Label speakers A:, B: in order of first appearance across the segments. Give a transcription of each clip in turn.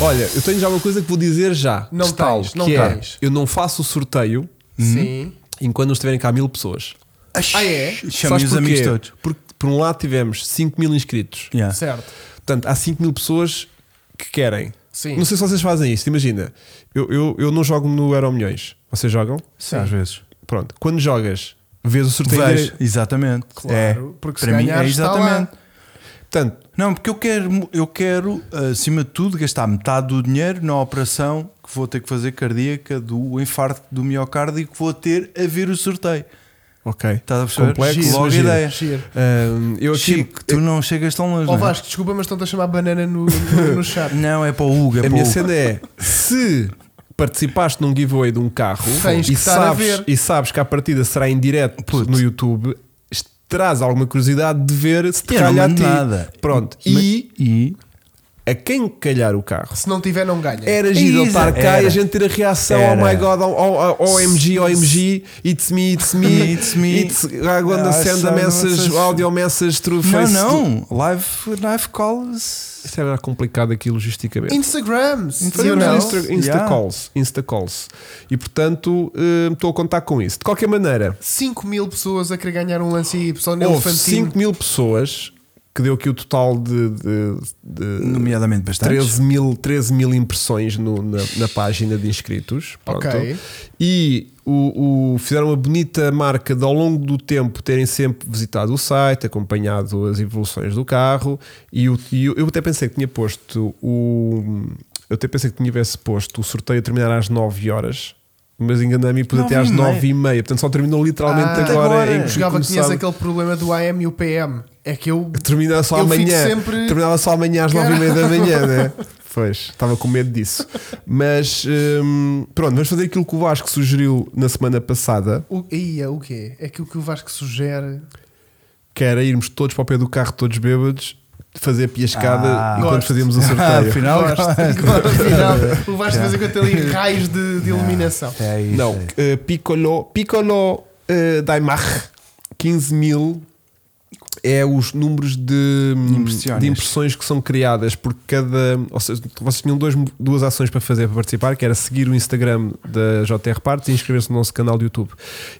A: Olha, eu tenho já uma coisa que vou dizer já.
B: Não
A: Estalo,
B: tens, não
A: que é,
B: tens.
A: Eu não faço o sorteio
B: Sim.
A: enquanto não estiverem cá mil pessoas.
B: Ah, é?
A: Sabes
C: Chamem os
A: porquê?
C: amigos todos.
A: Porque, por um lado, tivemos 5 mil inscritos.
C: Yeah.
B: Certo.
A: Portanto, há 5 mil pessoas que querem.
B: Sim.
A: Não sei se vocês fazem isto. Imagina, eu, eu, eu não jogo no Euro Milhões. Vocês jogam?
C: Às vezes.
A: Pronto. Quando jogas, vês o sorteio.
C: Vejo,
A: dire-
C: exatamente.
B: Claro,
C: é.
B: porque se
C: Para mim é
B: ganhares, está
C: exatamente.
A: Portanto,
C: Não, porque eu quero, eu quero, ah, acima de tudo, gastar metade do dinheiro na operação que vou ter que fazer cardíaca do infarto do miocárdio que vou ter a ver o sorteio.
A: ok.
C: Estás a perceber?
A: Complexo,
C: Giro, logo
A: mas É giro.
C: ideia.
B: Giro.
A: Ahm, hum, eu aqui.
C: Chico, tu não chegas tão longe.
B: Ó
C: não, é?
B: Vasco, desculpa, mas estão-te a chamar banana no, no, no chat.
C: Não, é para o Hugo. É
A: A
C: para o
A: minha
C: Hugo.
A: cena é se participaste num giveaway de um carro
B: Tens que
A: e,
B: estar a
A: sabes,
B: ver.
A: e sabes que a partida será em direto
C: Puto.
A: no YouTube, est- terás alguma curiosidade de ver se te
C: Eu não
A: calhar a
C: mando
A: ti.
C: nada.
A: Pronto. E
C: Mas- e
A: a quem calhar o carro?
B: Se não tiver, não ganha.
A: Era giro ele estar
C: Era.
A: cá e a gente ter a reação
C: Era.
A: Oh my god, oh, oh, oh, OMG, OMG It's me, it's me
C: It's me. Ah,
A: it's, I wanna
C: I
A: send a
C: saw
A: message
C: message.
A: Audio message through
C: não,
A: face
C: não. Live, live calls.
A: Isto era complicado aqui logisticamente
B: Instagrams. you
A: Fazemos
B: know?
A: Insta, Insta
C: Yeah.
A: calls, Insta calls. E portanto, eh, estou a contar com isso. De qualquer maneira,
B: 5 mil pessoas a querer ganhar um lance aí, pessoal,
A: houve
B: elefantino.
A: 5 mil pessoas que deu aqui o total de, de, de
C: Nomeadamente bastante.
A: 13, mil, 13 mil impressões no- na, na página de inscritos. Pronto.
B: Ok.
A: E o, o- fizeram uma bonita marca de ao longo do tempo terem sempre visitado o site, acompanhado as evoluções do carro. E, o- e eu, eu até pensei que tinha posto o. Eu até pensei que tivesse posto o sorteio a terminar às 9 horas. Mas enganei-me e pus
C: Nove
A: até às
C: e meia.
A: 9 e meia. Portanto, só terminou literalmente
B: Ah,
A: agora,
C: agora.
A: em que
B: Jogava que tinhas
A: começava-
B: aquele problema do AM e o PM. É que eu.
A: Terminava só
B: Eu fico
A: amanhã.
B: sempre-
A: Terminava só amanhã às nove e meia da manhã, né? Pois, estava com medo disso. Mas hum, pronto, vamos fazer aquilo que o Vasco sugeriu na semana passada,
B: O, ia, o quê? É que o que o Vasco sugere.
A: que era irmos todos para o pé do carro, todos bêbados, fazer piascada
C: Ah.
A: enquanto
B: Gosto.
A: fazíamos o
C: Ah,
A: sorteio.
C: afinal,
B: Gosto.
A: é
B: Gosto, afinal, o Vasco de vez em quando tem ali raios de, de iluminação.
C: É isso.
A: Não,
C: é isso.
A: eh, Piccolo, Piccolo eh, Daimar 15 mil é os números de, hum,
C: Impressões.
A: de impressões que são criadas por cada. Ou seja, vocês tinham dois- duas ações para fazer para participar, que era seguir o Instagram da JR Partes e inscrever-se no nosso canal do YouTube.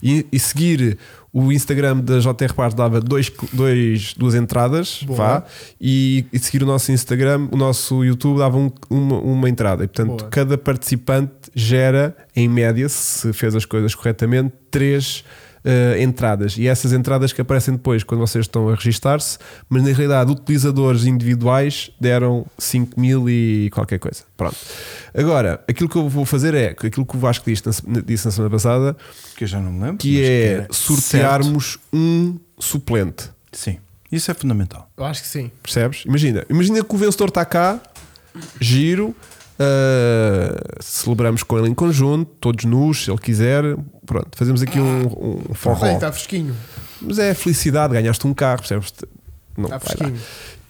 A: E, e seguir o Instagram da JR Partes dava dois, dois- duas entradas,
B: Boa.
A: vá, e, e seguir o nosso Instagram, o nosso YouTube dava um- uma, uma entrada. E portanto,
B: Boa.
A: cada participante gera, em média, se fez as coisas corretamente, três eh, entradas. E essas entradas que aparecem depois quando vocês estão a registar-se, mas na realidade, utilizadores individuais deram 5 mil e qualquer coisa. Pronto. Agora, aquilo que eu vou fazer é aquilo que o Vasco disse na, disse na semana passada,
C: Que eu já não me lembro.
A: que
C: mas
A: é
C: era certo.
A: sortearmos um suplente.
C: Sim. Isso é fundamental.
B: Eu acho que sim.
A: Percebes? Imagina, imagina que o vencedor está cá, giro, ah, celebramos com ele em conjunto, todos nus, se ele quiser. Pronto, fazemos aqui um, um forró.
B: Bem, está tá fresquinho.
A: Mas é felicidade, ganhaste um carro, percebes? Não vai
B: Está
A: dar.
B: Tá fresquinho.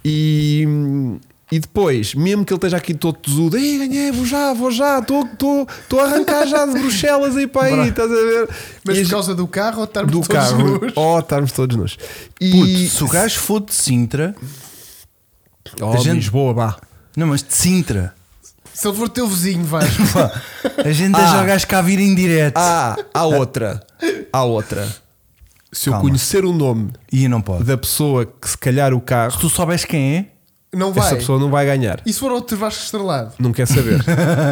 A: E, e depois, mesmo que ele esteja aqui todo tesudo, ei, ganhei, vou já, vou já, estou a arrancar já de Bruxelas e para aí, estás a ver?
B: Mas
A: E
B: por causa do carro ou de estarmos
A: do
B: todos
A: carro,
B: nus?
A: ó, estarmos todos nus. E
C: Puto, se o gajo for de Sintra.
A: Ó,
C: a gente-
A: Lisboa, vá.
C: Não, mas de Sintra.
B: Se ele for teu vizinho, Vasco.
C: Pá, A gente
A: Ah.
C: deixa o gajo cá vir em direto.
A: Há, há outra. Há outra. Se eu
C: Calma.
A: conhecer o nome
C: E não pode.
A: da pessoa que se calhar o
C: Se
A: carro,
C: tu souberes quem é,
B: Não vai.
A: essa pessoa não vai ganhar.
B: E se for outro Vasco estrelado?
A: Não quer saber.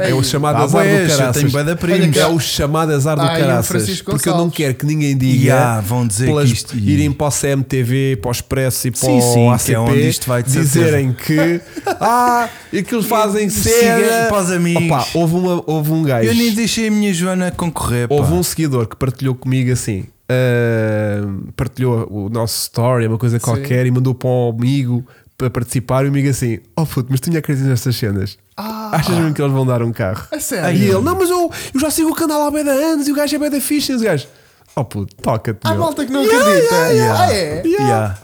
A: É o chamado
C: Ah,
A: azar
C: pois,
A: do
C: eu
A: caraças.
C: tenho bué de primos.
A: É o chamado azar do
B: Ai, Tá o
A: caraças.
B: Francisco
A: Porque eu não
B: Gonçalves.
A: quero que ninguém diga.
C: Ya, vão dizer que
A: pelas-
C: isto-
A: irem para o CMTV, para o Expresso e para
C: Sim, sim,
A: o
C: que é onde isto vai, de
A: dizerem que. Ah, aquilo fazem
C: Siga
A: cena.
C: para os amigos.
A: Opa, houve, uma- houve um gajo.
C: eu nem deixei a minha Joana concorrer. pá.
A: Houve um seguidor que partilhou comigo assim. ah, partilhou o nosso story, uma coisa qualquer, e mandou para um amigo para participar. E o amigo assim: Oh puto, mas tu tinha acredito nestas cenas? Achas mesmo que eles vão dar um carro?
B: Ah. A sério?
A: E ele: Não, mas eu, eu já sigo o canal há bem de anos e o gajo é bem da ficha. E os gajos: Oh puto, toca-te.
B: Há
A: meu."
B: malta que não
A: Yeah,
B: acredita.
A: yeah, yeah.
B: Ah, é?
A: Yeah.
C: Yeah.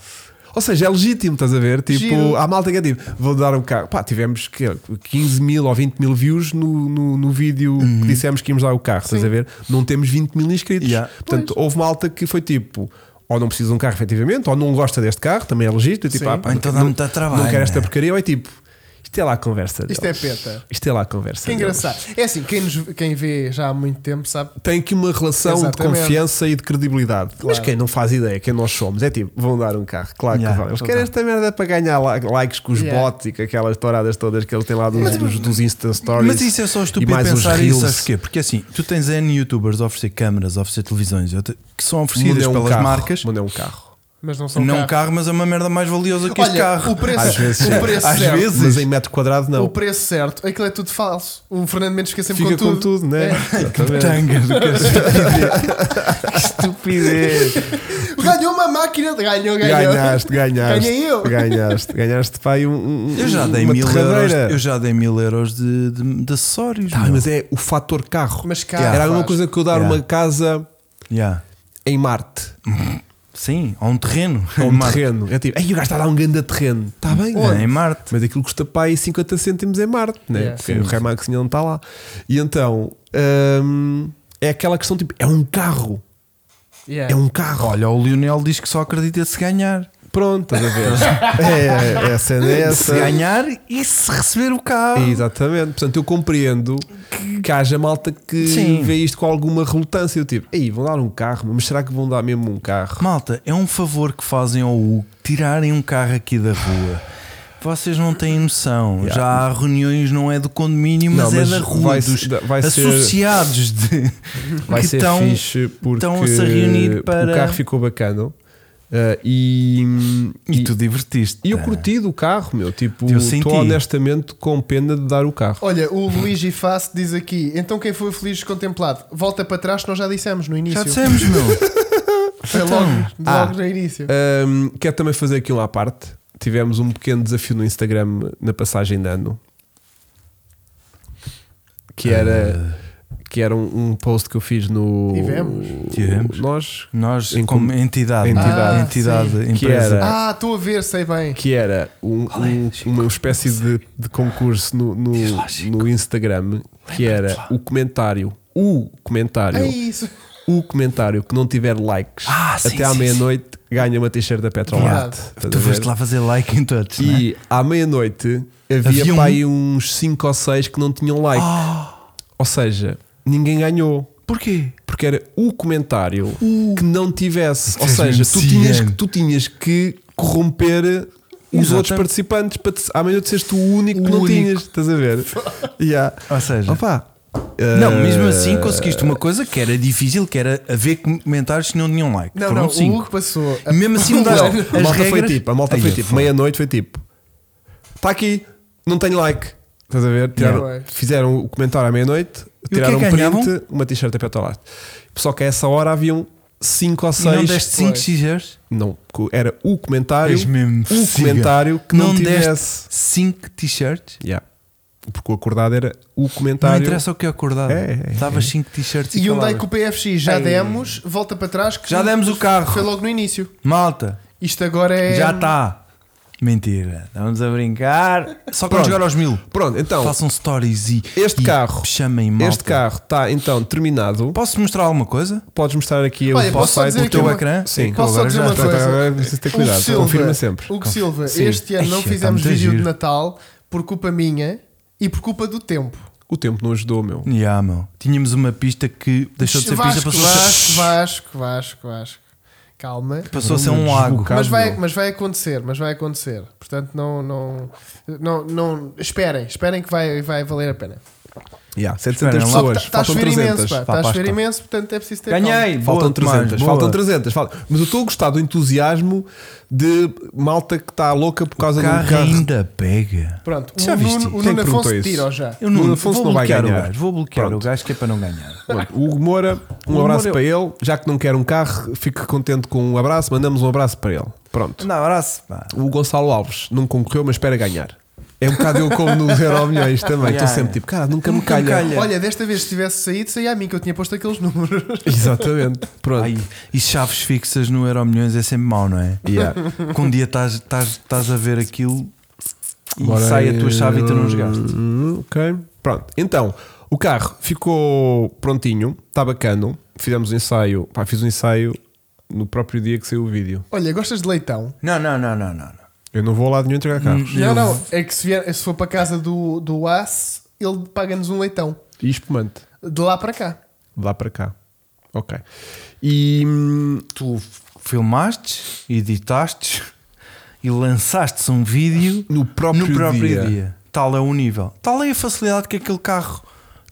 A: Ou seja, é legítimo, estás a ver? Tipo,
B: Giro.
A: há malta que é tipo, vou dar um carro. Pá, tivemos quê? 15 mil ou 20 mil views no, no, no vídeo
C: Uhum.
A: que dissemos que íamos dar o carro, estás a ver? Não temos 20 mil inscritos.
C: Yeah.
A: Portanto, houve malta que foi tipo. Ou não precisa de um carro, efetivamente, ou não gosta deste carro, também é legítimo. Tipo,
B: Sim.
A: ah, pá,
C: Ou então
A: não-
C: dá muito trabalho,
A: Não quero esta
C: né?
A: porcaria, ou é tipo, isto Isto é lá a conversa.
B: Isto é
A: deles.
B: peta.
A: Isto é lá a conversa.
B: Que
A: deles.
B: engraçado. É assim, quem, nos- quem vê já há muito tempo sabe.
A: Tem aqui uma relação
B: Exatamente.
A: de confiança e de credibilidade. Mas
B: Claro.
A: quem não faz ideia quem nós somos, é tipo, vão dar um carro, claro que
C: Yeah,
A: vão. Eles
C: total.
A: querem esta merda para ganhar li- likes com os
B: Yeah.
A: bots e com aquelas touradas todas que eles têm lá dos, dos, dos Insta Stories.
C: Mas isso é só estúpido
A: e mais uns
C: pensar isso,
A: reels.
C: sabes porquê? Porque assim, tu tens N youtubers a oferecer câmaras, a oferecer televisões, eu te- que são oferecidas
A: Mandei um
C: pelas
A: carro,
C: marcas.
A: Mandei um carro.
B: Mas não são
C: Não
B: carros.
C: um carro, mas é uma merda mais valiosa que este
B: Olha,
C: carro.
B: o preço,
A: Às vezes,
B: o
A: é.
B: preço
C: Às
B: certo.
C: vezes.
A: Mas em metro quadrado não.
B: O preço certo, aquilo é tudo falso. O Fernando Mendes
C: é
B: fica sempre
A: Fica
B: com tudo. É.
A: com tudo, né? Exatamente.
C: Tanga do cacete.
A: Estupidez.
B: Ganhou uma máquina, ganhou, ganhou.
A: Ganhaste, ganhaste.
B: Ganhei eu.
A: Ganhaste, ganhaste pai um, um-
C: Eu já dei
A: uma
C: mil euros,
A: torradeira.
C: eu já dei mil euros de, de- de acessórios.
A: Tá,
C: meu.
A: mas é o fator carro.
B: Mas carro
A: Era
B: faz.
A: alguma coisa que eu dar
C: Yeah.
A: uma casa
C: Yeah.
A: em Marte,
C: Sim, há um terreno.
A: ou
C: em
A: um
C: Marte.
A: terreno. É tipo, aí o gajo está a dar um grande terreno. Está bem,
C: Não,
A: né?
C: Em Marte.
A: mas aquilo custa pai 50 cêntimos em Marte, né?
B: Yeah.
A: porque o Remax ainda não está lá. E então hum, é aquela questão tipo, é um carro.
B: Yeah.
A: É um carro.
C: Olha, o Lionel diz que só acredita se ganhar.
A: Pronto, estás a ver? é, é, essa é
C: Se
A: dessa.
C: ganhar e se receber o carro.
A: Exatamente, portanto eu compreendo que haja malta que
C: Sim.
A: vê isto com alguma relutância. Eu tipo, aí vão dar um carro, mas será que vão dar mesmo um carro?
C: Malta, é um favor que fazem ao Hugo tirarem um carro aqui da rua. Vocês não têm noção.
A: Yeah.
C: Já há reuniões, não é do condomínio,
A: Não,
C: mas,
A: mas
C: é da rua
A: vai-
C: dos
A: vai ser-
C: associados de
A: Vai
C: que
A: ser
C: estão-
A: fixe porque
C: estão-se a reunir para-
A: o carro ficou bacana eh, e,
C: E tu divertiste.
A: e eu curti do carro, meu. Tipo,
C: Eu senti.
A: estou honestamente com pena de dar o carro.
B: Olha, o Luigi Face diz aqui: então quem foi feliz contemplado? Volta para trás, que nós já dissemos no início.
C: Já dissemos, meu.
B: Foi logo,
A: Ah.
B: logo no início.
A: Ahm, quero também fazer aqui um à parte. Tivemos um pequeno desafio no Instagram na passagem de ano que era,
C: Ah.
A: que era um, um post que eu fiz no.
B: Tivemos?
C: Tivemos.
A: Nós.
C: Nós,
A: Em
C: como
A: com-
C: entidade,
A: Entidade.
B: Ah,
C: entidade,
B: sim.
C: empresa.
A: Que era-
B: Ah, estou a ver, sei bem.
A: Que era um-
C: Qual é,
A: um-
C: Chico?
A: uma espécie de, de concurso no, no,
C: Diz lá, Chico.
A: no Instagram que era o comentário. O comentário.
B: É isso.
A: O comentário que não tiver likes
C: Ah, sim,
A: até à
C: sim,
A: meia-noite ganha uma t-shirt da Petrolart.
B: Verdade.
A: Estás a
C: Tu
A: ver?
C: foste lá fazer like em todos, não é?
A: E à meia-noite havia,
C: Havia um- Oh.
A: pá, aí uns 5 ou 6 que não tinham like. Ou seja, ninguém ganhou.
C: Porquê?
A: Porque era o comentário que não tivesse. Ou
C: és
A: seja,
C: mesmo
A: tu tinhas,
C: cigano.
A: que, tu tinhas que corromper os
C: Exato.
A: outros participantes para te, à meia-noite seres tu o único
C: O
A: que não
C: único.
A: tinhas. Estás a ver? yeah.
C: Ou seja,
A: Opa,
C: não,
A: eh,
C: mesmo assim conseguiste uma coisa que era difícil, que era haver comentários que não tinham like.
B: Não,
C: Foram
B: não, o
C: cinco.
B: Hugo passou.
C: E mesmo assim
A: Não,
C: não dás-
A: a
C: as
A: malta foi
C: regras-
A: tipo, a malta
C: Ai,
A: foi
C: eu
A: tipo,
C: falo.
A: meia-noite foi tipo, está aqui, não tenho like. Estás a ver? Tiraram-
B: Yeah.
A: Fizeram o comentário à meia-noite,
C: que é
A: tiraram
C: que
A: um print,
C: ganhavam?
A: uma t-shirt a Petrolart. Só que a essa hora haviam 5 ou
C: E não
A: 6.
C: deste 5 tijeres?
A: Não, co- era o comentário,
C: És mesmo
A: o
C: siga.
A: comentário que não,
C: um Não
A: tivesse.
C: 5 t-shirts?
A: Yeah. Porque o acordado era o
C: Não
A: comentário.
C: interessa o que eu acordava.
A: É, é,
C: Estavas 5 t-shirts e,
B: E um dai
C: palavras.
B: com o PFX, já
A: Ei.
B: demos, volta para trás. que
C: Já demos o
B: Foi
C: carro.
B: logo no início.
C: Malta,
B: Isto agora é.
C: já tá. está. Mentira, estamos a brincar. Só quando
A: Pronto.
C: chegar aos mil.
A: Pronto, então,
C: Façam stories e.
A: Este
C: e
A: carro-
C: Chamem malta.
A: este carro está então terminado.
C: Posso mostrar alguma coisa?
A: Podes mostrar aqui
B: Olha,
A: o
B: posso só
A: site,
B: dizer
A: o
B: aqui
A: teu
C: teu
B: uma-
C: ecrã?
A: Sim.
C: É que eu
B: Posso só
C: agora
B: dizer
C: já
B: uma
C: estou-
B: coisa?
A: Agora preciso ter
B: Hugo
A: cuidado,
B: Silva,
A: confirma sempre.
B: Hugo Silva,
C: Sim.
B: este ano
C: Ai,
B: não
C: tá
B: fizemos
C: muito
B: vídeo de
C: giro.
B: Natal por culpa minha e por culpa do tempo.
A: é- O tempo não ajudou, meu.
C: Yeah, meu. Tínhamos uma pista que deixou de ser
B: Vasco,
C: pista, passou, a
B: Vasco,
C: ser-
B: Vasco, Vasco, Vasco. Calma.
C: passou a ser
A: Vamos
C: um lago.
A: desbocar.
B: Mas vai,
A: meu.
B: mas vai acontecer, mas vai acontecer. Portanto, não, não, não, não esperem, esperem que vai, vai valer a pena.
A: Yeah, 700
C: Esperem lá.
A: pessoas,
B: Está tá, a
A: faltam
B: chover
A: 300.
B: imenso, pá.
C: Pá,
B: Está a chover
C: basta.
B: imenso, portanto é preciso ter calma.
C: Ganhei!
A: Faltam
C: Boa, Tomás,
A: 300,
C: boa.
A: faltam 300. faltam- Mas eu estou a gostar do entusiasmo de malta que está louca por causa
C: O
A: do
C: carro é
A: carro.
C: ainda pega.
B: Pronto,
C: Já
B: o
C: viste?
B: Nuno, o
A: Quem
B: Nuno
A: perguntou
B: Afonso
A: isso?
B: tirou já.
C: Eu
A: Nuno
C: não
A: Afonso
C: vou
A: não vai
C: bloquear o
A: ganhar.
C: gajo. Vou bloquear
A: Pronto.
C: o gajo que é para não ganhar.
A: Pronto, o Hugo Moura, um
C: Hugo
A: abraço
C: Moura- é
A: para ele. Já que não quer um carro, fique contente com um abraço. Mandamos um abraço para ele. Pronto.
C: Não, abraço. pá.
A: O Gonçalo Alves não concorreu, mas espera ganhar. É um bocado eu como nos Euro Milhões também. Estou
C: Yeah,
A: sempre
C: yeah.
A: tipo, cara, nunca me
C: Nunca me
A: calha.
C: calha.
B: Olha, desta vez se tivesse saído, saía a mim que eu tinha posto aqueles números.
A: Exatamente. Pronto.
C: Ai, e chaves fixas no Euro Milhões é sempre mau, não é?
A: Yeah.
C: Que um dia estás- estás estás a ver aquilo e
A: Agora
C: sai a
A: é-
C: tua chave e tu não jogaste.
A: Hum, Ok. Pronto. Então, o carro ficou prontinho, está bacana. Fizemos o ensaio. Pá, fiz o ensaio no próprio dia que saiu o vídeo.
B: Olha, gostas de leitão?
C: Não, não, não, não, não. não.
A: Eu não vou lá de nenhum entregar carros.
B: Não, não. É que se, vier, se for para casa do, do Ace, ele paga-nos um leitão.
C: Hum.
A: E espumante.
B: De lá para cá.
A: De lá para cá. Ok. E. hum,
C: Tu filmaste, editaste e lançaste um vídeo
A: No próprio dia.
C: Tal é o nível. Tal é a facilidade que aquele carro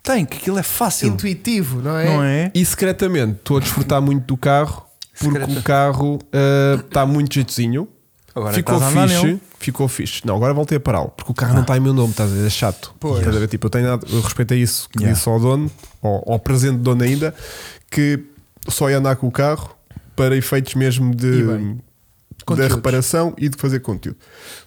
C: tem, que aquilo é fácil.
B: Intuitivo, não é?
C: Não é?
A: E secretamente estou a desfrutar muito do carro porque
C: Secreta.
A: o carro ah, está muito jeitozinho.
C: Agora
A: ficou
C: estás a andar
A: fixe,
C: nele. Ah.
A: ficou fixe. Não, agora voltei a pará-lo, porque o carro não está em meu nome, estás a ver? É chato.
B: Pois.
A: Estás a ver? Tipo, eu, tenho nada, eu respeito a isso que
C: Yeah.
A: disse ao dono, ao, ao presente dono ainda, que só ia andar com o carro para efeitos mesmo
B: E
A: de,
B: bem.
A: da
B: Conteúdos.
A: reparação e de fazer conteúdo.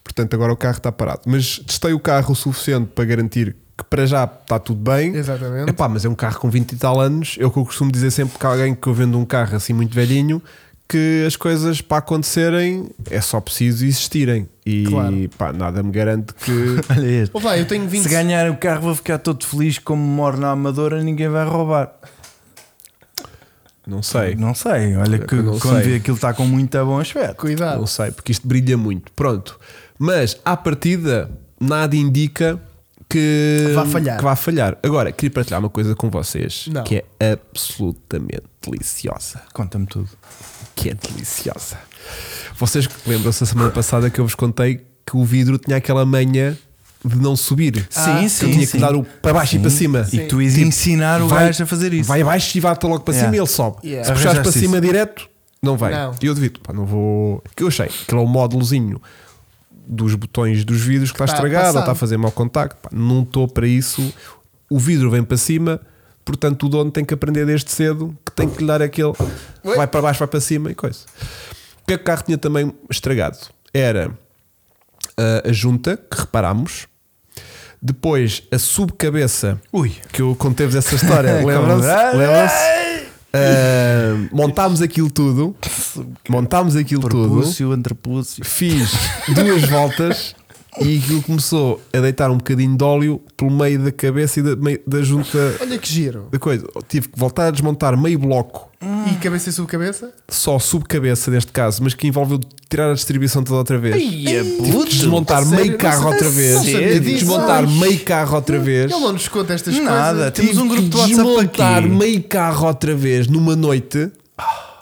A: Portanto, agora o carro está parado. Mas testei o carro o suficiente para garantir que para já está tudo bem.
B: Exatamente.
A: Epá, mas é um carro com 20 e tal anos. É o que eu costumo dizer sempre que alguém que eu vendo um carro assim muito velhinho que as coisas para acontecerem é só preciso existirem. E
B: Claro.
A: pá, nada me garante que.
C: Olha este.
B: Ouve lá, eu tenho
C: Se
B: 20.
C: ganhar o carro, vou ficar todo feliz. Como moro na Amadora, ninguém vai roubar.
A: não sei. É
C: Não sei. Olha, que
A: Eu não
C: quando
A: sei.
C: vi aquilo está com muito bom aspecto.
A: Não
B: Cuidado.
A: sei, porque isto brilha muito. Pronto. Mas à partida, nada indica que
B: Vá falhar.
A: que vá falhar. Agora, queria partilhar uma coisa com vocês
B: Não.
A: que é absolutamente deliciosa.
C: Conta-me tudo.
A: que é deliciosa. Vocês lembram-se da semana passada que eu vos contei que o vidro tinha aquela manha de não subir.
C: Sim,
A: Que
C: sim,
A: Eu tinha que
C: Ah, sim.
A: dar o para baixo e para cima.
C: E que tu ias
A: Tipo,
C: ensinar o gajo a fazer isso.
A: Vai abaixo e vai-te logo para
C: Yeah.
A: cima e ele sobe.
B: Yeah.
A: Se puxares para
C: Arranjaste
A: cima direto, não vai.
B: Não.
A: E eu devido, pá, não vou. Que eu achei, que é o módulozinho dos botões dos vidros que está
B: Está
A: estragado ou está a
B: passado.
A: fazer mau contacto. Pá, não estou para isso. O vidro vem para cima, portanto o dono tem que aprender desde cedo que tem que lhe dar aquele.
B: Ui.
A: Vai para baixo, vai para cima e coisa. O que é que o carro tinha também estragado? Era ah, a junta que reparámos, depois a subcabeça
C: Ui.
A: que eu contei-vos essa história, lembram-se?
B: é?
C: Como-
A: Lembram-se? Ah, montámos aquilo tudo, montámos aquilo tudo,
C: Prepúcio, antrepúcio.
A: fiz duas voltas e aquilo começou a deitar um bocadinho de óleo pelo meio da cabeça e da, meio- da junta
B: Olha que giro.
A: da coisa. Tive que voltar a desmontar meio bloco,
B: E cabeça e subcabeça?
A: só subcabeça neste caso, mas que envolveu tirar a distribuição toda outra vez. Tive que desmontar
B: Sério?
A: meio carro
B: Não
A: outra
B: sabia-
A: vez,
B: não sabia
A: tive que
B: disso.
A: desmontar
B: Ai. É
A: meio carro outra vez.
B: Ele não nos conta estas
C: Nada.
B: coisas.
C: Temos
A: Tive
C: um grupo
A: que
C: de WhatsApp para
A: desmontar
C: quê?
A: meio carro outra vez numa noite,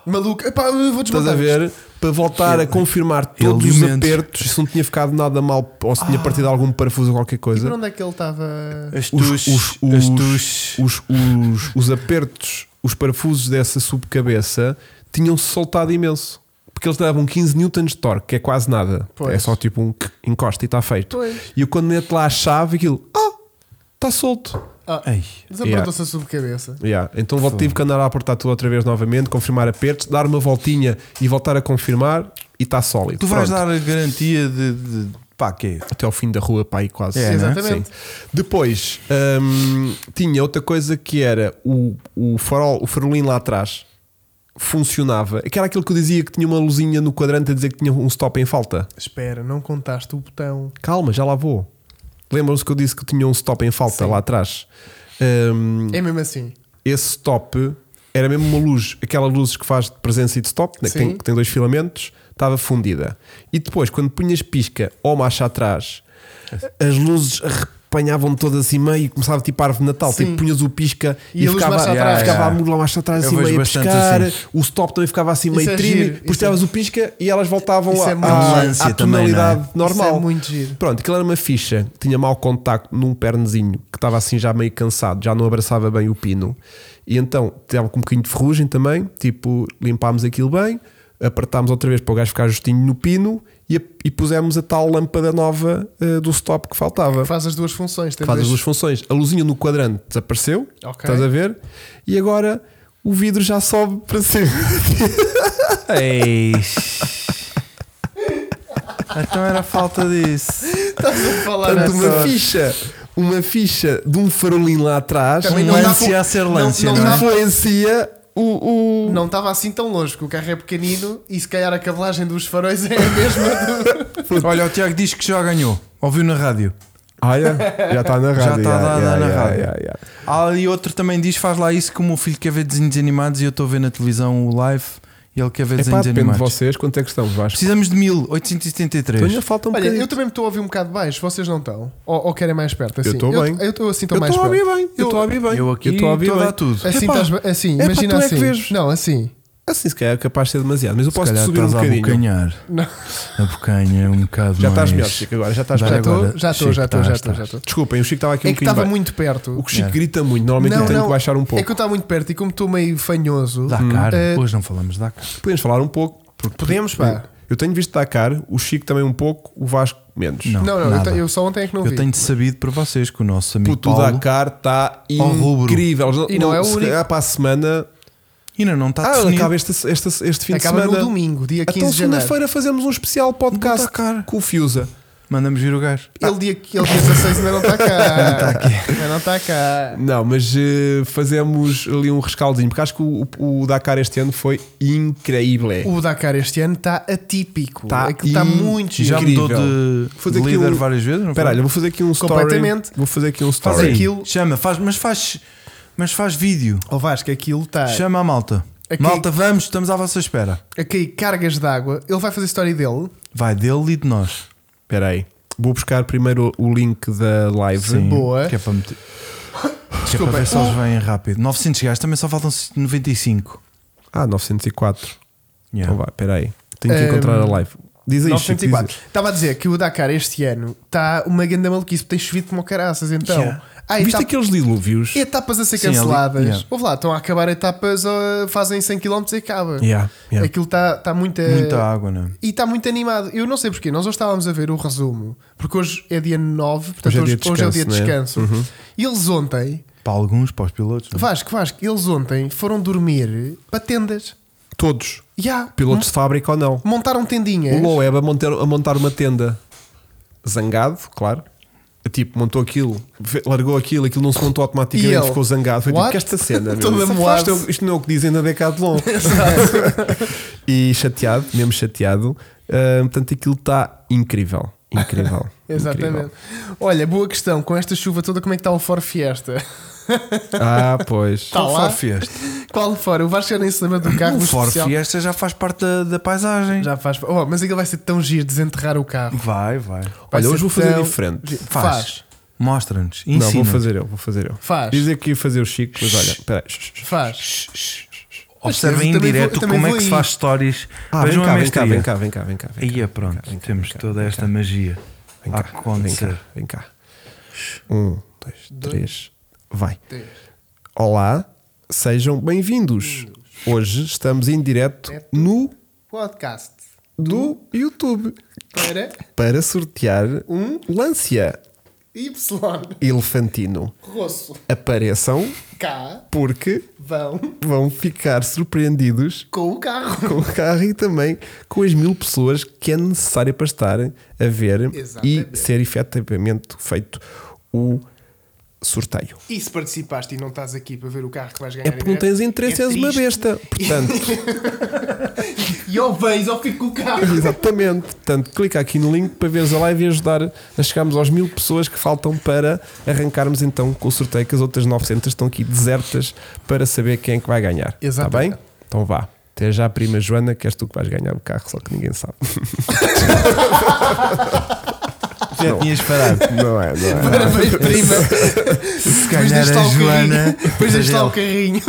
B: Maluco. Epá, eu vou
A: estás
B: desmontar.
A: a ver? Para voltar a confirmar todos os
C: elemento.
A: apertos, se não tinha ficado nada mal ou se tinha
C: Ah.
A: partido algum parafuso ou qualquer
B: E para
A: coisa.
B: onde é que ele estava?
C: As
A: Os,
C: tuas.
A: os,
C: As
A: os,
C: tuas.
A: os- os- os apertos, os parafusos dessa subcabeça tinham-se soltado imenso. Porque eles davam 15 newtons de torque, que é quase nada.
B: Pois.
A: É só tipo um encosta e está feito.
B: Pois.
A: E eu quando meto lá a chave, aquilo, ah, está solto.
B: Ah,
C: Ei.
B: Desapertou-se a subcabeça.
A: Yeah. Então vou- tive que andar a apertar tudo outra vez novamente, confirmar apertos, dar uma voltinha e voltar a confirmar e está sólido.
C: Tu vais
A: Pronto.
C: dar a garantia de. de pá, é quê?
A: até ao fim da rua para aí quase.
C: É,
A: Sim,
C: né?
B: Exatamente.
A: Depois hum, tinha outra coisa que era o, o farol, o farolinho lá atrás funcionava. Que era aquilo que eu dizia que tinha uma luzinha no quadrante a dizer que tinha um stop em falta.
B: Espera, não contaste o botão.
A: Calma, já lá vou. Lembram-se que eu disse que tinha um stop em falta lá atrás? Hum,
B: É mesmo assim.
A: esse stop era mesmo uma luz, aquela luz que faz de presença e de stop, né, que, tem,
B: Sim.
A: que tem dois filamentos, estava fundida. E depois, quando punhas pisca ou marcha atrás, as luzes arrepanhavam todas assim meio e começava tipo árvore de Natal.
B: Sim.
A: Tipo, punhas o pisca
B: E
A: e,
B: a luz
A: ficava,
B: marcha atrás.
A: ficava
C: Yeah.
A: a mula marcha atrás
C: Eu
A: assim
C: vejo
A: meio a
C: bastante
A: piscar,
C: assim.
A: o stop também ficava assim
B: Isso
A: meio
B: é
A: trim,
B: giro,
A: depois
B: isso
A: tiravas o pisca e elas voltavam
B: Isso
A: à,
B: é muito
A: à-
C: giro.
A: à
C: Isso
A: tonalidade normal.
B: Isso é muito giro.
A: Pronto, aquilo era uma ficha, tinha mau contacto num pernezinho que estava assim já meio cansado, já não abraçava bem o pino. E então estava com um bocadinho de ferrugem também, tipo, limpámos aquilo bem, apertámos outra vez para o gajo ficar justinho no pino e, e pusemos a tal lâmpada nova eh, do stop que faltava.
B: Faz as duas funções. Tem
A: Faz as
B: dois-
A: duas funções. A luzinha no quadrante desapareceu,
B: Ok.
A: estás a ver? E agora o vidro já sobe para cima. É
C: então era falta disso.
B: Estás a falar
A: Portanto,
B: nessa-
A: uma ficha, uma ficha de um farolinho lá atrás.
B: Também não dá
C: Lância
B: com-
C: a ser
B: não-
C: lância,
B: não
C: não é?
B: dá-
A: influencia o. o...
B: Não estava assim tão longe, porque o carro é pequenino e se calhar a cabelagem dos faróis é a mesma. do-
C: é? Olha, o Tiago diz que já ganhou. Ouviu na rádio.
A: Ah, yeah. já está na
C: Já
A: rádio.
C: está
A: yeah,
C: lá
A: yeah,
C: na
A: yeah,
C: rádio.
A: yeah, yeah.
C: Há ali outro também diz: faz lá isso que o meu filho quer ver desenhos animados e eu estou a ver na televisão o live E ele quer ver
A: É pá,
C: desenhos
A: depende de
C: animados.
A: vocês. Quanto é que estão, Vasco?
C: Precisamos de
A: Então
C: 1873.
A: ainda falta um
B: Olha,
A: bocadinho.
B: eu também me estou a ouvir um bocado baixo, vocês não estão? Ou, ou querem mais perto? Assim?
A: Eu estou bem.
B: Eu estou assim, estou
A: Eu
B: mais
A: estou a
B: perto.
A: ouvir bem. Então Eu estou a ouvir bem.
C: Eu aqui
A: estou a ouvir
C: estou a
A: bem.
C: dar tudo.
B: Assim,
A: Epá,
B: estás bem- assim
A: epá,
B: imagina
A: tu é que
B: assim.
A: vês.
B: Não, assim.
A: Assim, se calhar é capaz de ser demasiado, mas eu posso
C: calhar
A: subir um
C: estás a
A: bocadinho.
C: abocanhar.
B: Não.
C: A bocanha um bocado
A: Já
C: mais.
A: estás melhor, Chico, agora. Já estás
C: Dá
A: melhor.
B: Já
C: agora,
B: estou, já estou,
C: Chico,
B: já estou, já
C: estás,
B: estou, já
C: estás.
B: estou.
A: Desculpem, o Chico estava aqui um
B: É que
A: bocadinho
B: estava
A: baixo.
B: muito perto.
A: O que o Chico grita muito, normalmente eu tenho que baixar um
B: É que eu
A: pouco.
B: estava muito perto e como estou meio fanhoso.
A: Hum,
C: Dakar.
A: é-
B: eh,
C: Hoje não falamos de Dakar.
A: Podemos falar um pouco. Porque
B: Podemos, pá.
A: Eu tenho visto Dakar, o Chico também um pouco, o Vasco menos.
C: Não,
B: Não, não, eu,
C: nada.
B: te- eu só ontem é que não vi.
C: Eu tenho sabido para vocês que o nosso amigo
A: Puto, o
C: Paulo
A: Dakar está
C: Ao rubro.
A: incrível.
B: E não é o
A: se
B: único.
A: calhar para a semana.
C: ainda não está
A: Ah,
C: definido.
A: acaba este, este, este fim
B: Acaba
A: de semana.
B: no domingo, dia 15
A: Então,
B: de janeiro.
A: segunda-feira, fazemos um especial podcast
C: Do Dakar.
A: com o Fiusa.
C: Mandamos vir o gajo.
B: Ele dia, ele dia 16 ainda não está cá. Ainda não está cá.
A: Não, mas eh, fazemos ali um rescaldinho, porque acho que o, o Dakar este ano foi incrível.
B: O Dakar este ano está atípico.
A: Tá
B: Aquilo está
A: in-
B: muito
A: já
B: giro.
C: Já
A: Incrível.
C: mudou de,
A: Fazer
C: de líder
A: aquilo-
C: várias vezes, não foi?
A: Espera aí, eu vou fazer aqui um story.
B: Completamente.
A: Vou fazer aqui um story.
B: Faz
C: Sim,
B: aquilo-
C: Chama, faz, mas faz mas faz vídeo.
B: Ó Oh, Vasco, aquilo está.
A: Ah.
C: Chama a malta.
B: Aqui-
C: Malta, vamos, estamos à vossa espera.
B: A cair cargas de água. Ele vai fazer história dele.
C: Vai dele e de nós.
A: Espera aí. Vou buscar primeiro o link da live.
B: Boa.
C: Que é para meter. Desculpa, é para ver se eles vêm rápido. 900 gajos, também só faltam 95.
A: Ah, 904.
C: Yeah.
A: Então vá, espera aí. Tenho que
B: Ehm,
A: encontrar a live. Diz aí, Chico, diz aí.
B: 904. Estava a dizer que o Dakar este ano está uma grande maluquice. Tem chovido como caraças. Então,
C: Yeah.
B: há
A: Viste
B: etapa-
A: aqueles dilúvios?
B: etapas a ser
C: Sim, ali-
B: canceladas.
C: yeah.
B: Ouve lá, estão a acabar etapas, ó, fazem 100 km e acaba.
A: Yeah, yeah.
B: Aquilo está tá muito. a-
A: Eh,
C: Muita água, não é?
B: E está muito animado. Eu não sei porquê. Nós hoje estávamos a ver o resumo, porque hoje é dia 9, portanto
A: Hoje
B: hoje,
A: é dia de
B: hoje é o dia de
A: descanso,
B: descanso. E eles ontem,
C: Para alguns, para os pilotos. não é?
B: Vasco, Vasco, eles ontem foram dormir para tendas.
A: Todos.
B: Já.
A: Pilotos de fábrica ou não?
B: Mon- Montaram tendinhas.
A: O Loeb a montar, a montar uma tenda zangado, claro. Tipo, montou aquilo, fe- largou aquilo, aquilo não se montou
B: E
A: automaticamente,
B: ele?
A: ficou zangado. Foi tipo,
B: What?
A: que esta cena,
B: Todo
A: meu, isto,
B: amuado.
A: isto, é o- isto não é o que dizem na Decathlon. e chateado, mesmo chateado. Ah, portanto, aquilo está incrível. Incrível.
B: Exatamente.
A: incrível.
B: Olha, boa questão. Com esta chuva toda, como é que está o For Fiesta?
A: Ah, pois.
B: Tá
C: Qual
B: lá?
C: Ford Fiesta?
B: Qual for? O Vasco já nem se lembra do carro.
C: O
B: do
C: Ford
B: especial.
C: Fiesta já faz parte da, da paisagem.
B: Já faz. Oh, mas aquilo vai ser tão giro desenterrar o carro.
C: Vai, vai.
B: Vai
A: Olha,
B: ser
A: hoje vou fazer
B: tão
A: diferente.
B: giro.
C: Faz.
B: Faz.
C: Mostra-nos.
A: Não,
C: Ensina.
A: vou fazer eu, vou fazer eu.
B: Faz.
A: Dizem que ia fazer o Chico, mas olha, espera aí.
B: Faz.
C: Observem
B: Mas
C: em
B: eu também
C: direto
B: vou- eu
C: como
B: também
C: é
B: vou
C: que se
B: aí.
C: faz stories.
A: Ah, vem
C: Vejam
A: cá,
C: a
A: vem cá,
C: mestria.
A: vem cá, vem cá, vem cá. vem cá,
C: Aí é
A: vem
C: pronto,
A: cá, vem cá,
C: temos
A: vem cá,
C: toda
A: vem
C: esta
A: cá.
C: magia
A: Vem
C: a
A: cá, vem cá,
C: acontecer.
A: vem cá. Um, dois, três, vai.
B: Três.
A: Olá, sejam bem-vindos. Hoje estamos em direto no
B: Podcast.
A: do YouTube
B: Para
A: para sortear um Lancia
B: Y.
A: Elefantino.
B: Rosso.
A: Apareçam
B: Cá
A: porque
B: vão
A: vão ficar surpreendidos
B: com o carro.
A: com o carro e também com as mil pessoas que é necessário para estarem a ver e
B: Exatamente.
A: ser efetivamente feito o sorteio.
B: E se participaste e não estás aqui para ver o carro que vais ganhar?
A: É porque não tens interesse, és uma besta. Portanto,
B: E ou vens ou fico com o carro.
A: exatamente. Portanto, clica aqui no link para veres a live e ajudar a chegarmos aos mil pessoas que faltam para arrancarmos então com o sorteio, que as outras 900 estão aqui desertas para saber quem é que vai ganhar. Está
B: Exatamente.
A: bem? Então vá. Até já, prima Joana, que és tu que vais ganhar o carro, só que ninguém sabe.
C: Já tinhas parado.
A: Não é, não é.
B: Parabéns, prima.
C: Se
B: Depois
C: calhar
B: deste lá
C: a
B: o
C: Joana.
B: carrinho. Depois deste lá o carrinho.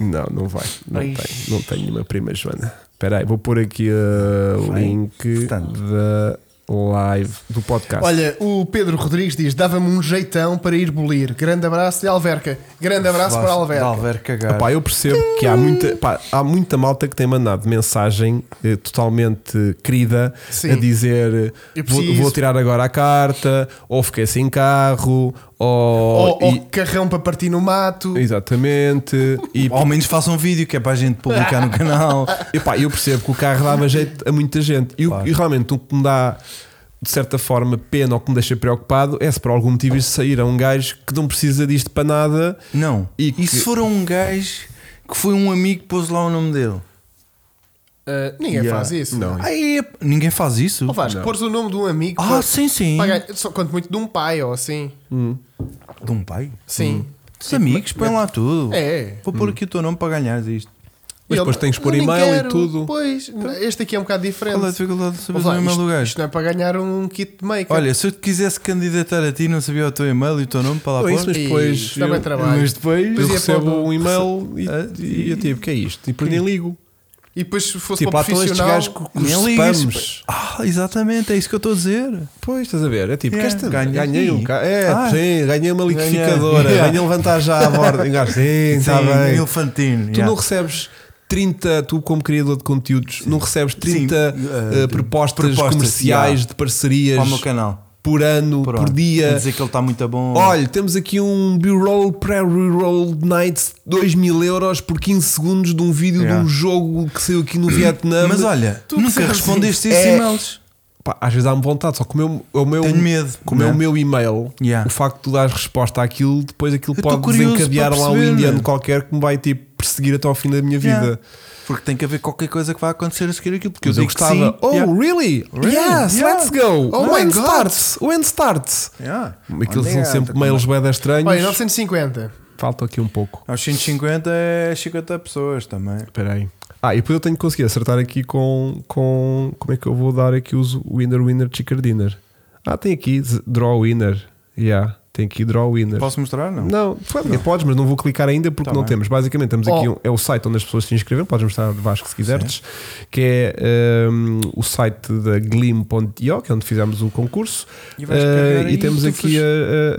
A: Não, não vai. Não
B: Ai.
A: tem. Não tenho nenhuma prima Joana. Espera aí, vou pôr aqui uh, o
C: Vai.
A: link
C: Portanto.
A: da live do podcast.
B: Olha, o Pedro Rodrigues diz: dava-me um jeitão para ir bolir. Grande abraço de Alverca. Grande abraço para Alverca.
C: Alver cagar.
A: Pá, eu percebo que há muita, pá, há muita malta que tem mandado mensagem eh, totalmente eh, querida
B: Sim.
A: a dizer eh,
B: Eu
A: vou,
B: preciso.
A: vou tirar agora a carta, ou fiquei sem carro, ou.
B: Ou, ou
A: Oh, e-
B: carrão para partir no mato.
A: Exatamente. E,
C: Ao menos faça um vídeo que é para a gente publicar no canal.
A: E pá, eu percebo que o carro dava jeito a muita gente. E, o-
C: Claro.
A: e realmente o que me dá, de certa forma, pena ou que me deixa preocupado é se por algum motivo isto sair a um gajo que não precisa disto para nada.
C: Não.
A: E
C: E,
A: que-
C: se for um gajo que foi um amigo que pôs lá o nome dele?
B: Ah, ninguém
A: Yeah.
B: faz isso.
A: Não.
C: Aí, é- ninguém faz isso.
A: Oh,
B: Ou vais, pôres o nome de um amigo.
C: Ah,
B: para-
C: sim, sim.
B: para ganhar- só quanto muito de um pai ou assim.
C: De um pai?
B: Sim.
A: Hum.
C: Dos amigos, põe lá tudo.
B: É.
C: Vou pôr aqui o teu nome para ganhares isto.
A: Mas
B: ele,
A: depois tens que pôr
B: "Eu nem
A: e-mail e
B: quero."
A: tudo. Então,
B: Pois, este aqui é um bocado diferente.
C: Qual é a dificuldade de saber
B: Vamos
C: o
B: lá,
C: meu
B: isto,
C: lugar?
B: isto não é para ganhar um kit de
A: é-
B: make
C: Olha, se eu te quisesse candidatar a ti, não sabia o teu e-mail e o teu nome para lá
A: Ou
C: pôr.
A: isso, mas
B: Ih,
A: depois.
B: isto dá bem trabalho.
A: Mas depois eu
B: Depois ia
A: recebo
B: para o-
A: um e-mail e,
C: Ah,
A: e eu tipo, que é isto? E depois nem ligo.
B: E depois se fosse
A: Tipo,
B: para
A: há
B: o
A: todos estes
B: profissional.
A: gajos com com os
C: Nem ligas.
A: spams.
C: Ah, exatamente, é isso que eu estou a dizer.
A: Pois, estás a ver? É tipo,
C: Yeah.
A: queres tanto?
C: Ganhas
A: ganhei um
C: aí.
A: ca... É,
C: Ah.
A: sim, ganhei uma liquidificadora,
C: Ganhei.
A: ganhei levantar já à borda. E um gajo, sim, está bem.
C: Elefantino.
A: Tu não recebes 30, tu como criador de conteúdos, não recebes 30
C: Sim,
A: eh,
C: eh,
A: propostas,
C: propostas,
A: comerciais
C: yeah.
A: de parcerias
C: Para o meu canal.
A: por ano, por,
C: Pronto. A
A: dia.
C: Dizer que ele está muito bom.
A: Olha, temos aqui um B-roll, pré-reroll nights, 2 mil euros por 15 segundos de um vídeo de
C: Yeah.
A: um jogo que saiu aqui no Vietnã.
C: mas olha,
B: tu
C: nunca
B: sabes
C: respondeste
A: isso.
C: esses
A: É.
C: e-mails.
A: Pá, às vezes dá-me vontade, só que o meu, o meu,
C: Tenho medo. né?
A: como é
C: não
A: o meu e-mail,
C: Yeah.
A: o facto de tu dares resposta àquilo, depois aquilo
C: Eu tô
A: pode
C: curioso
A: desencadear
C: para
A: lá um
C: perceber,
A: indiano
C: né?
A: qualquer que me vai tipo perseguir até ao fim da minha vida.
C: Yeah. Porque tem que haver qualquer coisa que vai acontecer a seguir aquilo. Porque
A: Mas
C: eu
A: eu
C: digo que sim.
A: gostava. Oh,
C: Yeah.
A: really?
C: Really?
A: Yes,
C: Yeah.
A: let's go.
B: Oh
A: When
B: my God.
A: starts? When starts?
C: Yeah.
A: Aqueles
C: Onde é
A: são
C: que
A: sempre
C: anda?
A: mails bem estranhos.
B: Olha, 950.
A: Falta aqui um pouco.
C: Aos 150 é 50 pessoas também.
A: Espera aí. Ah, e depois eu tenho que conseguir acertar aqui com, com. Como é que eu vou dar aqui os winner, winner, chicken dinner? Ah, tem aqui z- draw winner. Yeah, tem aqui draw winner.
C: Posso mostrar? Não.
A: Não, foi- podes, mas não vou clicar ainda porque
C: Tá
A: não
C: bem.
A: temos. Basicamente, temos aqui
B: Oh.
A: um- é o site onde as pessoas se inscrevem. Podes mostrar Vasco se quiseres, que é hum, o site da glim.io, que é onde fizemos o concurso.
C: E vais
A: Eh,
C: carregar
A: e
C: aí,
A: temos
C: tu
A: aqui
C: fazes-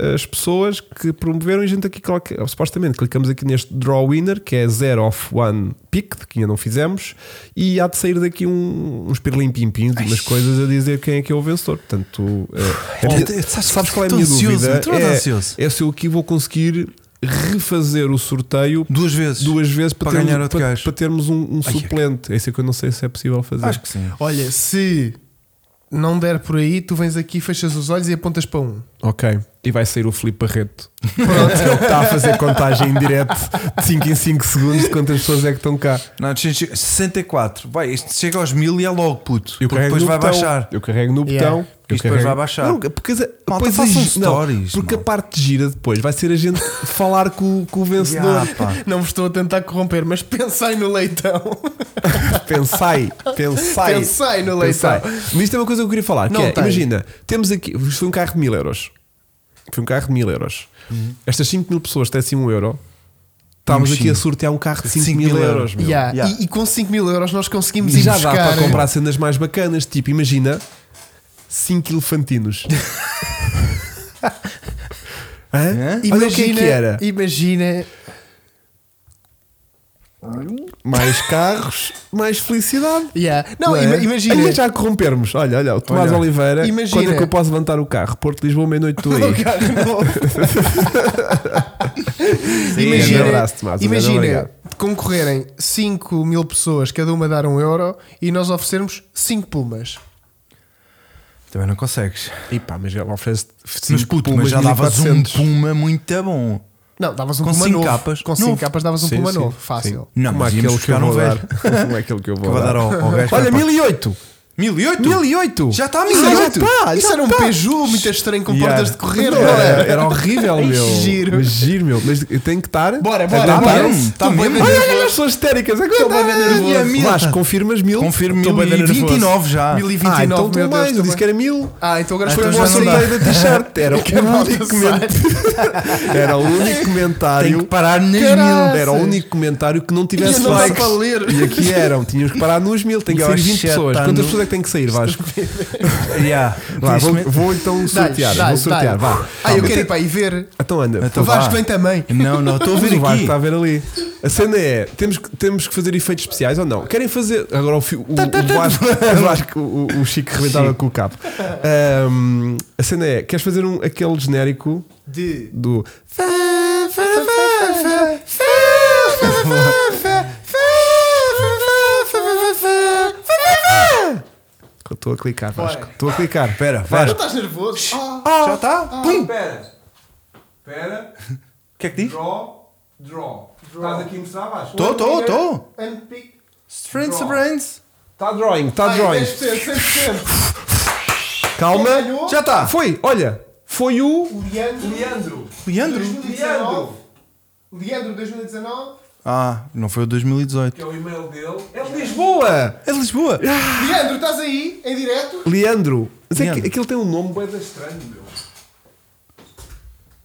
A: a- a- as pessoas que promoveram e a gente aqui clica- supostamente clicamos aqui neste draw winner que é 0 of 1 picked que ainda não fizemos e há de sair daqui um, uns pirlim pim pim umas coisas a dizer quem é que é o vencedor portanto tu, eh, a minha-
C: tu- sabes-
A: sabes qual é a
C: estou
A: minha
C: ansioso,
A: dúvida
C: estou ansioso.
A: é, é se eu aqui vou conseguir refazer o sorteio
C: Duas vezes.
A: duas vezes para,
C: Para
A: termos,
C: ganhar outro
A: para,
C: gajo.
A: para termos um, um
C: Ai,
A: suplente é isso que eu não sei se é possível fazer
C: Acho que sim.
B: Olha, se não der por aí, tu vens aqui, fechas os olhos e apontas para um.
A: Ok. E vai sair o Filipe Barreto. Pronto. Ele está a fazer contagem em direto de 5 em 5 segundos de quantas pessoas é que estão cá.
C: Não, 64. Vai, isto chega aos 1000 e é logo puto.
A: Eu
C: porque
A: carrego
C: depois
A: no
C: vai
A: botão.
C: baixar.
A: Eu carrego no
B: Yeah.
A: botão. Eu
C: Isto depois
A: carrego-
C: vai baixar.
A: Não, porque, as- depois
C: façam
A: as- não,
C: stories,
A: porque
C: malta.
A: a parte gira depois vai ser a gente falar com, com o vencedor.
C: Yeah, Ah, pá.
B: Não vos estou a tentar corromper, mas pensai no leitão.
A: Pensai, pensai.
B: Pensai no
A: Pensai.
B: leitão.
A: Mas isto é uma coisa que eu queria falar. que
B: Não
A: é,
B: tem.
A: imagina, temos aqui. Isto foi um carro de mil euros. Foi um carro de mil euros. Estas 5 mil pessoas tecem um euro. Estávamos aqui
C: Mochinho.
A: a sortear um carro de 5
C: Cinco
A: mil
C: mil
A: euros.
C: euros,
A: meu.
B: Yeah.
C: Yeah.
B: E, e com 5 mil euros nós conseguimos
A: E
B: ir
A: já dá
B: buscar.
A: para comprar cenas mais bacanas, tipo, imagina 5 elefantinos. Hã?
C: Hã?
A: Olha o que é que era.
B: Imagina.
A: Mais carros, mais felicidade.
B: Yeah. Não,
A: é?
B: ima- imagina.
A: Olha, já a corrompermos. Olha, olha, o Tomás
C: Olha.
A: Oliveira.
B: Imagina.
A: Quando é que eu posso levantar o carro? Porto Lisboa, meia-noite, tu aí.
B: é
A: Sim,
B: Imagina,
A: grande abraço, Tomás. um grande
B: imagina
A: obrigado.
B: concorrerem 5 mil pessoas, cada uma dar um euro, e nós oferecermos 5 pumas.
C: Também não consegues.
A: E pá, mas ele oferece
C: Mas
A: cinco
C: puto,
A: pumas
C: mas já davas um
A: 1400.
C: puma muito bom.
B: Não, davas um
C: Com
B: puma
C: cinco
B: novo.
C: capas?
B: Com 5
C: Novo.
B: capas davas um
A: Sim,
B: puma
A: sim,
B: novo.
A: sim.
B: Fácil.
C: Não,
A: Como
C: mas
A: aquele
C: íamos
A: que eu
C: buscar um
A: vou dar.
C: velho.
A: Como aquele que eu
C: Que
A: vou
C: eu vou dar
A: dar.
C: ao, ao gajo.
A: Olha,
C: Pá,
A: 1008!
C: 1008?
A: 1008!
C: Já está a
B: Isso era,
C: 1008!
A: pá,
B: isso
A: já
B: era um
A: tá.
B: Peugeot muito estranho com
A: Yeah.
B: portas de correr,
A: Não,
B: não
A: era,
B: era?
A: era horrível,
B: Ai,
A: meu.
B: giro.
A: Mas giro, meu. Mas eu tenho que estar.
B: Bora,
A: a
B: bora,
A: dar
B: bora.
A: tempo.
C: Tá
B: Tô bem
C: mesmo?
A: Olha,
B: nervoso.
A: olha as pessoas histéricas.
B: Estou bem nervoso.
A: Aguenta.
C: E a mil?
A: Vasco, confirmas mil?
C: Confirmo
A: Estou bem
C: 1000 e
A: nervoso.
C: 29 já.
B: Mil e- 29,
A: Ah, então estou
B: meu Deus,
A: mais. Eu
B: tô
A: disse
B: bem.
A: que era mil.
B: Ah, então agora
C: Ah,
B: foi
C: então
B: um
A: Bom,
C: já
B: bom
C: não dá.
A: aceitei da t-shirt. Era
B: Que a
A: o
B: malta
A: único
B: sai.
A: comentário. Era o único
C: Tem que
A: comentário.
C: parar nas
B: Caraca.
C: mil.
A: Era o único comentário que não
B: E
A: tivesse
B: não dá para
A: likes.
B: ler.
A: E aqui eram, tínhamos que parar nos mil, tem que
C: E
A: sair
C: aos
A: 20 pessoas. Quantas
C: sete anos.
A: pessoas é que tem que sair, Vasco?
C: Yeah.
A: Vá, vou,
C: Infelizmente-
A: vou então sortear, vou sortear, vá.
B: Ah, eu
A: Vá,
B: quero ir para aí ver.
A: Então anda,
B: O
C: Então vá.
B: Vasco vem também.
C: Não, não, estou a
A: Mas
C: ver
A: o tá- Vasco
C: aqui.
A: está a ver ali. A cena é: temos que, temos que fazer efeitos especiais ou não? Querem fazer. Agora o, fi- o,
C: Tá,
A: o Vasco, o, Vasco- o- o Chico rebentava com o cabo. Ahm, a cena é: queres fazer um, aquele genérico
B: De.
A: do. Eu Estou a clicar, Vasco. Estou a clicar. Espera,
C: Vasco.
B: Estás nervoso? Ah,
C: Já está? Pum!
A: Espera. Espera.
C: O que é que diz?
A: Draw. Draw. Estás aqui a mostrar, Vasco?
C: Estou, estou, estou.
B: unpick.
C: Strengths
A: Draw.
C: Brains.
A: Está Tá drawing, está
B: Ai,
A: drawing.
B: 10%, 100%.
A: Calma.
B: Ganhou?
A: Já está. Foi, olha. Foi o.
B: Leandro.
A: Leandro.
C: Leandro.
B: 2019. Leandro 2019.
C: Ah, não foi o 2018.
A: é o e-mail dele. É de Lisboa!
C: É Lisboa!
B: Leandro, estás aí, em direto?
A: Leandro. Mas é que
C: Leandro.
A: aquilo tem um nome bem estranho, meu.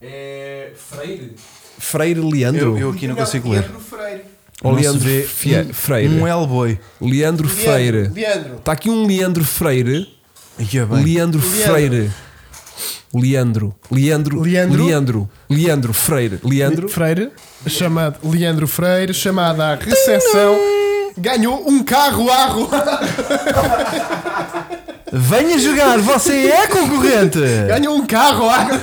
A: É. Freire. Freire Leandro.
C: Eu, eu aqui não consigo ler.
B: Leandro Freire.
A: Ou
C: é. Não se
A: Leandro
C: vê
A: Fie-
C: um-
A: Freire.
C: Um L-boy.
A: Leandro Freire.
B: Leandro.
A: Está aqui um Leandro Freire.
C: Ia é bem.
A: Leandro Freire. Leandro. Leandro.
B: Leandro?
A: Leandro. Leandro Freire. Leandro.
B: Freire, chamado Leandro Freire, chamada à recepção, ganhou um carro arro.
C: Venha jogar, você é concorrente!
B: ganhou um carro arro.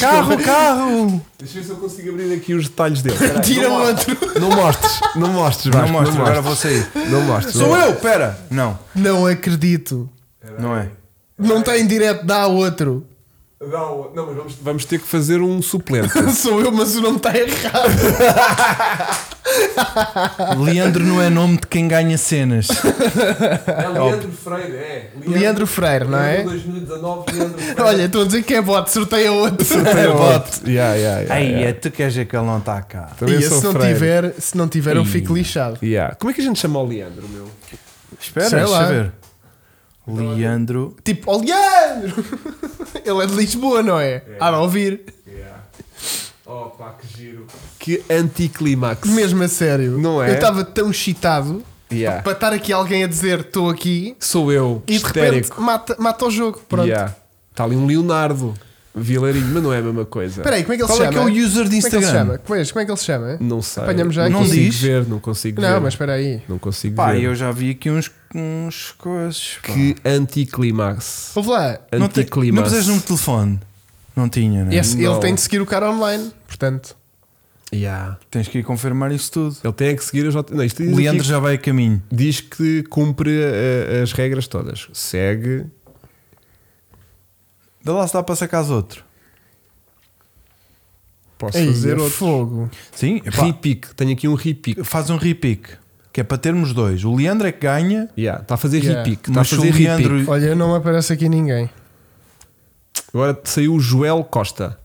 C: carro, carro!
A: Deixa eu ver se eu consigo abrir aqui os detalhes dele.
B: Tira outro.
A: Não mostres. Não mostres,
C: Não
A: Vasco,
C: mostro, agora vou sair.
A: Não mostres.
C: Sou
A: não
C: eu, pera! Não,
B: Não acredito.
C: não é.
B: Não tem direto, dá a outro.
A: Não, não, mas vamos, vamos ter que fazer um suplente.
B: Sou eu, mas o nome está errado.
C: Leandro não é nome de quem ganha cenas.
A: É Leandro Freire, é.
B: Leandro Freire, não é?
A: 2019, Leandro Freire.
B: Olha, estão a dizer que é bot, sorteia outro.
A: é bote. Yeah, yeah, yeah,
C: Ai,
A: yeah.
C: é, tu queres ver que ele não está cá.
A: Também
B: e
A: sou
B: se não,
A: Freire.
B: tiver, se não tiver, eu fico lixado.
A: Yeah. Como é que a gente chama o Leandro, meu?
C: Espera,
B: Sei lá.
C: deixa ver. Leandro.
B: Tipo, ó Leandro! Ele é de Lisboa, não é? Há de ouvir.
A: Oh pá, que giro. Que anticlimax.
B: Mesmo a sério.
A: Não é? Ah.
B: Eu estava tão excitado
A: Yeah.
B: para estar aqui alguém a dizer estou aqui
A: Sou eu,
B: e de
A: histérico.
B: repente mata, mata o jogo. Pronto.
A: Yeah. Está ali um Leonardo Vilarinho, mas não é a mesma coisa.
B: Espera aí, como é que ele
C: Qual
B: se
C: é que
B: chama?
C: é o user de
B: Como é que ele se chama?
C: Instagram?
B: Pois, como é que ele se chama?
A: Não sei.
B: Apanhamos já
A: não
B: aqui.
A: consigo
C: Não diz?
A: ver, não consigo ver.
B: Não, mas espera aí.
A: Não consigo
C: Pá,
A: ver.
C: eu já vi aqui uns, uns coisas. pá.
A: Que anticlimax.
B: Ouve lá.
C: Não, te, não
A: Anticlimax.
C: precisas de um telefone. Não tinha, né?
B: Esse-
A: Não.
B: ele tem de seguir o cara online, portanto.
A: Yeah.
C: Tens que ir confirmar isso tudo.
A: Ele tem que seguir a J. Não, isto diz
C: O Leandro
A: aqui-
C: já vai a caminho.
A: diz que cumpre eh, as regras todas. Segue.
C: Dá lá se dá para sacar outro.
A: Posso
B: Ei,
A: fazer outro.
B: é fogo.
C: Sim, epá,
A: Repique. Tenho aqui um repique.
C: faz um repick. Que é para termos dois. O Leandro é que ganha,
A: Yeah, está a fazer
B: Yeah.
A: repique. Está a
C: mas se o
A: fazer repique.
C: Leandro.
B: Olha, não me aparece aqui ninguém.
A: Agora saiu o Joel Costa.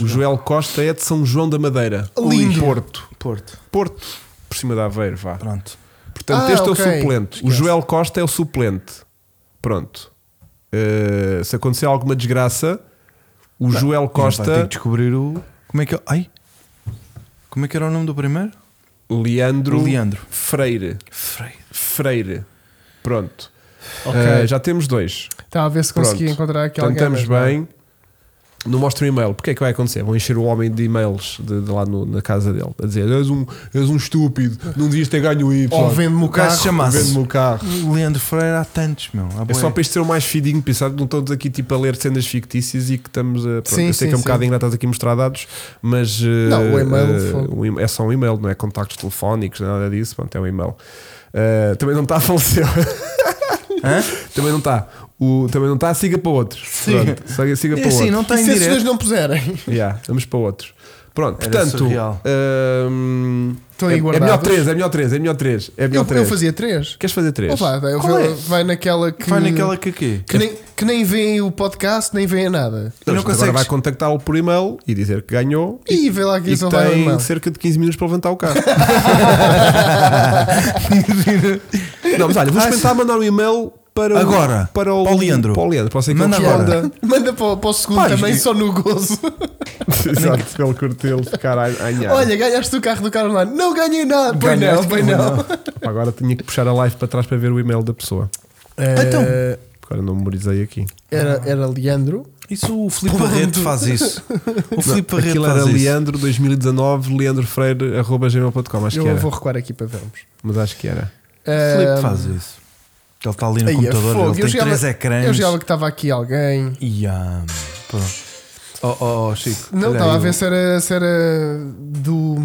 A: O Joel Costa é de São João da Madeira.
B: Lindo.
A: Porto.
C: Porto.
A: Porto. Por cima da Aveiro, vá.
C: Pronto.
A: Portanto,
B: Ah,
A: este é o
B: ok.
A: suplente. O
B: Esquece.
A: Joel Costa é o suplente. Pronto. Eh, se acontecer alguma desgraça, o Joel
C: Vai ter que
A: Costa,
C: descobrir o. Como é que. Ai! Como é que era o nome do primeiro?
A: Leandro,
C: Leandro.
A: Freire.
C: Freire.
A: Freire. Pronto.
B: Ok.
A: Eh, já temos dois.
B: Estava a ver se consegui
A: Pronto.
B: encontrar aqui
A: Portanto, estamos
B: alguém. mas não. é?
A: bem. Não mostra o e-mail. Porque é que vai acontecer? Vão encher o homem de e-mails de, de lá no- na casa dele. A dizer: és um, és um estúpido, não devias ter ganho o Y.
B: Ou vende-me o
C: O gajo
B: carro.
C: chamasse.
A: Vende-me o carro.
C: Leandro Freire há tantos, meu. Há
A: É
C: bué.
A: só para isto ser o mais fidinho, pensado. Não estamos aqui tipo a ler cenas fictícias e que estamos a. Pronto,
B: Sim,
A: eu sei
B: sim,
A: que é um
B: sim.
A: bocado ingrato estás aqui a mostrar dados, mas.
B: Não,
A: eh,
B: o e-mail,
A: eh,
B: fogo.
A: o e- é só um e-mail, não é contactos telefónicos, nada disso. Pronto, é um e-mail. Eh, também não está, faleceu.
C: Hã?
A: também não está. O- Também não está, siga para outros.
C: Siga.
A: Pronto, siga, siga
C: É
A: para outros.
C: assim, não
B: E
C: tem
B: se esses dois
C: direito.
B: não puserem?
A: Yeah, vamos para outros. Pronto,
C: Era
A: portanto.
C: surreal.
A: hum,
B: Estão
A: é,
B: aí
A: é
B: guardados.
A: melhor 3, é melhor 3, é melhor 3. É melhor
B: Eu,
A: três.
B: eu fazia três.
A: Queres fazer 3?
B: Opa, eu
C: Qual
B: vou-
C: é?
B: vai naquela que.
C: Vai naquela que é. quê?
B: Que nem, que nem veem o podcast, nem veem nada.
C: não
A: Então, agora
C: consegues.
A: vai contactá-lo por e-mail e dizer que ganhou e,
B: Ih, vê lá que
A: e
B: isso
A: que
B: não vai
A: tem
B: mal.
A: cerca de 15 minutos para levantar o carro. não, mas olha, vou experimentar mandar um e-mail para
C: Agora,
A: o, para o,
C: para o Leandro.
A: Para o Leandro, para você que
C: Manda
A: ele
C: agora.
A: responda.
B: Manda para, o- para o segundo
C: Pá,
B: também,
C: isto-
B: só no gozo.
A: Exato, pelo curtelo ficar a anhar.
B: Olha, ganhaste o carro do cara online. Não ganhei nada. Pois
C: Ganhaste,
B: não, pois não.
A: Agora tinha que puxar a live para trás para ver o e-mail da pessoa.
C: Então.
B: Eh,
A: Agora não memorizei aqui.
B: Era, era Leandro.
C: Isso o Filipe Barreto faz isso. O Filipe Barreto
A: Aquilo era
C: faz isso.
A: Leandro 2019, leandrofreire.gmail.com, acho
B: eu
A: que era.
B: vou recuar aqui para vermos.
A: Mas acho que era.
C: O Filipe
B: Eh,
C: faz isso. Ele está ali no
B: Aí é
C: computador,
B: fogo.
C: ele
B: Eu
C: tem
B: jogava-
C: três ecrãs.
B: eu jogava que estava aqui alguém.
C: E ah, pronto. Oh, oh, oh, Chico.
B: Não,
C: olha
B: estava
C: aí
B: a
C: o-
B: ver se era, se era do.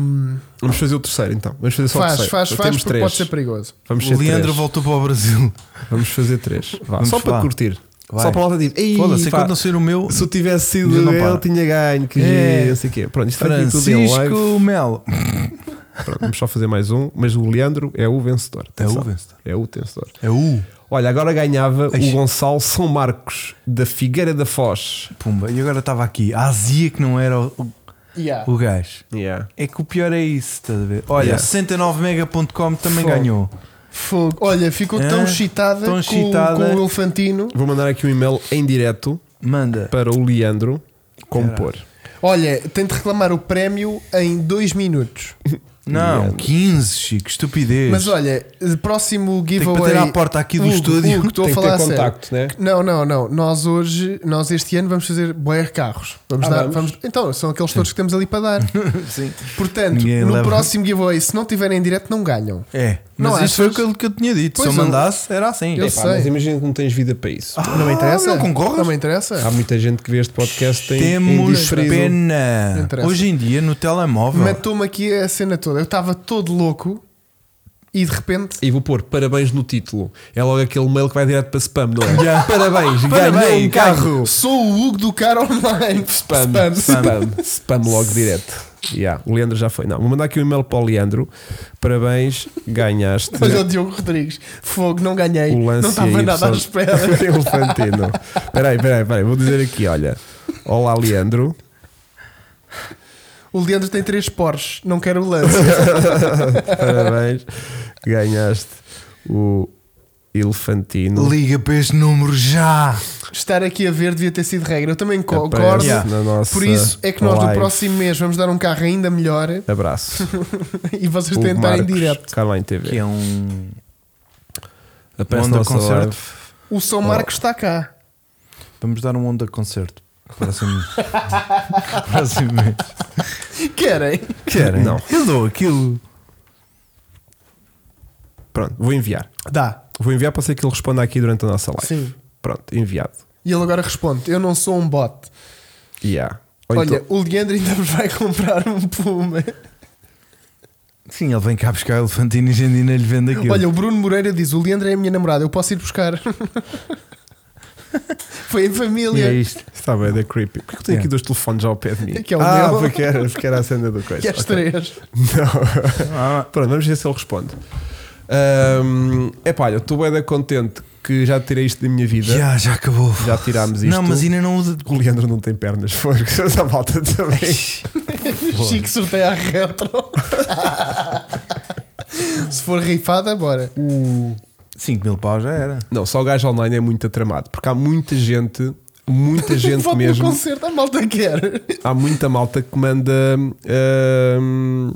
A: Vamos fazer o terceiro então. Vamos fazer só o
B: Faz,
A: terceiro.
B: faz, faz,
A: Temos
B: porque pode
A: três.
B: ser perigoso.
A: Vamos
C: O
A: ser
C: Leandro
A: três.
C: voltou para o Brasil.
A: Vamos fazer três. Vá.
C: Vamos
A: Só para
C: lá.
A: curtir.
C: Vai.
A: Só para a malta dizer. "Ei,
C: Foda-se,
A: pá,
C: enquanto não ser o meu.
A: Se eu tivesse
C: Mas
A: sido
C: não
A: eu,
C: para.
A: tinha ganho. Que
C: É.
A: giro, não sei o quê. Pronto, isto está aqui tudo em live.
C: Francisco Melo.
A: Pronto, vamos só fazer mais um. Mas o Leandro é o vencedor.
C: É
A: Atenção.
C: o vencedor.
A: É o vencedor.
C: É o.
A: Olha, agora ganhava o
C: Eixe.
A: Gonçalo São Marcos, da Figueira da Foz.
C: Pumba. E agora estava aqui. A Azia que não era. o- o-
B: Yeah.
C: o gajo.
A: Yeah.
C: É que o pior é isso, estás a ver? Olha,
A: Yeah.
C: 69mega.com também
B: Fogo.
C: ganhou.
B: Fogo. Olha, ficou
C: É?
B: tão excitada,
C: Tão
B: com,
C: excitada.
B: com o Elefantino.
A: Vou mandar aqui um e-mail em direto
C: Manda.
A: para o Leandro compor.
B: Olha, tem de reclamar o prémio em dois minutos.
C: Não, 15, Chico, estupidez.
B: Mas olha, próximo
C: Tem que
B: giveaway.
C: bater à porta aqui do
B: Hugo,
C: estúdio.
B: Hugo, estou a
A: Tem que
B: falar
A: ter
B: a sério.
A: contacto, né?
B: Não, não, não. Nós hoje, nós este ano vamos fazer boer carros. Vamos
A: Ah,
B: dar,
A: vamos?
B: vamos? Então, são aqueles todos que temos ali para dar.
C: Sim.
B: Portanto,
C: Ninguém
B: no
C: leva.
B: próximo giveaway, se não tiverem em direto, não ganham.
C: É,
B: Não
C: mas isto foi
B: achas?
C: aquilo que eu tinha dito.
B: Pois,
C: Se eu
B: eu-
C: mandasse, era assim.
B: Eu
A: Epá,
B: sei.
A: Mas imagina que não tens vida para isso.
B: não me interessa.
C: não concorres?
B: Não me interessa.
A: Há muita gente que vê este podcast tem
C: Temos
A: indiferido.
C: pena.
B: interessa.
C: Hoje em dia, no telemóvel,
B: Matou-me aqui a cena toda. Eu estava todo louco e de repente.
A: E vou pôr parabéns no título. É logo aquele mail que vai direto para spam, não é?
C: Yeah.
A: Parabéns,
C: Parabéns,
A: ganhou um
C: ganho.
A: carro.
B: Sou o Hugo do Car Online.
A: Spam, spam, spam, logo direto. Yeah, o Leandro já foi. Não, vou mandar aqui um e-mail para o Leandro. Parabéns, ganhaste.
B: Olha é o Diogo Rodrigues. Fogo, não ganhei.
A: o lance
B: Não estava
A: aí,
B: nada à
A: pessoal.
B: espera.
A: Elefantino. Peraí, peraí, peraí. Vou dizer aqui, olha. Olá, Leandro.
B: O Leandro tem três Porsches. Não quero o lance.
A: Parabéns, ganhaste o Elefantino.
C: liga para este número já.
B: Estar aqui a ver devia ter sido regra. Eu também co-
A: Aparece
B: concordo.
C: Yeah.
A: na nossa
B: Por isso é que nós no
A: live.
B: próximo mês vamos dar um carro ainda melhor
A: Abraço.
B: e vocês
A: Hugo
B: tentarem
A: Marcos,
B: direto.
A: Carline TV.
C: Que é um.
A: Aparece
C: Onda
A: na nossa
C: Concerto.
A: live.
B: O São
A: Oh.
B: Marcos está cá.
C: Vamos dar um onda concerto. Próximo, próximo mês.
B: Querem?
C: Querem?
A: Não.
C: Eu dou aquilo.
A: Pronto, vou enviar.
B: Dá.
A: Vou enviar para ser que ele responda aqui durante a nossa live.
B: Sim.
A: Pronto, enviado.
B: E ele agora responde: Eu não sou um bot.
A: Yeah. Ou
B: Olha,
A: então-
B: o Leandro ainda vos vai comprar um Puma.
C: Sim, ele vem cá buscar o elefantino e a Jandina lhe vende aquilo.
B: Olha, o Bruno Moreira diz: O Leandro é a minha namorada, eu posso ir buscar. Foi em
C: E é
B: família.
C: isto.
A: está bem, da creepy. Porquê que eu tenho
C: Yeah.
A: aqui dois telefones já ao pé de mim?
B: É que é o
A: ah,
B: meu.
A: Porque, era, porque era a cena do coisa.
B: Que é as
A: Ok.
B: três.
A: Não.
C: Ah,
A: Pronto, vamos ver se ele responde. Ahm, epá, olha, estou bem contente que já tirei isto da minha vida.
C: já, já acabou.
A: Já tirámos isto.
C: Não, mas ainda não usa.
A: O Leandro não tem pernas, foi. Essa malta também.
B: Chico sorteia a retro. Se for rifada, bora.
C: uh. 5 mil pau já era.
A: Não, só o gajo online é muito atramado, porque há muita gente, muita gente
B: Voto no
A: mesmo.
B: concerto, a malta quer.
A: há muita malta que manda hum,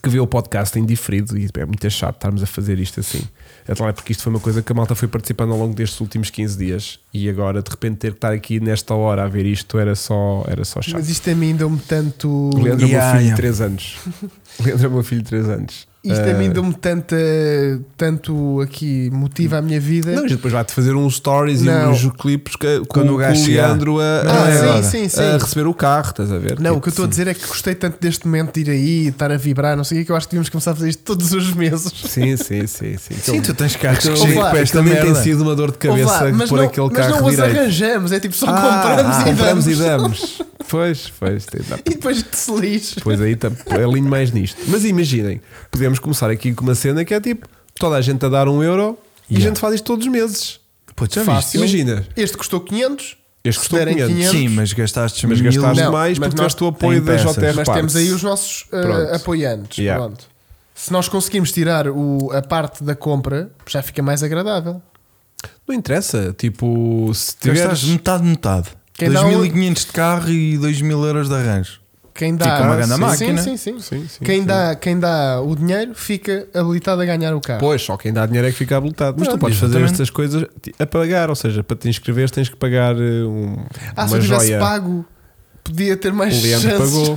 A: que vê o podcast em diferido e é muito chato estarmos a fazer isto assim. Até lá, porque isto foi uma coisa que a malta foi participando ao longo destes últimos 15 dias e agora de repente ter que estar aqui nesta hora a ver isto era só, era só chato.
B: Mas isto a mim deu-me tanto.
A: O Leandro é o meu
C: Yeah,
A: filho de
C: yeah.
A: 3 anos. O Leandro é o meu filho de 3 anos.
B: Isto é a
A: Ah,
B: mim deu-me tanta, tanto aqui motiva a minha vida.
A: Não, e depois vai-te fazer uns stories
B: Não.
A: e uns clipes que, com,
C: Quando o
A: com o
C: gajo chegar.
A: Leandro a,
B: Ah,
A: a-
B: sim,
A: a-
B: sim, sim.
A: a receber o carro, estás a ver?
B: Não, o
A: Tipo,
B: que eu estou a dizer é que gostei tanto deste momento de ir aí, estar a vibrar, não sei o que, que eu acho que devíamos começar a fazer isto todos os meses.
A: Sim, sim, sim, sim.
C: Sim, tu tens carros que
A: Sim,
B: Ouve
C: chegam
B: lá,
C: com esta
A: também tem
C: merda.
A: sido uma dor de
B: Ou vá,
A: cabeça
B: mas
A: por
B: não,
A: aquele
B: mas
A: carro
B: não os
A: direito.
B: arranjamos, é tipo só
A: Ah,
B: compramos,
A: ah,
B: e,
A: compramos
B: damos.
A: e damos. pois, pois. tem- não,
B: E depois que se lixe.
A: Pois aí tam- alinho mais nisto. Mas imaginem, podemos começar aqui com uma cena que é tipo toda a gente a dar um euro e a
C: Yeah.
A: gente faz isto todos os meses.
C: Pô, já
B: Fácil.
C: viste?
A: Imagina,
B: Este custou 500,
A: este
B: Se
A: custou
B: derem
A: 500,
B: 500,
C: Sim, mas gastaste
A: mas
C: mil-
A: gastaste
B: Não,
A: mais
B: mas
A: porque
B: nós
A: tiveste o apoio
C: tem
A: da
C: peças.
A: JR
B: mas temos
A: Parts.
B: aí os nossos uh,
A: Pronto.
B: apoiantes.
A: Yeah.
B: Pronto. Se nós conseguirmos tirar o- a parte da compra, já fica mais agradável.
A: Não interessa, tipo, se tiveres...
C: Gastaste metade, metade.
B: Quem dá um-
C: 2.500 de carro e 2.000 euros de arranjo.
B: Quem dá,
C: Fica uma grande
B: sim,
C: máquina.
B: Sim, sim, sim.
A: Sim, sim,
B: quem,
A: sim.
B: Dá, quem dá o dinheiro fica habilitado a ganhar o carro.
A: Pois, só quem dá dinheiro é que fica habilitado. Mas tu
C: Pronto,
A: podes fazer
C: exatamente.
A: estas coisas a pagar, ou seja, para te inscreveres tens que pagar eh, um,
B: ah, se
A: uma
B: eu tivesse
A: joia.
B: pago, podia ter mais
A: O Leandro
B: chances.
A: pagou.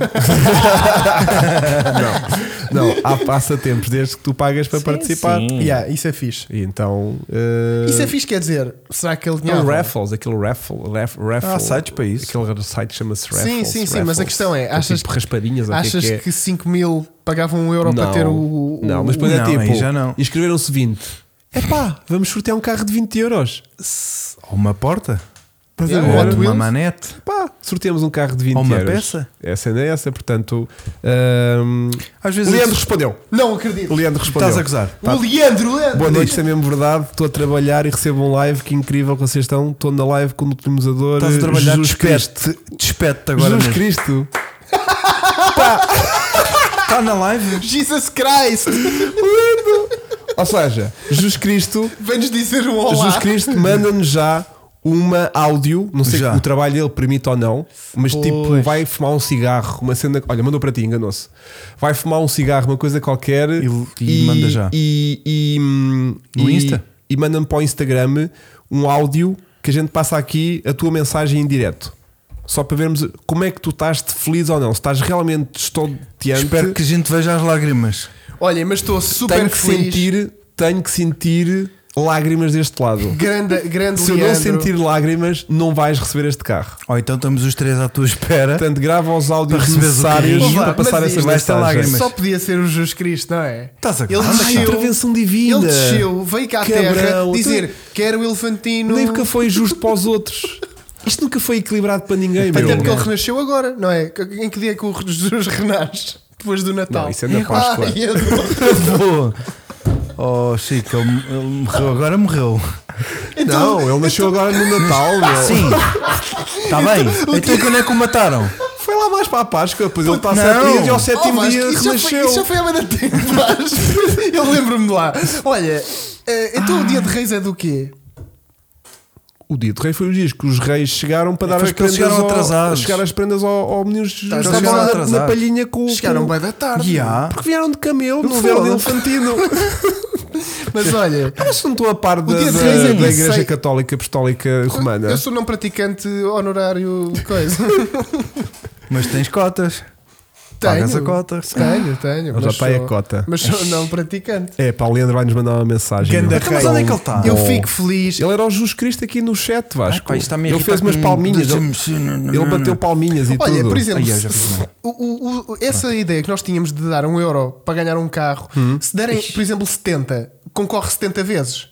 A: não, não, há passatempos desde que tu pagas para participar.
B: Yeah, isso é fixe.
A: E então. eh,
B: Isso é fixe, quer dizer, será que ele tinha.
A: Não, raffles, aquele raffle, raf- raffle.
C: Há sites para isso.
A: Aquele site chama-se raffles.
B: Sim, sim, sim, mas a
A: raffles.
B: questão é,
A: Que
B: achas
A: tipo
B: que-
A: raspadinhas, ou o que é
B: Achas
A: que é?
B: que 5 mil pagavam um euro para
A: Não,
B: ter o. o-
A: Não, mas depois
C: Não,
A: é tipo.
C: aí já não.
A: Inscreveram-se 20. Epá, vamos sortear um carro de 20 euros.
C: Ou uma porta?
A: Estás a
B: Yeah,
A: ver?
C: Ou
B: Hot
C: é, uma
B: Wheels?
C: manete?
A: Pá, sorteamos um carro de 20
C: Ou uma
A: euros.
C: peça?
A: Essa ainda é essa, portanto. hum,
C: Às vezes
A: Leandro respondeu.
B: Não acredito.
A: Leandro respondeu.
C: estás a gozar.
B: O Leandro, Leandro.
A: Boa noite, isto é mesmo verdade. Estou a trabalhar e recebo um live. Que incrível que vocês estão. Estou na live com o utilizador.
C: Estás a trabalhar,
A: Jesus Cristo.
C: despete-te agora
A: Jesus
C: mesmo.
A: Cristo.
B: pá!
C: Está Tá na live?
B: Jesus Christ!
A: Ou seja, Jesus Cristo,
B: Vem-nos dizer um olá.
A: Jesus Cristo manda-nos já uma áudio, não sei se
C: Já.
A: o trabalho dele permite ou não, mas tipo, vai fumar um cigarro, uma cena. Olha, mandou para ti, enganou-se. Vai fumar um cigarro, uma coisa qualquer
C: E- e manda já.
A: E, e, hum,
C: No
A: e-
C: Insta?
A: E manda-me para o Instagram um áudio que a gente passa aqui a tua mensagem em direto. Só para vermos como é que tu estás de feliz ou não. Se estás realmente estonteante,
C: Espero que a gente veja as lágrimas.
B: Olhem, mas estou super
A: tenho que
B: feliz.
A: sentir, tenho que sentir lágrimas deste lado.
B: Grande, grande
A: Se eu não
B: Leandro.
A: sentir lágrimas, não vais receber este carro.
C: Ou então estamos os três à tua espera.
A: Portanto, grava os áudios
C: Para receberes o
A: necessários
C: carrinho.
A: para
B: Mas
A: passar
B: isto-
A: essas
C: esta
A: mensagens.
C: lágrima.
B: Só podia ser o Jesus Cristo, não é?
C: Estás a
B: Ele
C: gozar,
A: Ah,
B: desceu.
A: intervenção divina.
B: Ele desceu, veio cá à
A: Cabrão,
B: terra
A: tu-
B: dizer: Quero o elefantino.
A: Nem nunca foi justo para os outros. Isto nunca foi equilibrado para ninguém, meu.
B: Até porque ele renasceu agora, não é? Em que dia é que o Jesus renasce? Depois do Natal.
A: Não, isso é na Páscoa.
B: Ai, adoro.
C: Tá Boa. Oh, Chico, ele, ele morreu, agora morreu.
A: Não, ele nasceu
B: Então-
A: agora no Natal, meu.
C: Sim. Está bem. Então quando é que o mataram?
A: Foi lá mais para a Páscoa, depois ele está a
C: Não.
A: sete dias e ao
B: Oh,
A: sétimo
B: Vasco,
A: dia
B: isso, já foi,
A: renasceu.
B: isso já foi há muito tempo, Vasco. Eu lembro-me de lá. Olha, eh, então o dia de reis é do quê?
A: O dia do rei foi os dias que os reis chegaram
B: É,
A: para dar
C: Foi
A: as
C: que eles
A: prendas.
C: chegaram
A: ao-
C: atrasados.
A: chegar as prendas ao, ao menino Jesus.
B: Eles
A: Estavam
C: chegaram
A: na, na
C: atrasados.
A: palhinha com
B: Tá, Chegaram
A: com-
B: bem da tarde.
C: E há.
A: Porque vieram de camelo, não
B: Foda-se.
A: vieram de elefantino.
B: Mas olha,
A: Mas não estou a par da,
B: dia de
A: da-
B: reis é
A: da
B: dia
A: Igreja
B: seis.
A: Católica Apostólica Romana.
B: eu sou não praticante honorário coisa.
C: Mas tens cotas. Pagas a
B: tenho.
C: cota.
B: Tenho, tenho.
A: Ele já
B: mas
A: está aí a
B: sou-
A: cota.
B: Mas sou não praticante.
A: É, pá, o Leandro vai nos mandar uma mensagem. Então,
C: Ganda
A: meu.
C: rei. Mas onde é que ele está?
A: Ah,
B: Eu fico feliz.
A: Oh. Ele era o Jesus Cristo aqui no chat,
C: Ai,
A: Vasco.
C: pá, isto está-me a
A: ele
C: irritar
A: fez umas
C: com-
A: palminhas. Ele,
C: Deixa-me-
A: ele bateu palminhas e
B: Olha,
A: tudo.
B: por exemplo,
C: Ai, eu já
B: se-
C: fiz mal.
B: o- o- o- essa ideia que nós tínhamos de dar um euro para ganhar um carro,
A: Hum.
B: se derem, por exemplo, 70, concorre 70 vezes.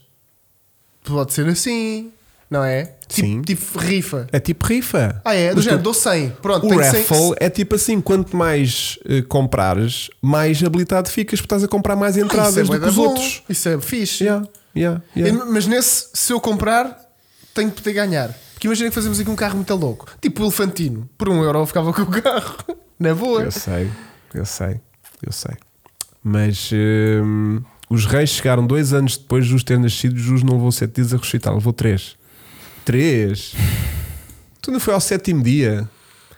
B: Pode ser assim, não é? Tipo,
A: Sim.
B: tipo rifa.
A: É tipo rifa.
B: Ah, é? Do
A: Mas tu-
B: género, dou 100. Pronto,
A: O
B: tenho 100.
A: raffle é tipo assim: quanto mais eh, comprares, mais habilitado ficas, porque estás a comprar mais
B: Ah, isso
A: entradas
B: é
A: do
B: bué
A: que
B: da
A: os
B: bom.
A: outros.
B: Isso é fixe.
A: Yeah, yeah, yeah.
B: Eu- Mas nesse, se eu comprar, tenho que poder ganhar. Porque imagina que fazemos aqui um carro muito louco. Tipo o Elefantino. Por um euro eu ficava com o carro. Na boa.
A: Eu sei, eu sei, eu sei. Mas hum, os reis chegaram dois anos depois de os ter nascido, Jesus não levou sete dias a ressuscitar, levou três. Três? tu não foi ao sétimo dia?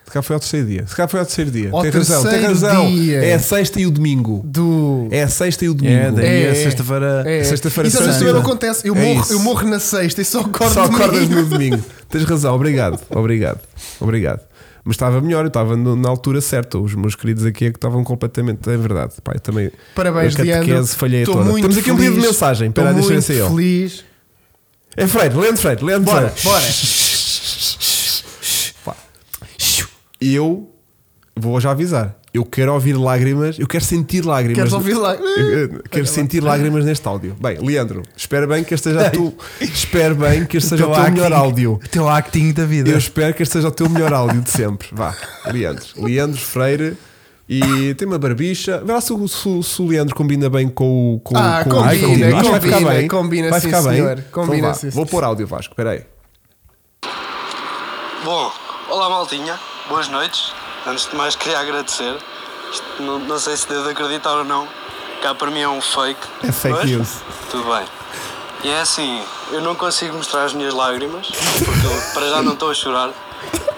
A: Se calhar foi ao terceiro dia. Se calhar foi ao terceiro dia.
B: Ao
A: tem razão, tem
B: terceiro
A: razão.
B: dia.
A: É a sexta e o domingo.
B: Do...
A: É a sexta e o domingo.
C: É, daí
B: É,
C: a
B: é.
C: sexta-feira.
B: É.
A: Sexta-feira
B: Isso às vezes
A: santa.
B: também não acontece. Eu,
A: É
B: morro,
A: isso.
B: eu morro na sexta e só acordo
A: Só
B: no
A: acordas
B: domingo.
A: no domingo. Tens razão, obrigado, obrigado, obrigado. Mas estava melhor, eu estava no- na altura certa. Os meus queridos aqui é que estavam completamente. É verdade, pá, eu também.
B: Parabéns,
A: a catequese
B: Leandro.
A: falhei a
B: Estou
A: toda.
B: muito
A: Temos aqui um livro de
B: feliz.
A: mensagem. Espera,
B: Estou
A: deixa eu ver
B: muito
A: se é ele.
B: feliz.
A: É Freire, Leandro Freire, Leandro
B: Bora,
A: Freire. Pá.
B: bora.
A: Eu vou já avisar. Eu quero ouvir lágrimas, eu quero sentir lágrimas.
B: Queres ouvir lá?
A: Eu, eu, quero sentir lágrimas neste áudio. Bem, Leandro, espero bem que este seja, tu, espero bem que este
D: Então
A: seja o teu melhor áudio.
C: O teu acting da vida.
A: Eu espero que este seja o teu melhor áudio de sempre. Vá, Leandro. Leandro Freire. E tem uma barbicha. Verá se, o- se o- se o Leandro combina bem com o. Com,
B: Ah,
A: com
B: combina,
A: Ai, Acho que vai ficar
B: combina,
A: bem.
B: combina,
A: vai
B: sim,
A: ficar bem.
B: senhor.
A: Então
B: Combina,
A: vá,
B: sim,
A: Vou
B: sim.
A: pôr áudio, Vasco. Espera aí.
E: Bom, olá maltinha, boas noites. Antes de mais queria agradecer. Isto não, não sei se devo acreditar ou não. Cá para mim é um fake.
A: É fake
E: mas
A: news.
E: Tudo bem. E é assim, eu não consigo mostrar as minhas lágrimas, porque eu, para já não estou a chorar,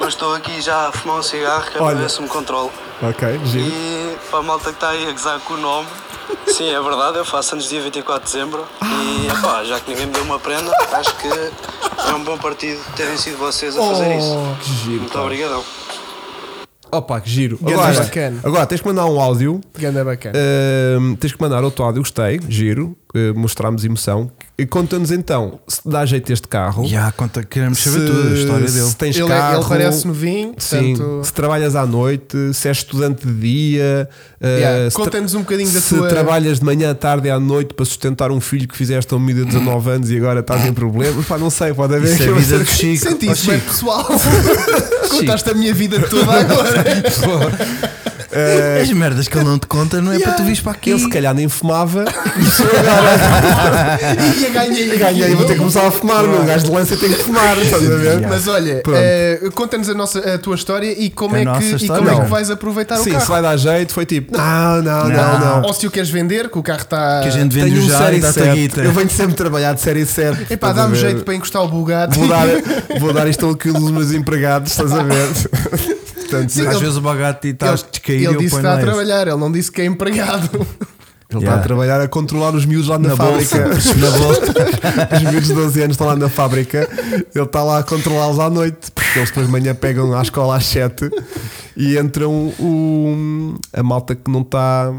E: mas estou aqui já a fumar um cigarro que é para
A: Olha.
E: ver se me controlo.
A: Ok, giro.
E: E para a malta que está aí a gozar com o nome, sim, é verdade, eu faço anos dia 24 de dezembro e epá, já que ninguém me deu uma prenda, acho que é um bom partido terem sido vocês a fazer isso.
A: Oh, Que giro.
E: Muito
A: pá.
E: obrigadão.
A: Opa, que giro.
B: Ganda
A: Agora,
B: bacana.
A: agora tens que mandar um áudio.
B: Ganda bacana.
A: Ahm, tens que mandar outro áudio. Gostei, giro. Eh, mostramos emoção. E conta-nos então se te dá jeito este carro.
C: Já, conta, queremos
A: Se-
C: saber tudo a história dele.
A: Se tens
B: ele, é-
A: carro,
B: ele parece novinho,
A: Sim,
B: portanto.
A: se trabalhas à noite, se és estudante de dia, eh,
B: Yeah,
A: se tra-
B: Conta-nos um bocadinho da
A: se
B: tua.
A: trabalhas de manhã, à tarde e à noite para sustentar um filho que fizeste a um miúdo de 19 anos e agora estás em problemas, pá, não sei, pode haver
C: Isso é
A: aqui
C: a
A: uma
C: vida
A: cena-
C: do Chico.
B: Senti
C: Oh,
B: isso, bem
C: Chico,
B: pessoal. Contaste a minha vida toda agora.
A: Pô, Eh,
D: As merdas que ele não te conta não é para tu vires para aqui.
A: ele se calhar nem fumava
B: E ganhei,
A: e ganhei. Vou ter que começar a fumar, meu gajo de lança tem que fumar, estás a ver?
B: Mas olha,
A: Pronto.
B: eh, conta-nos a, nossa- a tua história e como,
D: A
B: é
D: nossa
B: que, e
D: história?
B: como é que
D: Não.
B: vais aproveitar o
A: Sim, se
B: carro.
A: vai dar jeito, foi tipo: não, não, não, não.
B: Ou se o queres vender, que o carro está.
D: Que a gente vende
A: Tenho um
D: já e
A: série
D: dá-te a
A: 7.
D: guita.
A: Eu venho sempre trabalhar de série 7.
B: Epá,
A: estás a
B: dá-me
A: ver?
B: jeito para encostar o Bugatti.
A: Vou dar, vou dar isto ou aquilo dos meus empregados, estás a ver? Portanto,
B: Sim,
A: ele
D: Às
B: ele-
D: vezes o bagate está a
B: Ele,
D: descair e
B: ele
D: eu
B: disse que
D: ponho
B: está
D: lá
B: a
D: esse.
B: trabalhar, ele não disse que é empregado.
A: está tá a
D: Yeah.
A: trabalhar a controlar os miúdos lá na,
D: Na bolsa.
A: fábrica.
D: Na bolsa.
A: os miúdos de 12 anos estão lá na fábrica. Ele está lá a controlá-los à noite, porque eles depois de manhã pegam à escola às 7 e entram o, a malta que não está.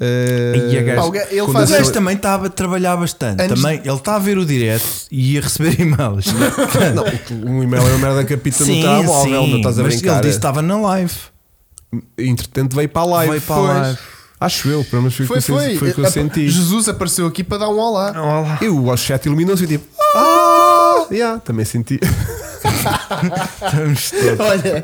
A: eh,
D: E a gajo-
B: Pá, o ga- ele
A: quando
B: faz-
A: a
D: Mas
A: sua-
D: também estava a trabalhar bastante.
B: Antes-
D: Também, ele está a ver o direto e a receber e-mails.
A: Um e-mail é uma merda que apita no telemóvel, não estás a
D: mas ele
A: brincar. é?
D: disse que
C: tá-
D: estava na live.
A: Entretanto, veio para a live.
D: Veio para a
A: Pois.
D: live.
A: Acho eu, pelo menos foi, o que
B: Foi,
A: eu sen-
B: foi.
A: foi o que eu
B: Epá,
A: senti.
B: Jesus apareceu aqui para dar um
A: Ah,
B: olá.
A: Eu o chat iluminou-se e tipo. Ah! Yeah, também senti.
D: Estamos todos.
B: Olha,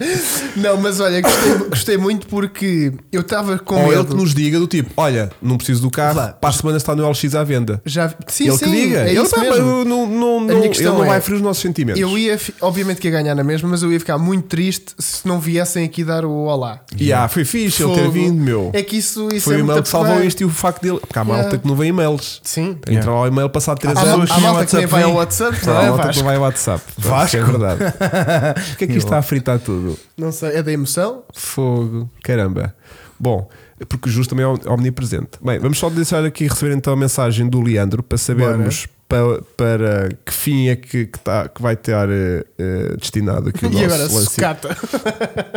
B: não, mas olha, gostei, gostei muito porque eu estava com
A: Ou
B: medo.
A: ele que nos diga do tipo: Olha, não preciso do carro,
D: Vá.
A: para a semana está no LX à venda.
B: Já, sim,
A: ele
B: sim,
A: que diga.
B: é
A: ele,
B: isso
A: pá,
B: mesmo.
A: eu não, não, não,
B: minha
A: ele
B: questão
A: não
B: é-
A: vai ferir os nossos sentimentos.
B: Eu ia, fi- obviamente que ia ganhar na mesma, mas eu ia ficar muito triste se não viessem aqui dar o olá.
A: Yeah, ah, foi fixe ele ter
B: Fogo.
A: vindo, meu.
B: É que isso, isso
A: foi
B: é
A: o e-mail
B: muito
A: que salvou
B: apelão.
A: isto e o facto dele. Porque há malta
B: Yeah.
A: que não vê e-mails.
B: Sim.
A: Entra lá o e-mail passado 3
B: Há,
A: anos.
B: mal-
D: pessoas
B: há
D: que nem
B: malta que nem
D: WhatsApp
B: vai ao
D: vêm.
B: WhatsApp, não
A: Há
B: é
A: malta que
B: Vasco?
A: não vai ao WhatsApp. Pronto,
D: Vasco?
A: É verdade. O que é que isto está a fritar tudo?
B: Não sei, é da emoção?
A: Fogo, caramba. Bom, porque o Justo também é om- omnipresente. Bem, vamos só deixar aqui receber então a mensagem do Leandro para sabermos para, para que fim é que, que, tá- que vai ter eh, eh, destinado aqui o nosso
B: e agora,
A: lance.
B: sucata.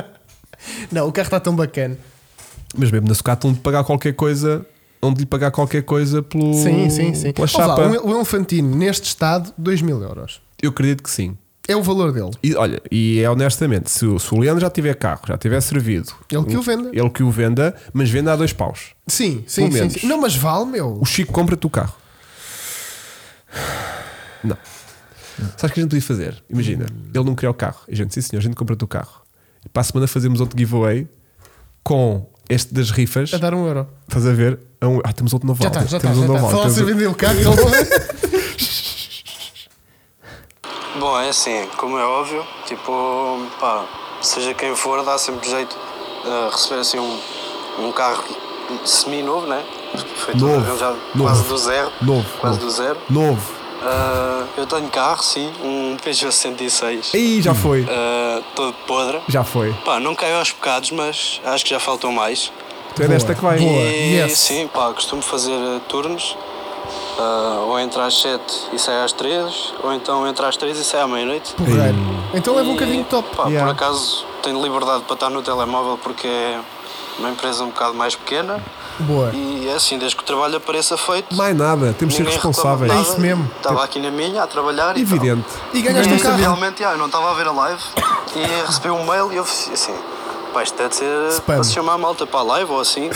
B: não, o carro está tão bacana.
A: Mas mesmo na sucata, onde pagar qualquer coisa, onde lhe pagar qualquer coisa pelo,
B: Sim, sim, sim.
A: pela
B: Ouve lá,
A: chapa.
B: um- um elefantino neste estado, 2 mil euros.
A: Eu acredito que sim.
B: É o valor dele.
A: E olha, e é honestamente, se, o- se o Leandro já tiver carro, já tiver servido, um
B: Ele que o venda.
A: ele que o venda, mas venda a dois paus.
B: Sim,
A: Pelo
B: sim, sim,
A: menos.
B: sim. Não, mas vale, meu.
A: O Chico compra-te o carro. Não. Sabes o que a gente podia fazer? Imagina, ele não queria o carro. E a gente, sim senhor, a gente compra-te o carro. E para a semana fazemos outro giveaway com este das rifas.
B: A dar um euro.
A: Estás a ver? É um- Ah, temos outro na
B: Já
A: volta.
B: está, já está.
A: temos
B: Já tá.
A: um na
B: está.
A: volta.
B: Fala se
A: Temos-
B: vendeu o carro. ele-
E: Bom, é assim, como é óbvio, tipo, pá, seja quem for, dá sempre jeito a receber assim um, um carro semi-novo, né? Foi tudo
A: Novo,
E: arranjado
A: novo.
E: quase do zero.
A: Novo,
E: Quase
A: novo.
E: do zero.
A: Novo.
E: Ah, eu tenho carro, sim, um Peugeot 106,
A: Aí já foi.
E: ah, todo podre.
A: Já foi.
E: Pá, não caiu aos pecados, mas acho que já faltam mais.
A: Tu é desta que vai.
E: E
B: yes.
E: sim, pá, costumo fazer eh, turnos. ah, ou entra às 7 e sai às 3, ou então entra às 3 e sai à meia-noite.
B: Porreiro. Então leva um carrinho top.
E: Pá,
A: Yeah.
E: Por acaso tenho liberdade para estar no telemóvel porque é uma empresa um bocado mais pequena
B: Boa.
E: e é assim, desde que o trabalho apareça feito.
A: Mais nada, temos de ser
E: ninguém reclama
A: responsáveis.
E: nada.
B: É isso mesmo.
E: Estava aqui na minha a trabalhar e
A: Evidente.
B: E
E: tal.
B: ganhaste
E: E
B: um carro.
E: realmente, ah, eu não estava a ver a live e recebi um mail e eu fiz assim. Pá, isto deve ser
B: Spam.
E: para se chamar a malta para a live ou assim.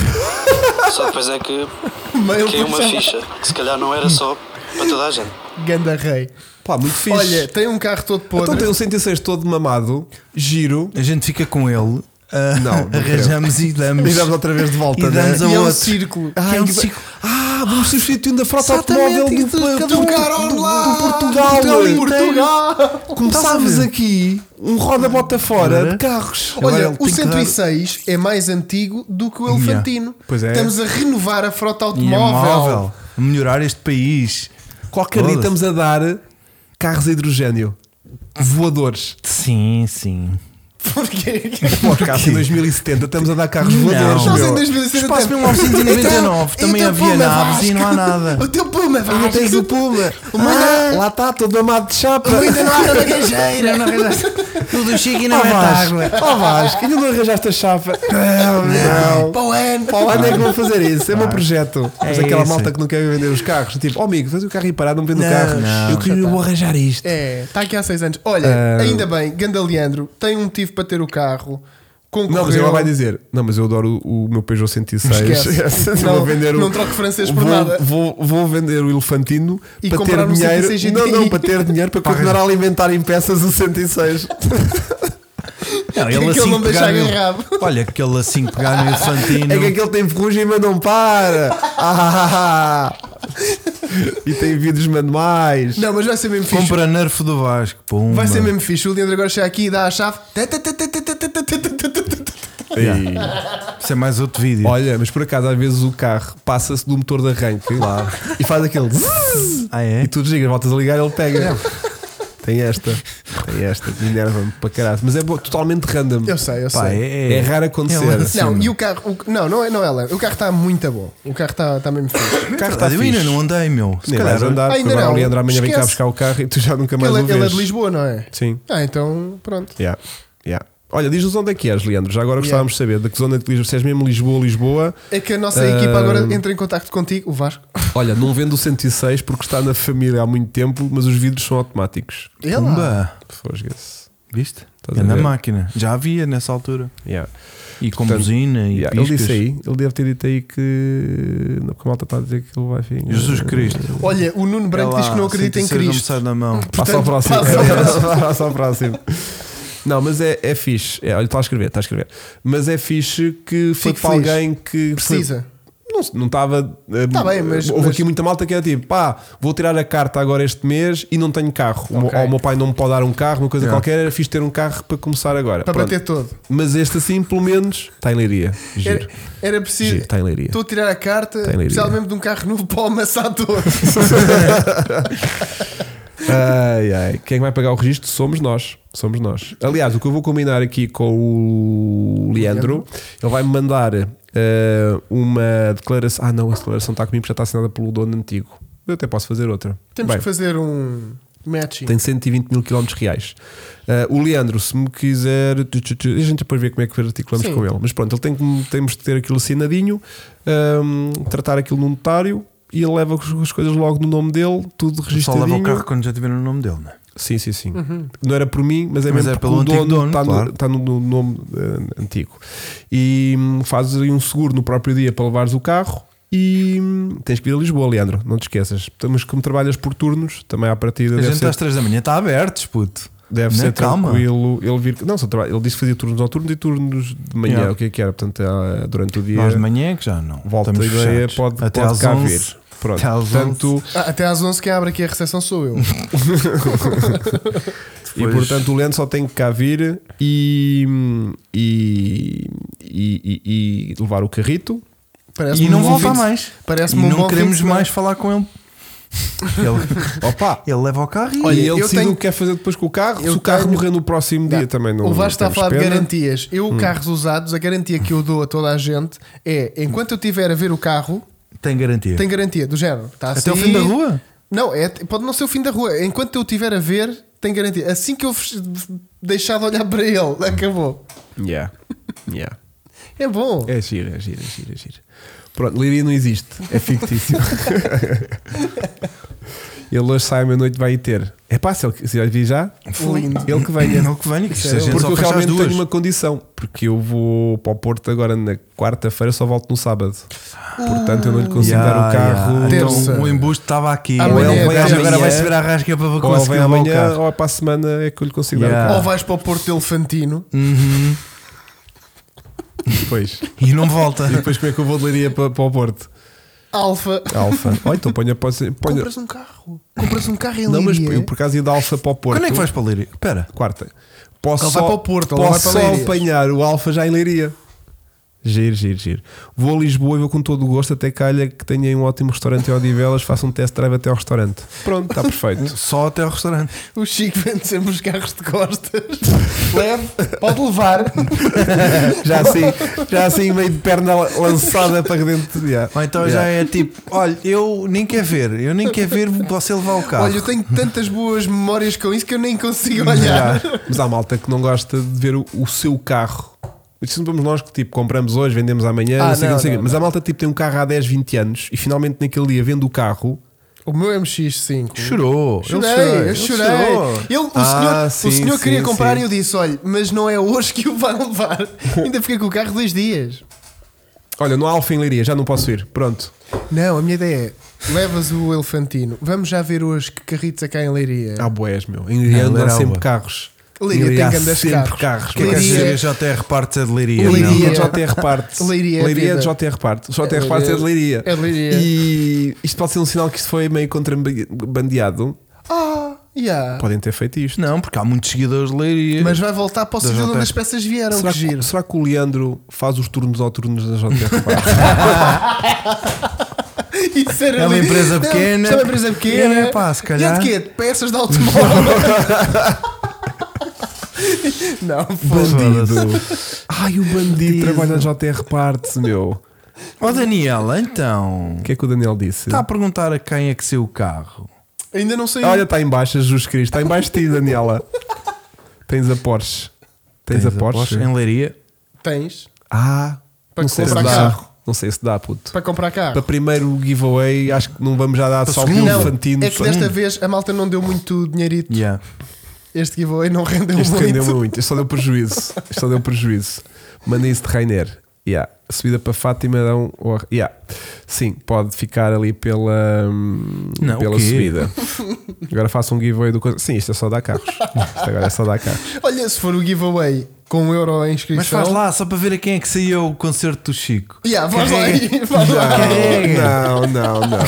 E: Só depois é que
B: Mail
E: caiu uma
B: puxado.
E: ficha, que se calhar não era só para toda a gente.
B: Ganda rei.
A: Pá, muito fixe.
B: Olha, tem um carro todo
A: então tem
B: podre.
A: um 106 todo mamado, giro.
D: A gente fica com ele. ah,
A: Não, não quero.
D: arranjamos e damos.
A: E damos outra vez de volta,
D: E
A: né?
D: damos a
B: E é um
D: outro.
B: círculo.
D: Que
A: Ai,
D: é um
A: que ba-
D: círculo.
A: Ah, vamos substituindo a frota
D: Exatamente,
A: automóvel
D: e
A: do,
D: de
A: do, do,
D: cada um
A: do-
D: carro
A: do-
D: lá.
A: do Portugal.
D: Portugal inteiro.
B: Portugal!
A: Começámos
D: Estás a ver?
A: aqui um roda-bota fora de carros.
D: Agora
B: Olha,
D: ele
B: o
D: tem que dar-
B: 106 é mais antigo do que o
D: Yeah.
B: Elefantino.
A: Pois é.
B: Estamos a renovar a frota
D: E é
B: automóvel.
D: móvel. Melhorar este país.
A: Qualquer dia
D: Foda-se.
A: estamos a dar carros a hidrogênio. Voadores.
D: Sim, sim.
B: Porquê?
A: Podcast em 2070 estamos a dar carros voadores.
D: Nós
B: em
A: meu.
B: 2017
D: Espaço 1999
B: Então-
D: também
B: então
D: havia
C: é
B: Puma
D: naves e
B: Vasco.
D: não há nada.
B: O teu Puma, Vasco.
A: Ainda tens o Puma.
B: ainda-
A: Ah, lá está, todo mamado de chapa.
B: Ainda não há bagageira.
D: O do Chico
A: Ó
D: não é
A: Oh, Vasco,
D: água.
A: ó Vasco, ainda não arranjaste a chapa. Não, não.
B: Para o ano.
A: Pá, onde é que vou fazer isso? É o
B: Ah.
A: meu projeto. Mas
D: É
A: aquela
D: isso.
A: malta que não quer vender os carros, tipo, ó amigo, faz o carro e parar, não me vende o
D: Não,
A: carro.
D: não.
A: Eu
C: tá.
A: queria, vou arranjar isto.
B: É, está aqui há 6 anos. Olha,
A: Ah.
B: ainda bem, Gandaleandro tem um motivo para ter o carro. Concorreu.
A: Não, mas ela vai dizer: Não, mas eu adoro o, o meu Peugeot 106.
B: Esquece.
A: vou
B: Não-
A: vender o,
B: não troco francês por
A: vou,
B: nada.
A: Vou, vou vender o Elefantino
B: E
A: para
B: comprar
A: ter
B: um
A: dinheiro.
B: 106
A: não,
B: GTI.
A: não, para ter dinheiro para continuar a alimentar em peças o 106.
C: Não,
B: Que
C: ele
B: aquilo
C: assim
B: não deixa
C: pegar no-
B: agarrado.
C: Olha, aquele assim pegar no elefantino.
A: É que aquele tem ferrugem, mas não para. Ah, ah, ah, ah. e tem vidros manuais.
B: Não, mas vai ser mesmo fixe.
C: Compra nerfo do Vasco. Pumba.
B: Vai ser mesmo fixe. O Leandro agora chega aqui e dá a chave. Tê, tê, tê, tê, tê, tê, tê, tê, tê, tê, tê, tê, tê.
A: Ei.
C: Isso é mais outro vídeo.
A: Olha, mas por acaso às vezes o carro passa-se do motor de arranque e faz aquele zzzz.
C: Ah, é?
A: e tu desligas, voltas a ligar ele pega.
B: É.
A: Tem esta, tem esta, que enerva-me para caralho. Mas é bo- totalmente random.
B: Eu sei, eu
A: Pá,
B: sei. um
A: É, é raro acontecer.
C: É lance.
B: Não,
C: Sim.
B: e o carro. o- não, não é, não é Lando. O carro está muito bom. O carro está está mesmo fixe.
A: o carro está
C: Verdade, eu ainda
A: tá fixe.
C: não andei, meu. Se
A: Nem
C: calhar
A: vais andar, porque
B: ainda
A: agora o
B: não.
A: Leandro amanhã vem cá
B: Esquece.
A: buscar o carro e tu já nunca mais
B: Ele,
A: o
B: ele é de
A: vês.
B: Lisboa, não é?
A: Sim.
B: Ah, então pronto.
A: Yeah, yeah. Olha, diz-nos onde é que és, Leandro. Já agora gostávamos de saber de que zona de Lisboa. Se és mesmo Lisboa, Lisboa.
B: É que a nossa
A: Ah,
B: equipa agora entra em contacto contigo, o Vasco.
A: Olha, não vendo o 106 porque está na família há muito tempo, mas os vidros são automáticos.
B: Ele.
C: Pumba.
A: Fosga-se.
C: Viste?
A: é Estás a
C: É na
A: ver?
C: máquina. Já havia nessa altura.
A: Yeah.
C: E com
A: Portanto,
C: buzina e
A: Yeah, Ele
C: piscas.
A: disse aí, ele deve ter dito aí que. Não, porque a malta está a dizer que ele vai fim.
C: Jesus Cristo.
B: Olha, o Nuno Branco
C: É
B: diz que não
C: lá,
B: acredita em
C: 106 não me
B: Cristo.
C: sai da mão.
A: Passa ao
B: Portanto,
A: próximo.
B: passa ao
A: Passa ao próximo. Não, mas é, é fixe. É, olha, está a escrever, está a escrever. Mas é fixe que foi
B: Fico
A: para
B: feliz.
A: alguém que foi-
B: Precisa.
A: Não, não estava. eh,
B: Tá bem, mas-
A: houve
B: mas-
A: aqui muita malta que era tipo: pá, vou tirar a carta agora este mês e não tenho carro. O meu- Ou o meu pai não me pode dar um carro, uma coisa
C: Yeah.
A: qualquer. Era fixe ter um carro para começar agora.
B: Para
A: Pronto.
B: bater todo.
A: Mas este assim, pelo menos, está em leiria. Giro.
B: Era, era preciso.
C: tá
A: Giro, está em leiria.
B: Estou a tirar a carta,
A: Tem
B: precisava
A: ideia.
B: mesmo de um carro novo para o amassar todo.
A: Ai, ai. Quem é que vai pagar o registro? Somos nós. Somos nós. Aliás, o que eu vou combinar aqui com o Leandro, ele vai-me mandar eh, uma declaração. Ah, não, a declaração está comigo porque já está assinada pelo dono antigo. Eu até posso fazer outra.
B: Temos
A: Bem,
B: que fazer um matching.
A: Tem 120 mil quilómetros reais. Eh, o Leandro, se me quiser. tu, tu, tu, A gente depois vê como é que articulamos
B: Sim.
A: com ele. Mas pronto, ele tem que, me- temos de ter aquilo assinadinho, ehm, tratar aquilo num notário e ele leva as as coisas logo no nome dele, tudo
C: Só leva o
A: registradinho.
C: carro quando já tiver o nome dele, né?
A: Sim, sim, sim. Não era por mim, mas é
C: Mas
A: mesmo
C: é
A: porque
C: pelo
A: o
C: antigo
A: dono,
C: dono,
A: está,
C: claro.
A: no, está no, no nome eh, antigo. E hum, fazes aí um seguro no próprio dia para levares o carro e hum, tens que vir a Lisboa, Leandro. Não te esqueças. Então, Mas como trabalhas por turnos, também à partida
C: A
A: deve
C: gente
A: ser,
C: às 3 da manhã está aberto, puto.
A: deve
C: Não,
A: ser
C: calma.
A: tranquilo. Ele, vir, não, só trabalha, ele disse que fazia turnos noturnos e turnos de manhã,
C: Yeah.
A: o que é que era? Portanto, ah, durante o dia.
C: Nós de manhã é que já não.
A: Volta a
C: Estamos
A: ideia,
C: fechados.
A: pode,
C: Até
A: pode
C: às
A: cá
C: 11.
A: vir. Pronto,
C: Até às
A: portanto,
B: Ah, até às 11 quem abre aqui a recepção sou eu.
A: E
C: Pois.
A: portanto o Leandro só tem que cá vir e, e, e- e- e levar o carrito.
B: Parece-me
C: E não
B: um bom
C: voltar
B: fim de-
C: mais. E
B: Parece-me um bom
C: não
B: fim de
C: queremos
B: semana.
C: mais falar com ele. Ele,
A: Opa!
C: ele leva o carro e
A: Olha,
B: Olha,
A: e ele
B: eu
A: decide
B: tenho-
A: o que quer fazer depois com o carro. Se
B: Eu
A: o carro
B: tenho-
A: morrer no próximo dia também não.
B: o Vasco está a
A: temos
B: falar de
A: pena. Hum.
B: garantias. Eu, carros usados, a garantia que eu dou a toda a gente é enquanto eu tiver a ver o carro,
C: tem
A: É.
C: garantia.
B: tem garantia, do género. Está a
C: Até o
B: sair-
C: fim da rua?
B: Não, é, pode não ser o fim da rua. Enquanto eu tiver a ver, tem garantia. Assim que eu fech- deixar de olhar para ele, acabou.
A: Yeah. Yeah.
B: É bom.
A: É giro, é giro, é giro, é giro. Pronto, Liria não existe, é fictício. ele hoje sai à meia-noite vai ir ter. É pá, se ele se ele vir já,
B: Lindo.
A: ele que venha.
C: Não é que venha, que isto a gente
A: é Porque
C: só
A: eu
C: fecha às
A: realmente
C: duas.
A: tenho uma condição. Porque eu vou para o Porto agora na quarta-feira, só volto no sábado. Portanto, eu não lhe consigo dar o
C: Yeah,
A: carro.
C: yeah.
A: Então,
B: Terça.
C: Então, o embuste estava aqui.
B: Amanhã,
C: Ou ele vai,
A: amanhã.
C: agora vai subir à rasca para
A: ou ele
C: conseguir
A: vem
C: levar o
A: amanhã,
C: carro.
A: ou é para a semana é que eu lhe consigo
C: Yeah.
A: dar o
B: Ou
A: carro.
B: vais para o Porto Elefantino.
A: Depois.
C: E não volta.
A: E depois como é que eu vou de Leiria para, para o Porto?
B: Alfa.
A: Alfa. Ou então ponha, ponha, ponha
B: Compras um carro. Compras um carro em
A: Não, mas
B: Leiria.
A: eu por acaso ia da Alfa para o Porto.
C: Quando é que vais para ler? Espera.
A: Quarta. Posso
B: Ele vai
A: só-
B: para o Porto, ele
A: posso
B: vai para
A: só
B: Leiria.
A: apanhar o Alfa já em Leiria. Giro, giro, giro. Vou a Lisboa e vou com todo o gosto até calha que tenha um ótimo restaurante em Odivelas, faço um test drive até ao restaurante. Pronto, está perfeito.
C: Só até ao restaurante.
B: O Chico vende sempre os carros de costas. Leve, pode levar.
A: Um já assim, já assim meio de perna lançada para dentro. Yeah.
C: Ou então já é tipo, olha, eu nem quero ver, eu nem quero ver você levar o carro.
B: Olha, eu tenho tantas boas memórias com isso que eu nem consigo
A: Já.
B: olhar.
A: Mas há malta que não gosta de ver o, o seu carro. Isto não vamos nós que tipo compramos hoje, vendemos amanhã,
B: Ah,
A: não sei o quê,
B: não,
A: não sei o quê.
B: não,
A: Mas a malta tipo tem um carro há 10, 20 anos e finalmente naquele dia vendo o carro.
B: O meu MX5.
C: Chorou.
B: Chorei,
C: ele
B: eu chorei.
C: chorou.
B: Ele, o
A: Ah,
B: senhor,
A: sim,
B: o senhor
A: sim,
B: queria comprar
A: sim.
B: e eu disse: olha, mas não é hoje que o vai levar. Ainda fiquei com o carro dois dias.
A: Olha, no Alfa em Leiria, já não posso ir. Pronto.
B: Não, a minha ideia é: levas o elefantino, vamos já ver hoje que carritos é cá em Leiria.
A: Ah. Há boés, meu. Em Leiria andam
C: Leralba.
A: sempre carros.
B: Leiria tem
A: há
B: grandes
A: sempre
B: carros.
A: carros.
C: O que é que achas
B: Leiria-
C: que a JR Partes é de Leiria?
B: Leiria-
C: não?
A: Leiria é JR Parte.
B: Leiria é
A: Leiria é de
B: vida.
A: JR Parte. JR Parte é de Leiria.
B: É de Leiria.
A: E isto pode ser um sinal que isto foi meio contrabandeado.
B: Ah, yeah.
A: Podem ter feito isto.
C: Não, porque há muitos seguidores de Leiria.
B: Mas vai voltar para o sítio de
C: JR.
B: onde as peças vieram.
A: Será
B: que giro.
A: que, será que o Leandro faz os turnos ao turnos da JR Parte?
B: Isso era
C: É uma
B: lindo.
C: empresa
B: Não,
C: pequena.
B: isto É uma empresa pequena.
C: É, pá, se calhar.
B: E é de quê? De peças de automóvel. não, foda
A: bandido. Ai, o bandido trabalha na JR Partes, meu.
C: Ó Daniela, então.
A: O que é que o Daniel disse?
B: Tá
C: Está a perguntar a quem é que saiu o carro.
B: Ainda não saiu.
A: Olha, está em baixo, Jesus Cristo. Está em baixo de ti, Daniela. Tens a Porsche. Tens, a Porsche? É um
C: Em Leiria.
B: Tens
A: Ah,
B: Para
A: não sei se dá.
B: comprar carro.
A: Não sei se dá, puto.
B: para comprar carro.
A: Para primeiro giveaway, acho que não vamos já dar só o Hum.
C: segundo.
A: elefantino.
B: é que desta vez a malta não deu muito dinheirito.
C: Yeah.
B: Este giveaway não rendeu
A: Isto
B: muito.
A: rendeu muito, isto só deu prejuízo. Isto só deu prejuízo. Mandem isso de Rainer. Yeah. Subida para Fátima dá um. oh, Yeah. Sim, pode ficar ali pela, hum,
C: Não, o
A: pela
C: quê?
A: subida. Agora faça um giveaway do. coisa- Sim, isto é só dar carros. Isto agora é só dar carros.
B: Olha, se for o giveaway com um euro a inscrição.
C: Mas faz lá, só para ver a quem é que saiu o concerto do Chico.
B: Yeah, faz lá aí, faz lá.
A: Não, não, não.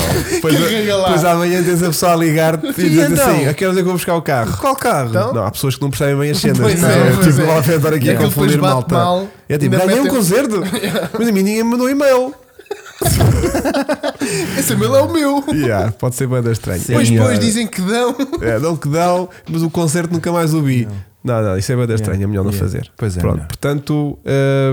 A: Pois,
B: Carrega lá.
A: pois amanhã tens a pessoa a ligar-te e dizer
C: então?
A: assim: eu quero dizer que vou buscar o carro.
C: Qual carro?
B: Então?
A: Não, há pessoas que não percebem bem as cenas.
B: Pois
A: não
B: é,
A: é,
B: pois
A: tipo,
B: é.
A: lá vem andar
B: E
A: aqui a
B: aquilo depois
A: confundir
B: bate
A: malta.
B: mal,
A: é tipo,
B: ainda
A: ganhei um
B: metem-
A: concerto, mas a mim ninguém me mandou um e-mail.
B: Esse meu é o meu.
A: Yeah, pode ser banda estranha.
B: Pois,
A: Yeah.
B: pois, dizem que dão.
A: É, dão que dão, mas o concerto nunca mais o vi. Não, não, isso é banda estranha, é melhor não
C: Yeah.
A: fazer.
C: Pois é,
A: Pronto,
C: melhor.
A: portanto,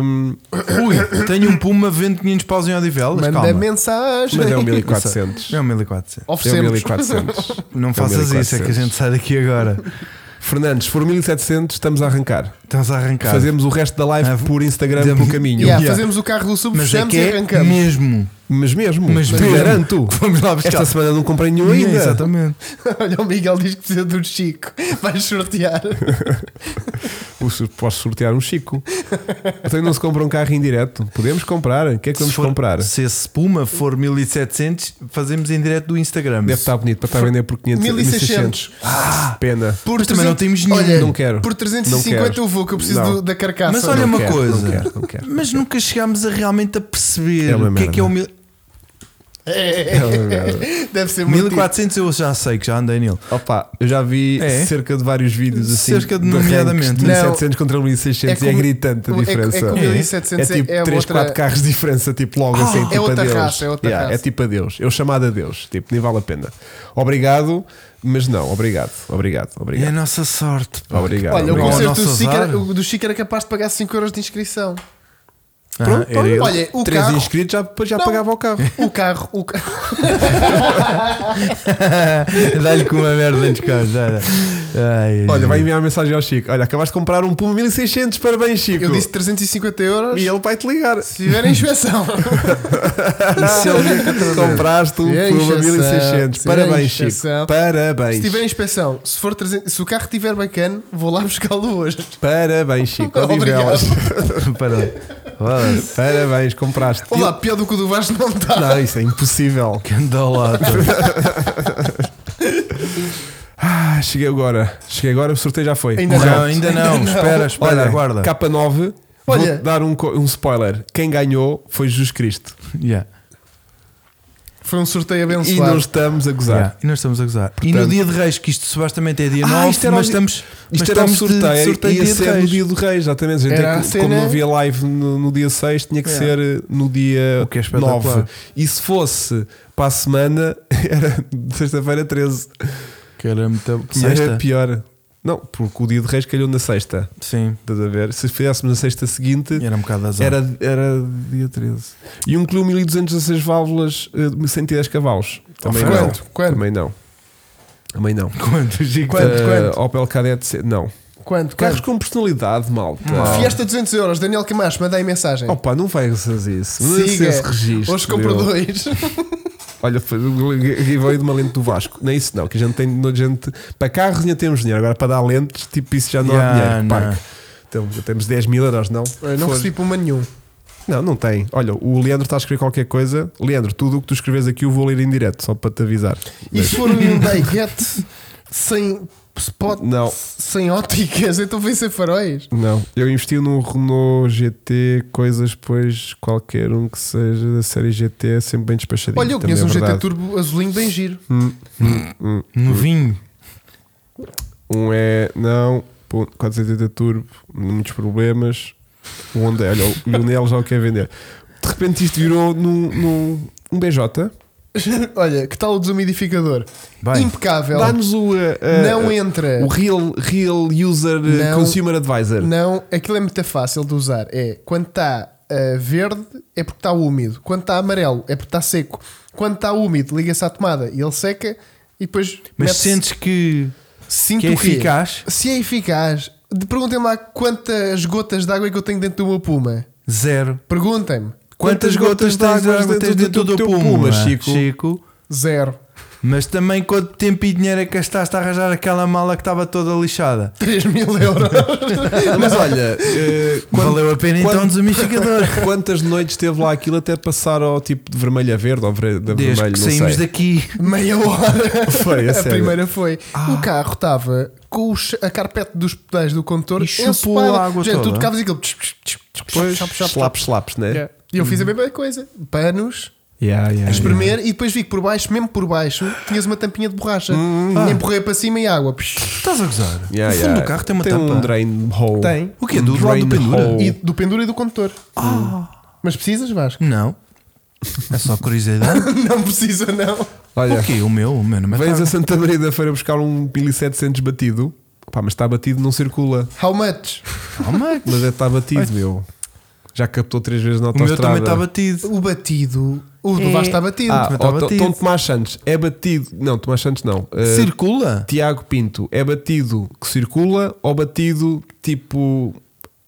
A: hum,
C: Ui, tenho um Puma, vendo 500 paus em Odivelas.
B: Manda
C: Calma.
B: mensagem.
A: mas é um 1400.
C: É um 1400.
A: É um
B: Oferecemos.
A: 1400.
C: Não faças isso, é que a gente sai daqui agora.
A: Fernandes, se for 1700, estamos a arrancar.
C: Estás a arrancar.
A: Fazemos o resto da live
C: Ah,
A: por Instagram
C: damos-
A: pelo caminho.
B: Yeah,
C: Yeah.
B: Fazemos o carro do sub,
C: Mas é
B: fechamos e
C: que é
B: arrancamos.
C: mesmo.
A: Mas mesmo,
C: Mas mesmo.
A: garanto.
C: Vamos lá buscar.
A: Esta é semana não comprei nenhum
C: Yeah,
A: ainda.
C: Exatamente.
B: Olha, o Miguel diz que precisa do Chico. Vais sortear.
A: O sur- Posso sortear um Chico. Então não se compra um carro em direto. Podemos comprar. O que é que vamos
C: se for-
A: comprar?
C: Se esse Puma for 1700, fazemos em direto do Instagram.
A: Deve estar bonito para estar a vender por 500,
B: 1600.
A: Pena.
C: Mas também não temos dinheiro.
B: Olha,
A: Não quero.
B: Por
A: Não
B: 350
A: quero.
B: eu vou, que eu preciso
A: Não.
B: do- da carcaça.
C: Mas olha
A: não
C: uma
A: quero,
C: coisa.
A: não quero, não quero, não
C: mas nunca chegámos a realmente a perceber
A: É uma
C: o que é que é o mil...
B: É, Deve ser muito.
C: 1400. Eu já sei que já andei nele.
A: Opa, eu já vi
C: É?
A: cerca de vários vídeos assim.
C: Cerca de
A: arranques
C: nomeadamente.
A: de
B: Não.
A: 1700 contra 1600 e é
B: como-
A: gritante a
B: é co-
A: diferença.
B: É, como
C: É.
B: 1700
A: É tipo
B: é
A: 3,
B: outra-
A: 4 carros de diferença, tipo logo
C: Ah,
A: assim,
C: é
A: tipo
B: outra
A: adeus.
B: raça, é outra
A: Yeah,
B: raça.
A: é tipo adeus. Eu chamado a Deus, tipo, nem vale a pena. Obrigado, mas não, obrigado, obrigado,
C: É a
A: obrigado.
C: nossa sorte. pá.
A: Obrigado.
B: É, Olha, o
A: obrigado.
C: conceito-
B: concerto
C: Nosso
B: do Chico, era,
C: azar.
B: o do Chico era capaz de pagar 5 euros de inscrição.
C: Ah,
A: Pronto,
C: era ele.
B: Olha, o
A: Três
B: carro,
A: inscritos já, já
B: Não.
A: pagava o carro.
B: o carro, o carro.
C: Dá-lhe com uma merda antes que eu- já era. Ai, ai,
A: Olha,
C: ai.
A: vai enviar uma mensagem ao Chico. Olha, acabaste de comprar um Puma 1600, parabéns, Chico.
B: Eu disse 350 euros.
A: E ele vai te ligar.
B: Se tiver inspeção.
A: Se ele compraste um
B: Se é
A: Puma
B: injeção,
A: 1600,
B: se é
A: parabéns, Chico.
B: injeção.
A: Parabéns.
B: Se tiver inspeção, se, for 300 se o carro estiver bacana, vou lá buscá-lo hoje.
A: Parabéns, Chico.
B: Obrigado.
A: Odivelas.
C: Para. Olha,
A: Parabéns, compraste.
B: Olá, pior do que o do Vasco não está.
A: Não, isso é impossível.
C: que anda lá.
A: Ah, cheguei agora. Cheguei agora, o sorteio já foi.
B: Ainda
C: Não,
B: não.
C: ainda não. Espera, espera,
A: Olha,
C: aguarda.
A: K9.
B: Olha.
A: Vou dar um, co- um spoiler. Quem ganhou foi Jesus Cristo.
C: Yeah,
B: Foi um sorteio
A: E não
B: abençoado.
A: estamos a gozar.
C: yeah. E nós estamos a gozar. e no
A: Portanto-
C: dia de reis, que isto supostamente é dia
A: Ah,
C: 9,
A: isto era
C: mas
A: o-
C: estamos. mas
A: Isto era um
C: estamos de- de
A: sorteio,
C: sorteio
A: ia
C: dia de
A: ser no
C: reis.
A: dia do Reis, exatamente. Gente,
B: Era
A: é
B: a
A: que,
B: cena-
A: Como não havia live no, no dia 6, tinha que
B: É.
A: ser eh, no dia
C: O que é espetacular.
A: 9. E se fosse para a semana, era de sexta-feira 13.
C: Que era muito.
A: E Era
C: Sexta?
A: pior. Não, porque o dia de Reis calhou na sexta.
C: Sim.
A: Estás a ver? Se fizéssemos na sexta seguinte,
C: Era um bocado azar.
A: era, era dia 13. E um Clio 1216 válvulas eh, 110 cavalos. Também
B: Quanto?
A: não.
B: Quanto?
A: Também não. Também não.
C: Quanto, Chico?
B: Quanto,
A: Eh,
B: quanto?
A: Opel Kadett, C- não.
B: Quanto?
A: Carros
B: Carros
A: com personalidade, malta.
B: Fiesta 200 euros. Daniel Camacho, mandei mensagem.
A: Opa, não faças isso. Não
B: Siga.
A: Siga. Oh, esse registro.
B: Hoje compro
A: meu.
B: dois.
A: Olha, foi o giveaway de uma lente do Vasco. Não é isso, não. Que a gente tem. a Gente, para carros ainda temos dinheiro. Agora para dar lentes, tipo, isso já não
C: Yeah,
A: há dinheiro.
C: não.
A: Parque. Então, já temos 10 mil euros, não?
B: Eu não
A: Foi.
B: recebi puma nenhum.
A: Não, não tem. Olha, o Leandro está a escrever qualquer coisa. Leandro, tudo o que tu escreves aqui eu vou ler em direto, só para te avisar.
B: E se for um Hyundai Get sem spot
A: Não.
B: sem óticas, então vem ser faróis.
A: Não, eu investi num Renault GT, coisas, pois qualquer um que seja da série GT é sempre bem despachadinho.
B: Olha, eu
A: também
B: conheço
A: é
B: um GT
A: verdade. Hum.
B: Turbo azulinho bem giro.
D: No vinho.
A: Um é, não, pô, 480 Turbo, muitos problemas. O Honda, olha, o Lionel já o quer vender. De repente isto virou num, num um BJ.
B: Olha, que tal o desumidificador?
C: Bem,
B: Impecável.
A: Dá-nos o. eh, eh,
B: Não
A: eh,
B: entra.
A: O Real, real User eh,
B: Não.
A: Consumer Advisor.
B: Não, aquilo é muito fácil de usar. É quando está uh, verde é porque está úmido, quando está amarelo é porque está seco, quando está úmido liga-se à tomada e ele seca e depois.
C: Mas
B: mete-se-
C: sentes que
B: Sinto
C: que é
B: o quê?
C: eficaz?
B: Se é eficaz, de- perguntem-me lá quantas gotas de água é que eu tenho dentro do meu puma.
C: zero.
B: Perguntem-me.
C: Quantas gotas de água tens dentro do teu puma, Chico?
B: Zero.
C: Mas também quanto tempo e dinheiro é que gastaste a arranjar aquela mala que estava toda lixada?
B: 3 mil euros.
A: Mas olha, eh,
D: Valeu a pena então
A: quando-
D: um desumidificador.
A: Quantas noites teve lá aquilo até passar ao tipo de vermelho a verde ou verde- da
D: Desde
A: vermelho?
D: que
A: não
D: saímos
A: sei.
D: daqui.
B: Meia hora.
C: É
A: Foi, a
B: a
A: sério.
B: primeira foi.
C: Ah.
B: O carro estava com o ch- a carpete dos pedais do condutor
C: E chupou a
B: ensopada.
C: água
B: Gente, tu
C: toda.
B: tocavas e aquilo. tch, tch, tch, tch,
A: Pois,
B: chap, chap, chap.
A: slaps, slaps, né?
B: Yeah. E eu fiz a mesma coisa. Panos,
A: Yeah, yeah, yeah.
B: espremer e depois vi que por baixo, mesmo por baixo, tinhas uma tampinha de borracha.
A: Uhum.
B: Empurrei para cima e água. Psh.
C: Estás a gozar?
A: Yeah,
C: no fundo
A: yeah.
C: do carro tem uma tampa.
A: um drain hole.
B: Tem.
C: O quê?
A: Um
C: Do lado do
A: drain
C: pendura?
A: hole.
B: E do pendura e do condutor.
A: Ah.
B: Hum. Mas precisas, Vasco?
C: Não. É só curiosidade.
B: Não precisa, não.
A: Olha,
C: o quê? O meu? O meu não é
A: vens
C: caro.
A: a Santa Maria da Feira buscar um 1700 batido. Pá, mas está batido, não circula.
B: How much?
C: Oh, mate.
A: Mas é está batido, meu. Já captou três vezes na
C: O meu
A: autostrada.
C: também está batido.
B: O batido. O do Vasco está batido.
A: Ah,
C: também está
A: ó, Tom-
C: batido.
A: Tom Tomás Santos é batido. Não, Tomás Santos não. Eh,
C: Circula?
A: Tiago Pinto é batido que circula ou batido tipo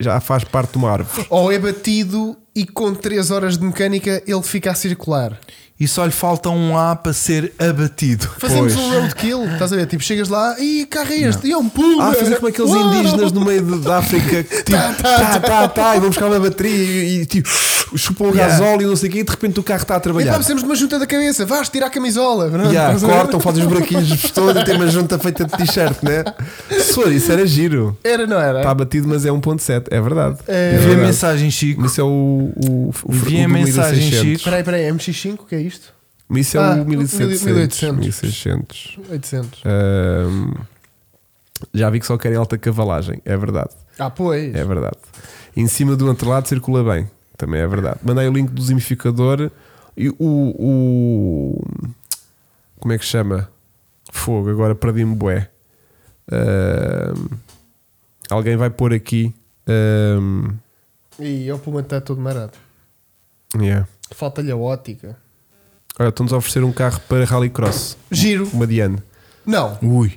A: já faz parte de uma árvore?
B: Ou é batido e com 3 horas de mecânica ele fica a circular.
C: E só lhe falta um A para ser abatido.
B: Fazemos
A: Pois.
B: um road kill, estás a ver? Tipo, chegas lá e carro é este, e é um pulo.
A: Ah, fazer como aqueles indígenas no meio de- da África que tipo, tá, tá, tá, e vão buscar uma bateria e, e, tipo, chupam o
C: Yeah.
A: gasóleo e não sei o quê, e de repente o carro está a
B: E pá,
A: trabalhar.
B: precisamos de uma junta da cabeça, vais tirar a camisola. Não?
A: Yeah,
B: Estás a ver?
A: cortam, fazem os buraquinhos de vestuário e tem uma junta feita de t-shirt, né? Se for isso era giro.
B: Era, não era?
A: Está batido, mas é 1.7, é verdade.
B: É.
C: Envia
A: verdade.
C: mensagem, Chico.
A: Mas Isso é o. o, o
C: Envia
A: o do
C: mensagem,
A: 1600.
C: Chico.
B: Peraí, peraí, MX5, o que é isto?
A: Mas Isso é
B: Ah,
A: o 1700.
B: 1800.
A: 1600.
B: 800.
A: Ahm, já vi que só querem alta cavalagem. É verdade.
B: Ah, pois.
A: É verdade. Em cima do entrelado circula bem. Também é verdade. Mandei o link do zimificador e o. o- como é que chama? Fogo, agora perdi-me bué. Ahm, alguém vai pôr aqui. ah, ahm,
B: E o Puma está todo marado.
A: yeah.
B: Falta-lhe a ótica.
A: Olha, estão-nos a oferecer um carro para Rallycross.
B: Giro.
A: Uma Diane.
B: Não.
C: Ui.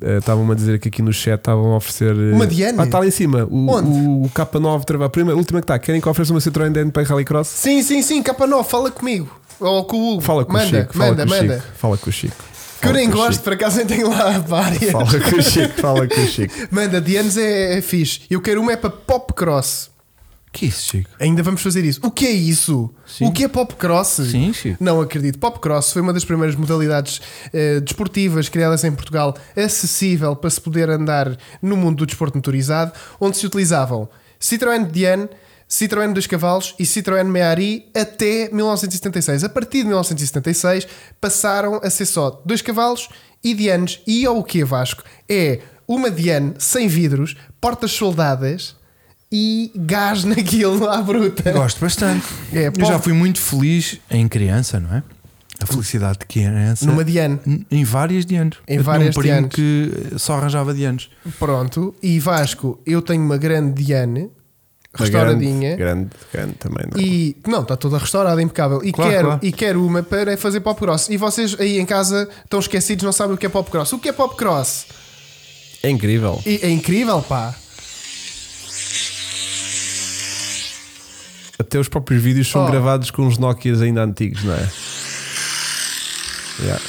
A: Eh, Estavam-me a dizer que aqui no chat estavam a oferecer. eh,
B: Uma Diane?
A: Ah, está lá em cima. O,
B: Onde?
A: o, o K9 trava a primeira, a última que está. Querem que ofereça uma Citroën Diane para Rallycross?
B: Sim, sim, sim, K9, fala comigo. Ou com o Hugo.
A: Fala com
B: manda,
A: o Chico. fala
B: Manda,
A: com
B: manda.
A: O Chico, fala com o Chico.
B: Que eu
A: Fala
B: nem
A: com o
B: gosto, é.
A: Chico.
B: por acaso nem tenho lá várias.
A: Fala com o Chico, fala com o Chico.
B: Manda, de anos é, é fixe. Eu quero uma é para Popcross.
C: Que isso, Chico?
B: Ainda vamos fazer isso. O que é isso?
C: Sim.
B: O que é Popcross?
C: Sim, Chico.
B: Não acredito. Popcross foi uma das primeiras modalidades eh, desportivas criadas em Portugal, acessível para se poder andar no mundo do desporto motorizado, onde se utilizavam Citroën Diane, Citroën dos Cavalos e Citroën Meari até 1976. A partir de 1976 passaram a ser só dois cavalos e Dianes. E é o que, Vasco? É uma Diane sem vidros, portas soldadas e gás naquilo à bruta.
C: Gosto bastante.
B: É,
C: Eu já
B: pop-
C: fui muito feliz em criança, não é? A felicidade de criança.
B: Numa Diane.
C: N- Em várias de anos.
B: Em
C: Eu tinha
B: várias
C: um primo
B: Dianes.
C: que só arranjava de anos.
B: Pronto, e Vasco, eu tenho uma grande Diane,
A: Uma
B: restauradinha.
A: Grande, grande, grande também. não é?
B: E não, está toda restaurada, impecável. E,
C: Claro,
B: quero,
C: claro.
B: e quero uma para fazer pop cross. E vocês aí em casa estão esquecidos, não sabem o que é pop cross. O que é pop cross?
A: É incrível.
B: E- é incrível, pá.
A: Até os próprios vídeos são
B: Oh.
A: gravados com uns Nokias ainda antigos, não é? Yeah.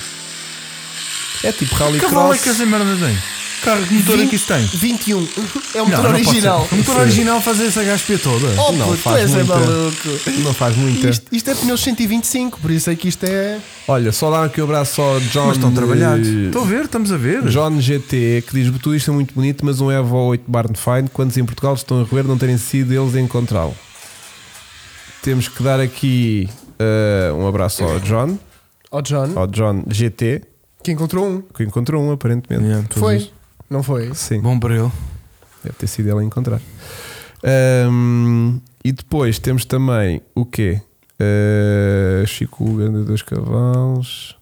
A: É tipo Rallycross.
C: Cavalecas em é merda tem. Carro de motor aqui se tem.
B: 21. É o motor
C: não pode
B: original.
C: ser. O motor
B: Sim.
C: original faz essa HSP toda.
B: Oh,
A: Não,
B: puto, tu
A: faz
B: és é
A: muita-
B: maluco.
A: Não faz muita.
B: Isto, isto é pneus 125, por isso é que isto é.
A: Olha, só dar aqui um abraço ao John.
C: Mas estão trabalhados.
A: eh,
C: Estou a ver, estamos a ver.
A: John GT que diz tudo isto é muito bonito, mas um Evo 8 Barn Fine, quantos em Portugal estão a roer não terem sido eles a encontrá-lo? Temos que dar aqui eh, um abraço ao John,
B: Ó Oh, John,
C: Oh.
A: ao John GT,
B: que encontrou um.
A: que encontrou um aparentemente.
C: Yeah, estou a
B: Foi.
C: ver.
B: Não foi?
A: Sim,
C: Bom para ele.
A: deve ter sido ele a encontrar. Ahm, e depois temos também o quê? Eh, Chico, o grande dos cavalos.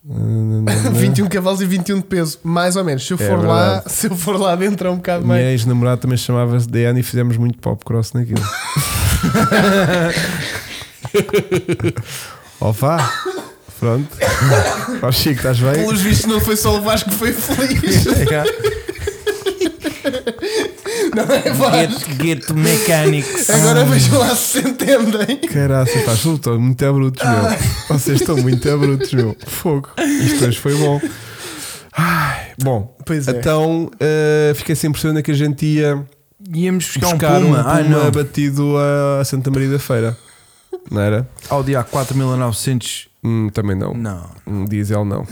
B: 21 cavalos e 21 de peso, mais ou menos. Se eu
A: É
B: for lá,
A: verdade.
B: se eu for lá dentro é um bocado
A: Minha
B: mais.
A: ex-namorada também se chamava Diana e fizemos muito pop cross naquilo. Ó vá, pronto. Ó Chico, estás bem?
B: Pelos vistos não foi só o Vasco que foi feliz. não é Vasco.
D: Get, get mechanics.
B: Agora vejam lá se se entendem.
A: Caraca, pá, vocês estão muito abrutos, meu. Vocês estão muito abrutos, meu. Fogo. Isto hoje foi bom. Ai, bom,
B: Pois é.
A: então eh, fiquei sempre impressionado que a gente ia
C: Íamos buscar,
A: buscar
C: um Puma, Ah, não.
A: batido a Santa Maria da Feira. Não era?
C: Audi A4 1900.
A: Hum, também
C: Não.
A: Um diesel não.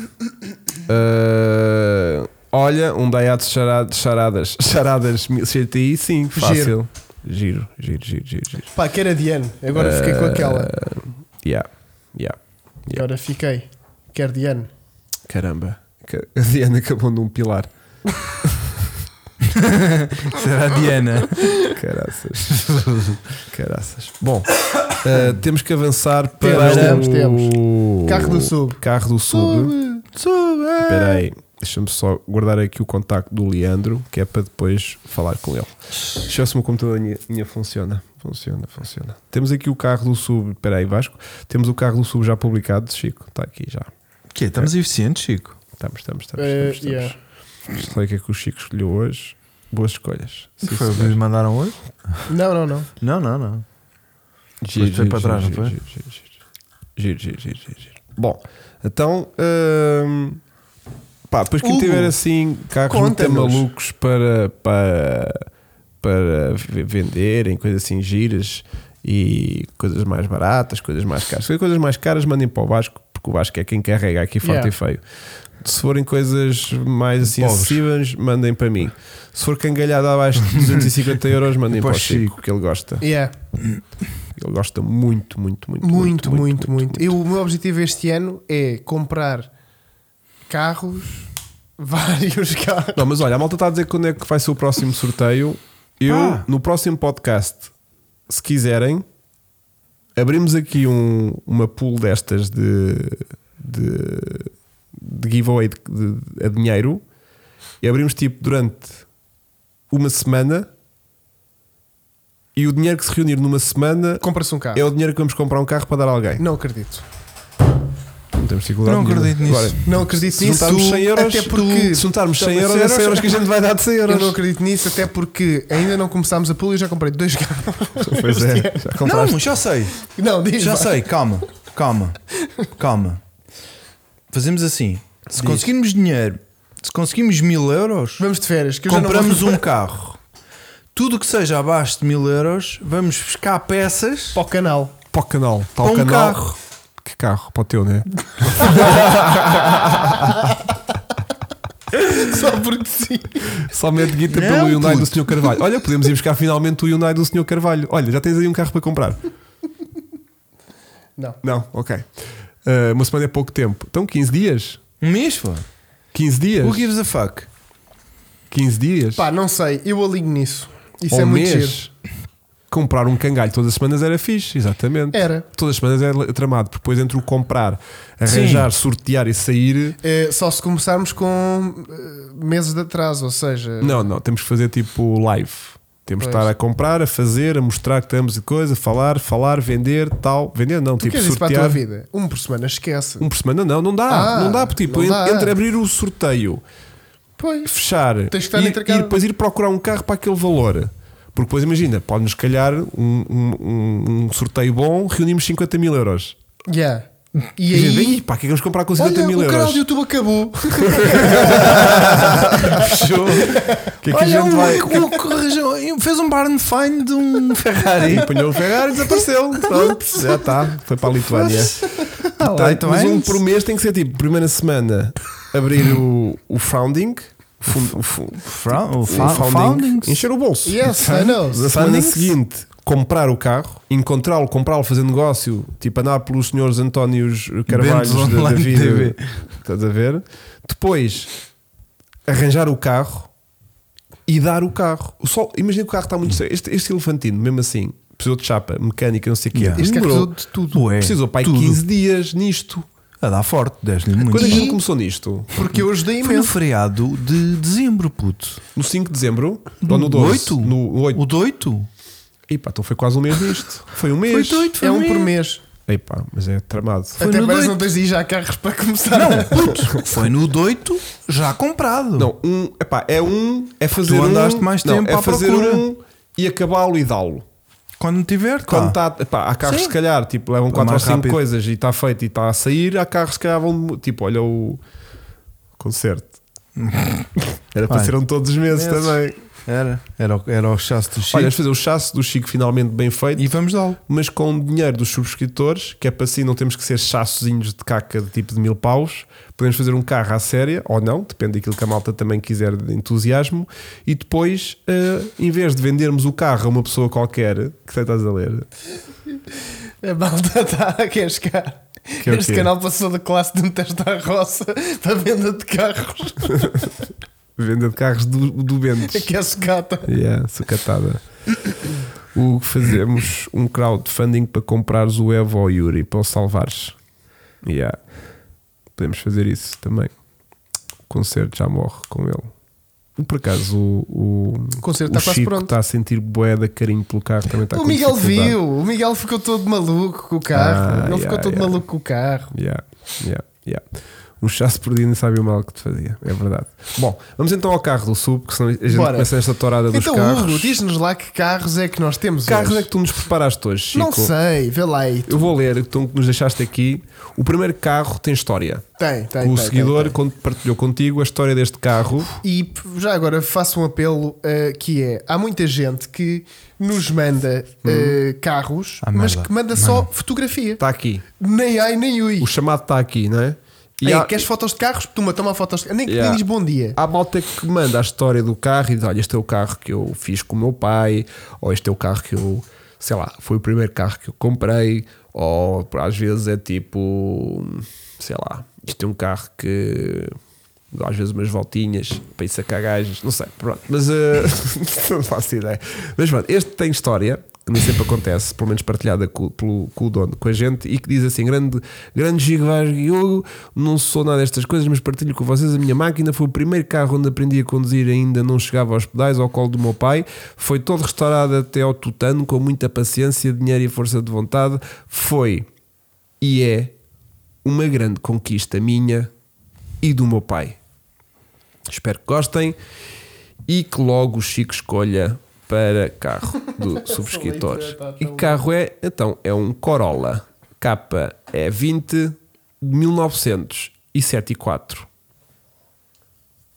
A: Ah, olha, um Daihatsu charad- charadas, charadas mil CTI, sim, fácil. Giro, giro, giro, giro, giro.
B: Pá, que era Diane. Agora fiquei com aquela.
A: Ah, yeah, yeah. yeah.
B: Agora fiquei. Quer Diane.
A: Caramba. Ca- A Diana acabou num pilar.
C: Será a Diana?
A: Caraças. Caraças. Bom, ah, temos que avançar para
B: Temos, temos,
A: o
B: Carro do Sub.
A: Carro do Sub.
C: Soube.
A: Espera aí, deixa-me só guardar aqui o contacto do Leandro, que é para depois falar com ele. Deixa eu ver se o meu computador minha, minha funciona. Funciona, funciona. Temos aqui o carro do sub. Espera aí, Vasco. Temos o carro do sub já publicado, Chico. Está aqui já.
C: Que estamos eficientes, Chico.
A: Estamos, estamos, estamos.
B: Eh,
A: estamos, estamos.
B: yeah.
A: Isto foi o que é que o Chico escolheu hoje. Boas escolhas.
C: Sim, foi o que nos mandaram hoje?
B: Não, não, não.
C: Não, não, não.
A: Giro,
C: Mas foi
A: giro,
C: para trás,
A: giro,
C: não
A: giro, giro, giro, giro, giro, giro, giro, giro. Bom, então. hum, pá, depois quem
C: Hugo,
A: tiver assim carros muito
C: conta-nos.
A: malucos para, para, para v- venderem, coisas assim giras e coisas mais baratas, coisas mais caras. Se forem coisas mais caras, mandem para o Vasco, porque o Vasco é quem carrega aqui forte
B: Yeah.
A: e feio. Se forem coisas mais assim
C: Pobres.
A: acessíveis, mandem para mim. Se for cangalhada abaixo de 250 euros, mandem para o
C: Para o
A: Chico, que ele gosta.
B: Yeah.
A: Ele gosta muito, muito, muito.
B: Muito, muito, muito. Eu, o meu objetivo este ano é comprar carros, vários carros.
A: Não, mas olha, a malta está a dizer quando é que vai ser o próximo sorteio. Eu,
C: Ah.
A: no próximo podcast, se quiserem, abrimos aqui um- uma pool destas de, de, de giveaway de, de- a dinheiro e abrimos tipo durante uma semana e o dinheiro que se reunir numa semana
B: Compra-se um carro.
A: é o dinheiro que vamos comprar um carro para dar a alguém.
B: Não acredito.
A: Não temos dificuldade
C: Não
A: nenhuma.
C: acredito nisso.
A: Agora,
B: Não acredito
A: Se
B: nisso.
A: juntarmos 100 euros,
B: até porque
A: se juntarmos 100
B: Também
A: euros,
B: 100
A: é 100 euros que a gente vai dar de 100
B: eu não
A: euros.
B: acredito nisso, até porque ainda não começámos a pool e eu já comprei dois carros.
A: Pois é, já compraste.
C: Não, já sei.
B: Não, diz
C: Já
B: vá.
C: sei, calma, calma, calma. Fazemos assim: se conseguirmos dinheiro, se conseguirmos mil euros,
B: Vamos de férias, que eu
C: compramos
B: já não vou
C: um carro. Tudo o que seja abaixo de mil euros, vamos buscar peças
B: para o canal.
A: Para o canal. Para
C: para
A: o
C: um
A: canal.
C: carro.
A: Que carro? Para o teu, né?
B: Só porque sim.
A: Só mete guita
C: Não,
A: pelo Hyundai do
C: puto.
A: Sr. Carvalho. Olha, podemos ir buscar finalmente o Hyundai do Sr. Carvalho. Olha, já tens aí um carro para comprar.
B: Não.
A: Não, ok. Ah, uma semana é pouco tempo. Então, 15 dias?
C: Um mês, pô.
A: 15 dias?
C: Who gives a fuck?
A: 15 dias?
B: Pá, não sei, eu alinho nisso. Isso
A: Ou
B: é
A: um
B: muito
A: mês?
B: giro.
A: Comprar um cangalho todas as semanas era fixe, exatamente.
B: Era.
A: Todas as semanas era tramado. porque Depois entre o comprar, arranjar, sortear e sair.
B: É, só se começarmos com eh, meses de atraso, ou seja,
A: Não, não, temos que fazer tipo live. Temos que
B: Pois.
A: estar a comprar, a fazer, a mostrar que estamos de coisa, falar, falar, vender, tal. Vender não,
B: tu
A: tipo
B: queres é isso para a tua
A: sortear.
B: vida? Um por semana, esquece.
A: Um por semana não, não dá.
B: Ah,
A: não dá, porque tipo,
B: não
A: en-
B: dá.
A: entre abrir o sorteio,
B: Pois.
A: fechar
B: Tens que estar
A: e,
B: na intercâmbio.
A: e depois ir procurar um carro para aquele valor. Porque depois imagina, pode-nos calhar um, um- um- um sorteio bom, reunimos 50 mil euros.
B: Yeah. E
A: E gente,
B: aí.
A: "Ih, pá, que é que vamos comprar com 50
B: Olha,
A: mil
B: o canal
A: euros?
B: do YouTube acabou.
C: Fechou.
A: O que é que a
C: Olha,
A: gente
C: um,
A: vai.
C: um- corrija- fez um barn find de um Ferrari.
A: E apanhou o Ferrari e desapareceu. Pronto, já está. Foi para a Lituânia.
C: Ah,
A: Tá,
C: lá, então
A: mas
C: é
A: um
C: isso.
A: por mês tem que ser tipo, primeira semana abrir o, o founding. fun- o fun-
C: Fra- o
A: o
C: fa-
A: founding,
C: foundings.
A: encher o bolso.
B: Yes, I know.
A: Na semana
C: Foundings.
A: seguinte, comprar o carro, encontrá-lo, comprá-lo, fazer negócio, tipo andar pelos senhores Antónios Carvalhos
C: Bentos
A: da, da
C: Online
A: vida.
C: TV.
A: Estás a ver? Depois, arranjar o carro e dar o carro. O sol, imagina que o carro está muito sério. Este, este elefantino, mesmo assim, precisou de chapa, mecânica, não sei o que.
C: Yeah.
B: Este carro precisou de tudo.
C: Ué,
A: Precisou pai
C: tudo.
A: 15 dias nisto.
C: A dar forte, deste-lhe muito.
A: Quando é que a gente
B: E-
A: começou nisto?
B: Porque eu ajudei
C: Foi no
B: imenso.
C: feriado de dezembro, puto.
A: No 5 de dezembro? ou no 12?
C: Oito?
A: No 8.
C: O de 8?
A: Epá, então foi quase um mês nisto. Foi um mês.
C: de oito,
B: É um por
C: mesmo.
B: mês.
A: Epá, mas é tramado.
B: Até parece
C: no
B: que
C: doido.
B: não tens de ir já a carros para começar.
C: Não, puto. Foi no de 8 já comprado.
A: Não, um, epá, é um, é fazer
C: Tu
A: um.
C: andaste mais
A: não,
C: tempo
A: é
C: à
A: fazer
C: procura.
A: um e acabá-lo e dá-lo.
C: Quando tiver, tá.
A: Quando tá, epá, há carros
C: Sim.
A: se calhar, tipo, levam
C: Vai
A: 4 ou
C: mais
A: 5
C: rápido.
A: coisas e está feito e está a sair, há carros se calhar vão, tipo, olha o concerto. Era para
C: Olha.
A: ser um todos os meses
C: Meses.
A: também.
C: Era, era, o- era o chasse do Chico.
A: tá- Olha, vamos fazer o chasse do Chico finalmente bem feito.
C: e vamos dá-lo.
A: mas com o dinheiro dos subscritores, que é para si não temos que ser chassozinhos de caca de tipo de mil paus, podemos fazer um carro à séria, ou não, depende daquilo que a malta também quiser de entusiasmo, e depois, eh, em vez de vendermos o carro a uma pessoa qualquer, que sei que estás a ler,
B: A malta está a cascar.
A: Que é o
B: este
A: quê?
B: canal passou da classe de um teste à roça para venda de carros.
A: venda de carros do, do Bentes.
B: Aquece é sucata.
A: Yeah, sacatada. O que fazemos? Um crowdfunding para comprares o Evo ao Yuri, para o salvares. Yeah. Podemos fazer isso também. O concerto já morre com ele. Por acaso, o, o,
B: O concerto
A: o
B: está quase
A: Chico
B: pronto.
A: está a sentir bué da carinho pelo carro. Também está
B: o
A: Tá com
B: Miguel
A: dificuldade.
B: viu. O Miguel ficou todo maluco com o carro.
A: Ah,
B: Ele
A: yeah,
B: ficou todo
A: yeah.
B: maluco com o carro.
A: Yeah, yeah, yeah. Um chasse por dia não sabe o mal que te fazia. É verdade. Bom, vamos então ao carro do sub, que senão a gente
B: Bora.
A: começa esta torada dos
B: Então,
A: carros.
B: Hugo, diz-nos lá que carros é que nós temos
A: Que carros
B: hoje.
A: é que tu nos preparaste hoje, Chico?
B: Não sei, vê lá aí.
A: Eu vou ler, então, que nos deixaste aqui. O primeiro carro tem história.
B: Tem, tem.
A: o
B: tem,
A: seguidor
B: tem, tem.
A: con- partilhou contigo a história deste carro.
B: E p- já agora faço um apelo eh, que é: há muita gente que nos manda
A: Hum.
B: eh, carros,
C: Ah,
B: mas
C: merda.
B: que manda só fotografia.
A: Está aqui.
B: Nem ai, nem ui.
A: O chamado está aqui, não é? E
B: Ei,
A: há,
B: Queres fotos de carros? Toma, toma fotos de carros. Nem que
A: Yeah.
B: nem diz bom dia.
A: há malta que manda a história do carro e diz: Olha, este é o carro que eu fiz com o meu pai, ou este é o carro que eu, sei lá, foi o primeiro carro que eu comprei, ou às vezes é tipo, sei lá, isto é um carro que. dá Às vezes umas voltinhas para ir sacar gajos, não sei, pronto, mas eh, não faço ideia. Mas pronto, este tem história, que nem sempre acontece, pelo menos partilhada com, pelo, com o dono, com a gente, e que diz assim: grande, grande Gigo Vaz Diogo, não sou nada destas coisas, mas partilho com vocês a minha máquina. Foi o primeiro carro onde aprendi a conduzir, ainda não chegava aos pedais, ao colo do meu pai. Foi todo restaurado até ao tutano, com muita paciência, dinheiro e força de vontade. Foi e é uma grande conquista minha e do meu pai. Espero que gostem e que logo o Chico escolha para carro do subscritor. E que carro é? Então, é um Corolla é KE20 de 1974.
B: O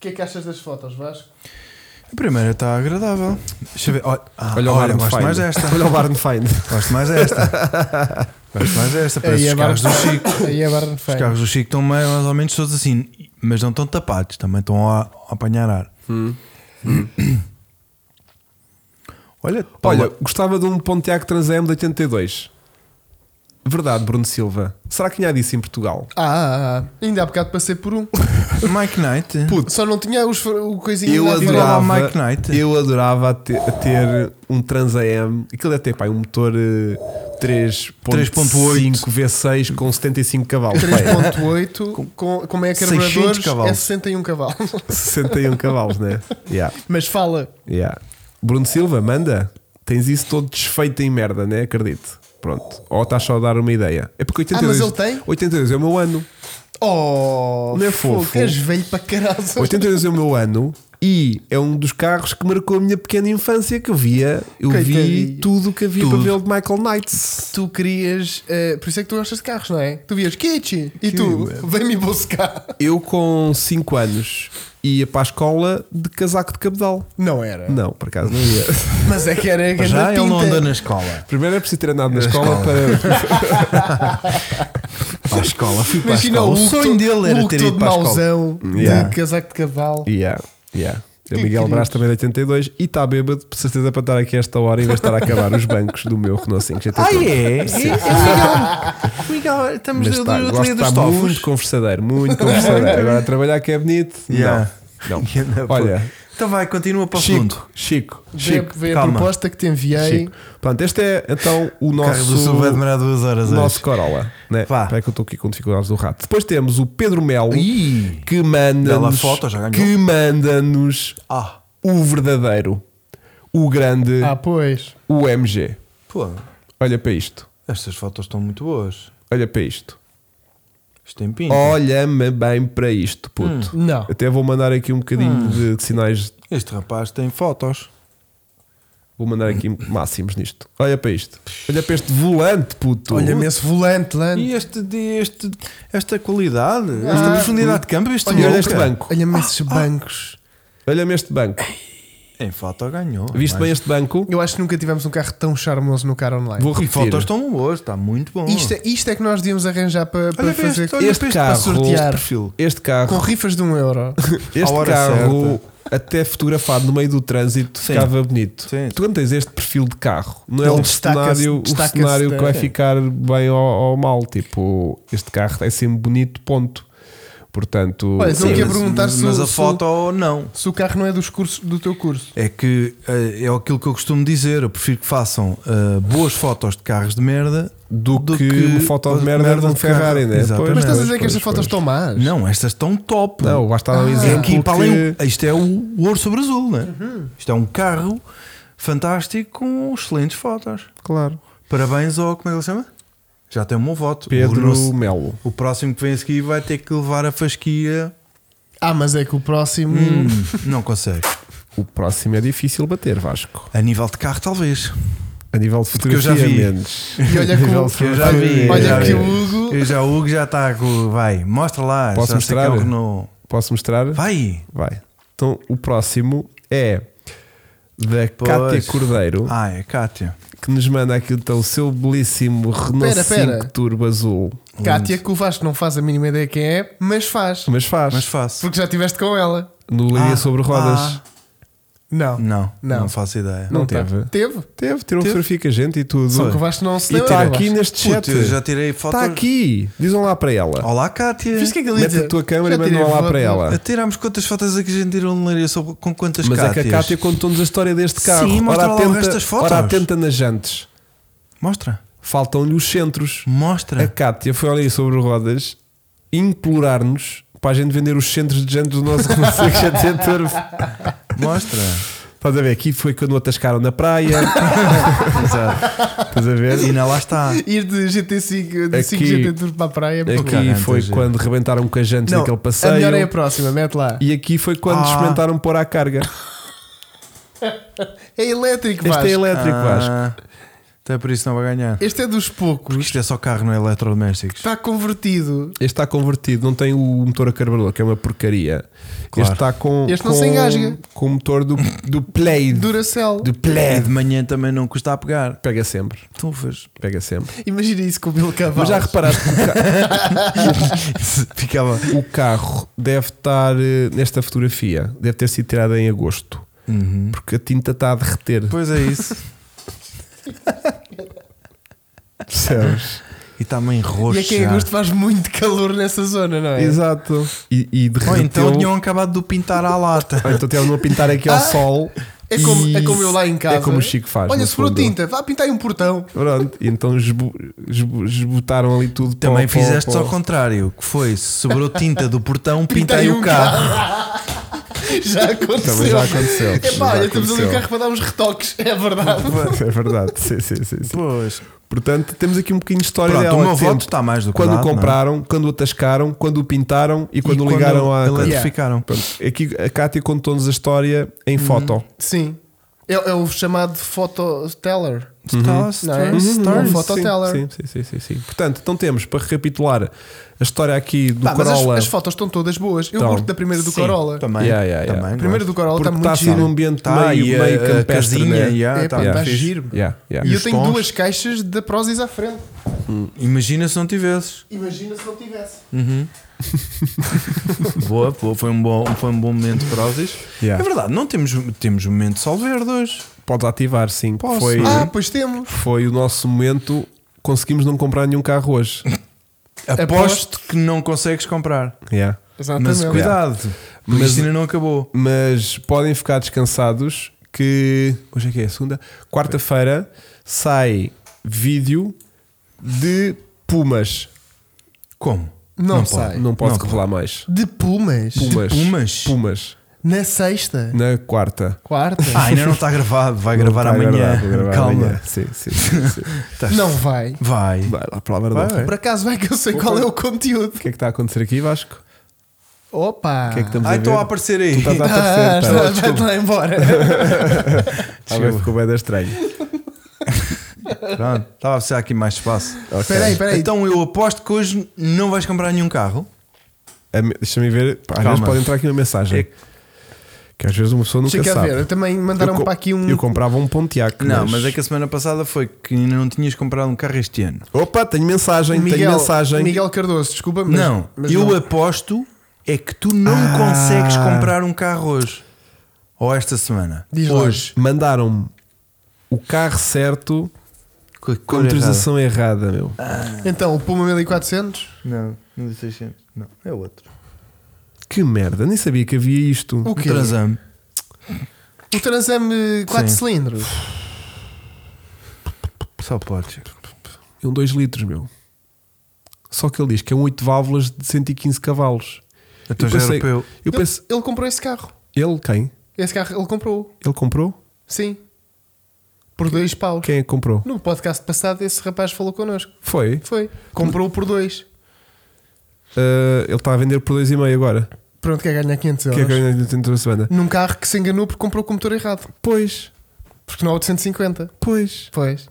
B: que é que achas das fotos, Vasco?
C: A primeira está agradável. Deixa eu ver. Olha, ah,
A: Olha o
C: olha,
A: Barn
C: gosto mais desta. Tá
A: Find. Olha o Barn Find.
C: Gosto mais desta. gosto mais desta. Parece
A: é
C: os carros do Chico.
B: Aí é barra de
C: Os carros do Chico estão mais mais ou menos todos assim, mas não estão tapados, também estão a, a apanhar ar. Olha,
A: Olha,
C: olha,
A: gostava de um Pontiac Trans Am de 82. Verdade, Bruno Silva. Será que tinha disso em Portugal?
B: Ah, ah, ah, ainda há bocado passei por um.
C: Mike Knight.
B: Só não tinha os, o coisinho
A: Eu
B: lá de
C: adorava.
A: adorava,
C: Mike Knight.
A: eu adorava a te- a ter, um Trans AM, aquilo é ter pá, um motor eh, 3.8
C: 3.8.
A: V6 com 75 cavalos, pá,
B: 3.8, com, como é
C: 600
B: carburadores,
C: cavalos.
B: é 61 cavalos.
A: 61 cavalos, né? Yeah,
B: Mas fala,
A: yeah. Bruno Silva, manda. Tens isso todo desfeito em merda, né? Acredito. Pronto. Ou estás só a dar uma ideia. É porque 82,
B: Ah, mas ele tem?
A: 82 é o meu ano.
B: oh,
A: Não é
B: fogo,
A: fofo?
B: és velho para caralho.
A: 82 é o meu ano E é um dos carros que marcou a minha pequena infância que eu via. Eu vi
B: Coitadinho.
A: tudo o que havia
C: Tudo.
A: para ver de Michael Knights.
B: Tu querias. eh, por isso é que tu gostas de carros, não é? Tu vias Kitty e tu, vem-me buscar.
A: Eu com 5 anos ia para a escola de casaco de cabedal.
B: Não era.
A: Não, por acaso não ia.
B: Mas é que era. grande
C: Já ele não
B: pinta.
C: anda na escola.
A: Primeiro é preciso ter andado na
C: Na
A: escola,
C: escola.
A: para.
C: Para a escola, fui para a
B: Imagina
C: escola. O
B: Hulk
C: sonho
B: todo-
C: dele era
B: Hulk
C: ter ido
B: todo
C: para a escola.
B: mauzão,
A: Yeah.
B: de casaco de cavalo.
A: Yeah, yeah. O Miguel
B: queridos.
A: Brás também de 82 e está bêbado, por certeza, para estar aqui a esta hora em vez de estar a acabar os bancos do meu Renault 5 GT.
C: Ah, é? É, é o Miguel. O Miguel, estamos
A: Mas tá,
C: do
A: está,
C: do
A: gosto de
C: ateliê dos
A: estar muito
C: tofos.
A: conversadeiro, muito conversadeiro. Agora a trabalhar que é bonito.
C: Yeah.
A: Não,
C: Yeah,
A: não.
C: pô.
A: Olha,
C: Então vai, continua para o fundo.
A: Chico, Chico,
B: Vê,
A: Chico,
B: vê a
C: calma.
B: proposta que te enviei.
A: Chico. Pronto, este é então o
C: O carro do
A: nosso.
C: sul vai demorar duas horas
A: O nosso
C: hoje.
A: Corolla, né?
C: Vá.
A: Espera que eu estou aqui com dificuldades do rato. Depois temos o Pedro Melo
C: Ih,
A: que manda
C: bela foto, já ganhou.
A: que manda-nos
C: Ah,
A: o verdadeiro, o grande,
B: Ah, pois.
A: o MG.
C: pô,
A: Olha para isto,
C: estas fotos estão muito boas.
A: olha para isto,
C: Isto tem pinta.
A: olha-me bem para
C: Hum.
A: isto, puto.
B: Não. Hum.
A: Até vou mandar aqui um bocadinho de, de sinais,
C: Este rapaz tem fotos.
A: vou mandar aqui máximos nisto. Olha para isto, olha para este volante, puto.
B: Olha-me esse volante, Lando.
C: E este, este, esta qualidade, esta
B: Ah.
C: profundidade de campo, este
A: Olha
C: louco.
A: este banco,
B: Olha-me
C: Ah,
B: esses bancos.
A: olha-me este banco.
C: Em foto ganhou.
A: Viste bem este banco?
B: Eu acho que nunca tivemos um carro tão charmoso no Car Online.
A: Vou
C: E
A: repetir.
C: fotos estão boas, está muito bom.
B: Isto, é- isto é que nós devíamos arranjar para, para
C: olha para
B: fazer
C: este, olha
A: este
C: para este
A: carro.
C: para sortear.
B: Este
C: perfil.
A: Este carro
B: com rifas de um euro.
A: Este
C: À hora
A: carro, até fotografado no meio do trânsito,
C: Sim.
A: ficava bonito.
C: Sim.
A: Tu quando tens este perfil de carro, não é
B: Ele
A: um
B: destaca-se-
A: cenário, o
B: destaca-se
A: cenário
B: da-
A: que vai
B: Sim.
A: ficar bem ou, ou mal. Tipo, este carro é sempre bonito, ponto. Portanto,
B: Olha, não
A: sim,
B: quer
A: mas-
B: perguntar
C: mas,
B: se
C: mas
B: o-
C: a
B: se o-
C: foto não.
B: Se o carro não é dos cursos, do teu curso.
C: É que eh, é aquilo que eu costumo dizer. Eu prefiro que façam eh, boas fotos de carros de merda
A: do, que, uma foto de merda, de um
C: carro.
A: Ferrari, né?
C: Exatamente.
B: Mas estás a
A: Pois,
B: dizer que
A: pois,
B: estas fotos
A: pois.
B: estão más?
C: Não, estas estão top.
A: Não, basta dar um
C: É
A: exemplo.
C: aqui, para
A: que-
C: além, isto é o, o ouro sobre azul, né? Isto é um carro fantástico com excelentes fotos.
A: Claro.
C: Parabéns ao. Como é que ele se chama? Já tem o meu voto. O,
A: Pedro
C: Renault-
A: Melo.
C: o próximo que vem a seguir vai ter que levar a fasquia.
B: Ah, mas é que o próximo.
C: Hum, não consegue.
A: O próximo é difícil bater, Vasco.
C: A nível de carro, talvez.
A: A nível de
C: eu já
A: fotografia,
C: vi.
A: menos.
B: E olha que o-
A: Nível de
B: que eu
C: já vi,
B: Olha
C: já
B: que
C: vi.
B: o Hugo.
C: Eu já, o Hugo já está com. Vai, mostra lá.
A: Posso
C: já sei que
A: mostrar?
C: é o Renault.
A: Posso mostrar?
C: Vai.
A: Vai. Então o próximo é da
C: Pois.
A: Cátia Cordeiro,
C: Ah, é Cátia.
A: que nos manda aqui então o seu belíssimo Renault
B: Pera,
A: 5
B: pera.
A: Turbo Azul.
B: Cátia, que o Vasco não faz a mínima ideia quem é, mas faz.
A: Mas faz.
C: Mas faço.
B: Porque já estiveste com ela.
A: No Leiria
C: Ah,
A: sobre Rodas.
C: ah.
B: Não.
C: Não, não,
B: Não.
C: faço ideia.
A: Não
B: tá.
A: teve.
B: Teve.
A: Teve, tirou fotografia com a gente e tudo.
B: Só que o Vasco não se
A: e
B: lembra.
A: está
B: Vasco.
A: aqui neste chat.
C: Puta, eu já tirei fotos. Oh,
A: Está aqui. Dizam lá para ela.
C: Olá, Cátia.
B: Fiz o que é que ele ia
A: Mete
B: dizer?
A: a tua câmera e
B: Já tirei
A: mandam lá
B: foto.
A: para ela.
C: Tirámos quantas fotos é que a gente tirou de leiria sobre- com quantas
A: Mas é
C: Cátias?
A: que a Cátia contou-nos a história deste carro.
C: Sim, mostra
A: ora
C: lá o resto das
A: atenta,
C: fotos.
A: ora atenta nas jantes.
C: Mostra,
A: Faltam-lhe os centros.
C: mostra.
A: A Cátia foi ali sobre rodas implorar-nos para a gente vender os centros de jantes do nosso Conselho GT Turbo.
C: Mostra.
A: Estás a ver? Aqui foi quando o atascaram na praia. Estás a ver?
C: E não, lá está.
B: Ir de GT5, de 5
A: Aqui-
B: GT Turbo para a praia.
A: Aqui
B: porque-
A: foi
C: gente.
A: quando rebentaram com as jantes
B: Não,
A: naquele
B: A melhor
A: passeio.
B: é a próxima, mete lá.
A: E aqui foi quando
C: Ah.
A: experimentaram pôr à carga.
B: É elétrico,
A: Este
B: Vasco.
A: é elétrico, Vasco.
C: Ah, Até por isso não vai ganhar.
B: Este é dos
C: Porque
B: poucos.
C: isto é só carro, não é eletrodomésticos.
B: Está convertido.
A: Este está convertido, não tem o motor a carburador, que é uma porcaria.
C: Claro.
A: Este está com,
B: Este
A: com,
B: não se engasga.
A: com o motor do, do Play.
B: Duracell.
A: Do
C: E
A: Play.
C: de manhã também não custa a pegar.
A: Pega sempre,
C: Tufas.
A: pega sempre.
B: Imagina isso com o Bill Cavalo.
A: Mas já reparaste que o ca-
C: Ficava.
A: O carro deve estar eh, nesta fotografia, deve ter sido tirada em agosto,
C: Uhum.
A: porque a tinta está a derreter.
C: Pois é isso.
A: Percebes?
C: E está-me em roxo.
B: E é que em
C: já.
B: agosto faz muito calor nessa zona, não é?
A: Exato. E, e derreteu.
C: Ou então tinham
A: ou
C: acabado de o pintar à lata.
A: então tiveram a pintar aqui ao
B: Ah,
A: sol.
B: É como,
A: e-
B: é como eu lá em casa.
A: É como o Chico faz.
B: Olha,
A: no
B: sobrou
A: fundo.
B: tinta, vá pintar aí um portão.
A: Pronto, e então esbo- esbo- esbotaram ali tudo. para
C: Também
A: o- para o-
C: fizeste
A: para
C: ao
A: o-
C: contrário, que foi se sobrou tinta do portão, pintei
B: Pintei
C: o
B: um
C: carro.
B: Já aconteceu.
A: Também já aconteceu. Já
B: Epá, olha, temos ali
A: aconteceu.
B: o carro para dar uns retoques, é verdade.
A: É verdade, sim, sim, sim. sim.
C: Pois,
A: Portanto, temos aqui um bocadinho de história
C: Pronto,
A: dela.
C: o meu
A: de
C: voto
A: sempre.
C: está mais do que
A: Quando
C: dado,
A: o compraram, quando o tascaram, quando o pintaram e quando o ligaram à.
C: Eletrificaram.
A: Pronto, Aqui a Cátia contou-nos a história em foto.
B: Sim. É, é o chamado phototeller.
A: Uhum.
C: Star-
B: Não
C: Star-
B: é?
A: Stories,
B: Um
A: sim,
B: phototeller.
A: Sim, sim, sim, sim, sim. Portanto, então temos para recapitular a história aqui do
B: Pá, mas as,
A: Corolla.
B: as fotos estão todas boas. Eu
A: Então,
B: curto da primeira do Corolla.
C: Também.
A: Yeah, yeah, yeah.
C: também
B: Primeiro do
C: gosto.
B: Corolla
A: Porque
B: está
A: está
B: tá muito
A: assim num
B: giro.
A: ambiente
C: Tá,
A: meio,
C: e a-
A: meio
C: a
A: campestre.
C: casinha,
A: né?
C: yeah,
B: É,
C: tá
B: pá,
A: Yeah.
B: tá
C: fixe.
B: giro.
A: Yeah, yeah.
B: E eu
C: os
B: tenho
C: tons?
B: duas caixas da Prozis à frente.
C: Imagina se não tivesses.
B: Imagina se não tivesse.
C: boa, boa, foi um bom, foi um bom momento para Ozis.
A: Yeah.
C: É verdade, não temos, temos um momento só verde hoje.
A: Podes ativar, sim.
C: Posso.
A: Foi,
B: Ah, pois temos.
A: foi o nosso momento. Conseguimos não comprar nenhum carro hoje.
C: Aposto,
B: Aposto.
C: que não consegues comprar.
A: Yeah.
C: Mas
B: Exatamente.
C: cuidado, mas
A: Mas-
C: isto ainda não acabou.
A: Mas podem ficar descansados que hoje é que é segunda, quarta-feira sai vídeo de Pumas.
C: Como?
B: Não
C: pode.
B: sai.
A: Não posso
C: Não,
A: revelar mais.
B: De Pumas.
A: Pumas.
C: Pumas?
A: Pumas.
B: Na sexta.
A: Na quarta.
B: Quarta.
C: Ah, ainda não está gravado, vai gravar
A: Tá
C: amanhã.
A: gravado, vou gravar
C: Calma.
A: amanhã. Sim, sim, sim, sim.
C: Estás-
B: Não vai.
C: Vai.
A: então. Vai lá, palavra
C: Vai,
A: da honra.
C: vai.
B: Por acaso vai que eu sei qual é o conteúdo.
A: O que é que está a acontecer aqui, Vasco?
B: Opa!
A: O que é que estamos a
C: Ah,
A: ver?
C: estou a aparecer aí.
A: Tu estás a
B: Ah,
A: aparecer.
B: está-
A: tá.
B: vai-te lá embora.
A: Ah, bem, ficou bem da estranha.
C: Pronto, estava a ser aqui mais espaço.
B: Espera aí, espera aí.
C: Então eu aposto que hoje não vais comprar nenhum carro.
A: A me- Deixa-me ver. Pá, Às
C: Calma.
A: vezes pode entrar aqui uma mensagem.
C: É-
A: Que às vezes uma pessoa nunca
B: Deixa cá
A: sabe.
B: ver. Também mandaram
A: co-
B: para aqui um.
A: eu comprava um Pontiac.
C: Não, mas é que a semana passada foi que ainda não tinhas comprado um carro este ano.
A: Opa, tenho mensagem, tenho
B: Miguel,
A: mensagem.
B: Miguel Cardoso, desculpa, mas.
C: não,
B: mas
C: eu
B: não.
C: aposto é que tu não consegues comprar um carro hoje. Ou esta semana.
B: Diz lá.
C: hoje.
A: Mandaram-me o carro certo
C: Com a
A: com
C: cor errada. Ah.
A: autorização errada, meu.
B: Então, o Puma 1400?
C: Não, 1600. Não, é outro.
A: Que merda, nem sabia que havia isto.
B: O
C: O
B: quê?
C: Transam.
B: O Transam 4
C: Sim.
B: cilindros?
C: Só podes.
A: É um 2 litros, meu. Só que ele diz que é um 8 válvulas de 115 cavalos.
C: Então
A: eu
C: já era
A: pensei,
C: para eu.
A: eu
B: Ele,
A: pensei,
B: ele comprou esse carro.
A: ele quem?
B: Esse carro ele comprou,
A: Ele comprou?
B: sim. Por dois paus.
A: Quem é que comprou?
B: No podcast passado, esse rapaz falou connosco.
A: Foi.
B: Foi. Comprou por dois.
A: Ah, ele está a vender por 2,5 agora.
B: Pronto, quer ganhar 500
A: O
B: euros.
A: que é que ainda tem durante a semana?
B: Num carro que se enganou porque comprou com o motor errado.
A: Pois,
B: Porque não é o de 150.
A: pois.
B: Pois.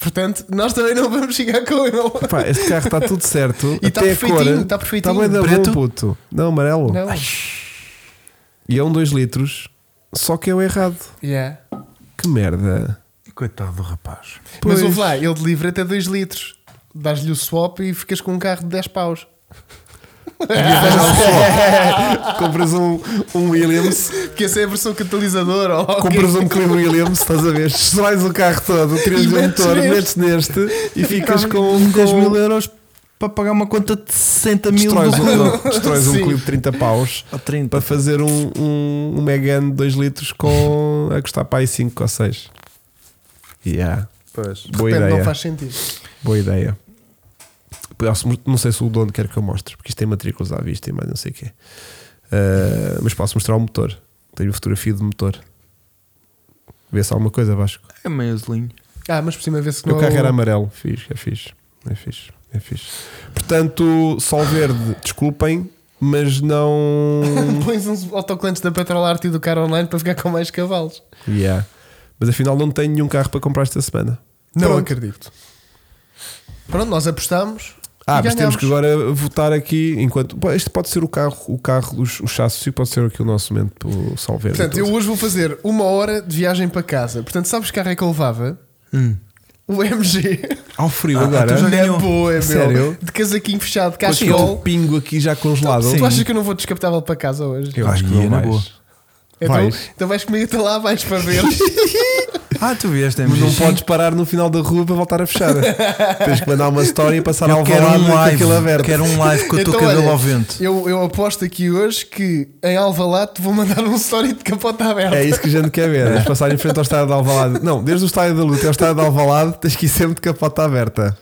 B: Portanto, nós também não vamos chegar com ele.
A: Pá, este carro está tudo certo.
B: E
A: Até
B: está
A: a
B: perfeitinho,
A: cor.
B: está perfeitinho.
A: Está bem da
C: Preto?
A: bom, puto. Não, amarelo.
B: Não.
A: E é um 2 litros, só que é o errado.
B: Yeah.
A: Que merda.
C: Coitado do rapaz.
A: Pois.
B: Mas ouve lá, ele livra até 2 litros. Dás-lhe o swap e ficas com um carro de 10 paus.
A: Compras um, um Williams,
B: Que essa é a versão catalisador. Ou assim. lá o
A: compras
B: quê?
A: um Clean Williams, estás a ver? Destróis o carro todo, tiras
B: E
A: o
B: metes
A: motor,
B: neste. Então,
A: metes neste e ficas
C: Ficava
A: com. um
C: com 10
A: com-
C: mil euros para pagar uma conta de 60 mil
A: Destróis
C: do
A: um, destróis um
B: Sim.
A: clipe de 30 paus
C: Ou 30.
A: para fazer um, um, um Megane de 2 litros com a custar para aí 5 ou 6. Yeah. Boa
B: Portanto,
A: ideia.
B: não faz sentido.
A: Boa ideia. Posso- Não sei se o dono quer que eu mostre, porque isto tem matrículas à vista e mais não sei o quê. Ah, mas posso mostrar o motor. Tenho fotografia do motor. Vê se há alguma coisa, Vasco.
C: É meio azulinho.
B: Ah, mas por cima vê-se que
A: O meu
B: não.
A: carro
C: Oh.
A: era amarelo. Fiz, é fixe. É fixe. É fixe. Portanto, Sol Verde, desculpem, mas não.
B: um- Pões uns autocolantes da Petrolarte e do cara online para ficar com mais cavalos.
A: Yeah. Mas afinal, não tenho nenhum carro para comprar esta semana.
B: Não
A: Pronto.
B: acredito. Pronto, nós apostamos.
A: Ah,
B: e
A: mas temos
B: ganhámos.
A: que agora votar aqui enquanto. Pô, Este pode ser o carro, o carro, os- o chassi, pode ser aqui o nosso momento o Sol Verde. Então,
B: Portanto, eu hoje vou fazer uma hora de viagem para casa. Portanto, sabes que carro é que eu levava?
A: Hum.
B: O MG.
A: Ao frio
C: Ah,
A: agora.
C: então já
B: Não é
C: ganhou.
B: boa, meu.
A: Sério?
B: De casaquinho fechado,
A: Com aquele
B: cachecol.
A: pingo aqui já congelado.
B: Tu achas que eu não vou descapotável para casa hoje?
A: Eu
C: Acho que ia na
A: vais.
C: boa.
B: Então,
A: Vais.
B: então vais comigo até lá, vais para ver.
C: Ah, tu vieste, é
A: Mas não
C: mesmo.
A: podes parar no final da rua para voltar a fechar. Tens que mandar uma história e passar
C: Eu
A: ao
C: quero
A: valado
C: um
A: com
C: live.
A: aquilo aberto.
C: Quero um live com o teu
B: Então,
C: cabelo
B: olha,
C: ao vento.
B: Eu, eu aposto aqui hoje que em Alvalade te vou mandar um story de capota aberta.
A: É isso que a gente quer ver. É passar em frente ao estádio de Alvalade. Não, desde o estádio da Luta até ao estádio de Alvalade tens que ir sempre de capota aberta.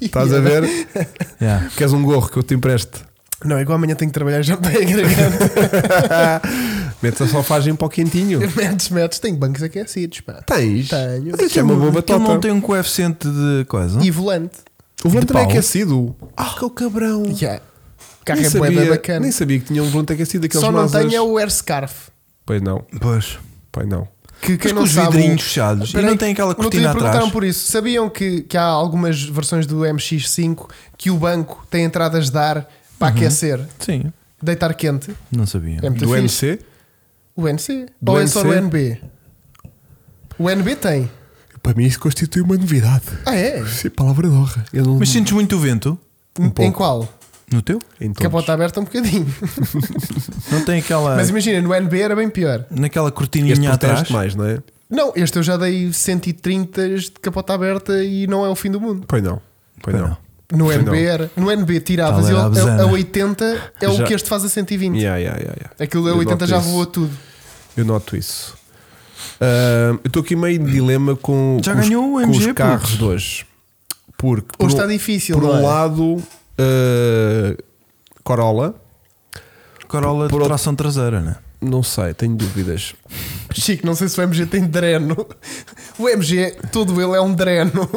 A: Estás a ver?
C: Yeah.
A: Queres um gorro que eu te empreste?
B: é Não, igual amanhã tenho que trabalhar já bem a garganta.
A: Metes a solfagem para o quentinho.
B: Metes, metes, tenho bancos aquecidos, pá.
A: Tens.
B: Tenho.
A: Mas isso é uma boa
C: Aquilo não
A: batota.
C: tem um coeficiente de coisa.
B: E volante.
A: O volante também é
C: pau.
A: aquecido. Ah, que o cabrão.
B: Yeah. O carro
A: Nem
B: é bué da
A: sabia,
B: bacana.
A: nem sabia que tinha um volante aquecido. Aqueles
B: Só não
A: masas.
B: tenho é o Airscarf.
A: Pois não,
C: Pois.
A: pois não.
B: Que
C: Mas
B: quem
C: com
B: não
C: os
B: sabe,
C: vidrinhos fechados.
B: Espera
C: e não
B: aí,
C: tem
B: no
C: aquela
B: outro dia
C: cortina atrás.
B: perguntaram por isso. Sabiam que, que há algumas versões do MX5 que o banco tem entradas de ar para
C: Uhum.
B: aquecer,
C: Sim,
B: deitar quente?
C: não sabia.
B: É muito
A: Do
B: fixe.
A: NC?
B: O NC.
A: Do
B: Ou é só
A: NC?
B: o NB? O NB tem.
A: Para mim isso constitui uma novidade.
B: Ah, é?
A: Sim, palavra de honra. Eu não...
C: Mas sentes muito o vento
B: em
A: pouco.
B: qual?
C: no teu?
A: Em todos.
B: Capota aberta um bocadinho.
C: Não tem aquela.
B: Mas imagina, no NB era bem pior.
C: naquela
A: Este
C: cortininha atrás?
A: protege mais, não é?
B: Não, este eu já dei 130 de capota aberta e não é o fim do mundo.
A: Pois não, pois
C: Pois
A: não.
C: não.
B: No
A: Pois
B: NB
A: não.
B: era. No NB tiravas
C: Tal
B: e
C: era a
B: a, a
C: besana.
B: 80 é o
A: Já.
B: que este faz a 120.
A: Yeah, yeah, yeah, yeah.
B: Aquilo a
A: Eu
B: 80
A: noto
B: já
A: isso.
B: voou tudo.
A: Eu noto isso. Ah, eu estou aqui meio em dilema com,
C: Já
A: com os-
C: ganhou o
A: com os,
C: MG,
A: carros
C: putos.
A: de hoje. Porque por,
B: Hoje está
A: um-
B: difícil,
A: por
B: não
A: um
B: é?
A: lado ah, Corolla,
C: Corolla
A: Por
C: de
A: outro-
C: tração traseira, né?
A: não sei, tenho dúvidas.
B: Chico, não sei se o MG tem dreno. O MG, todo ele é um dreno.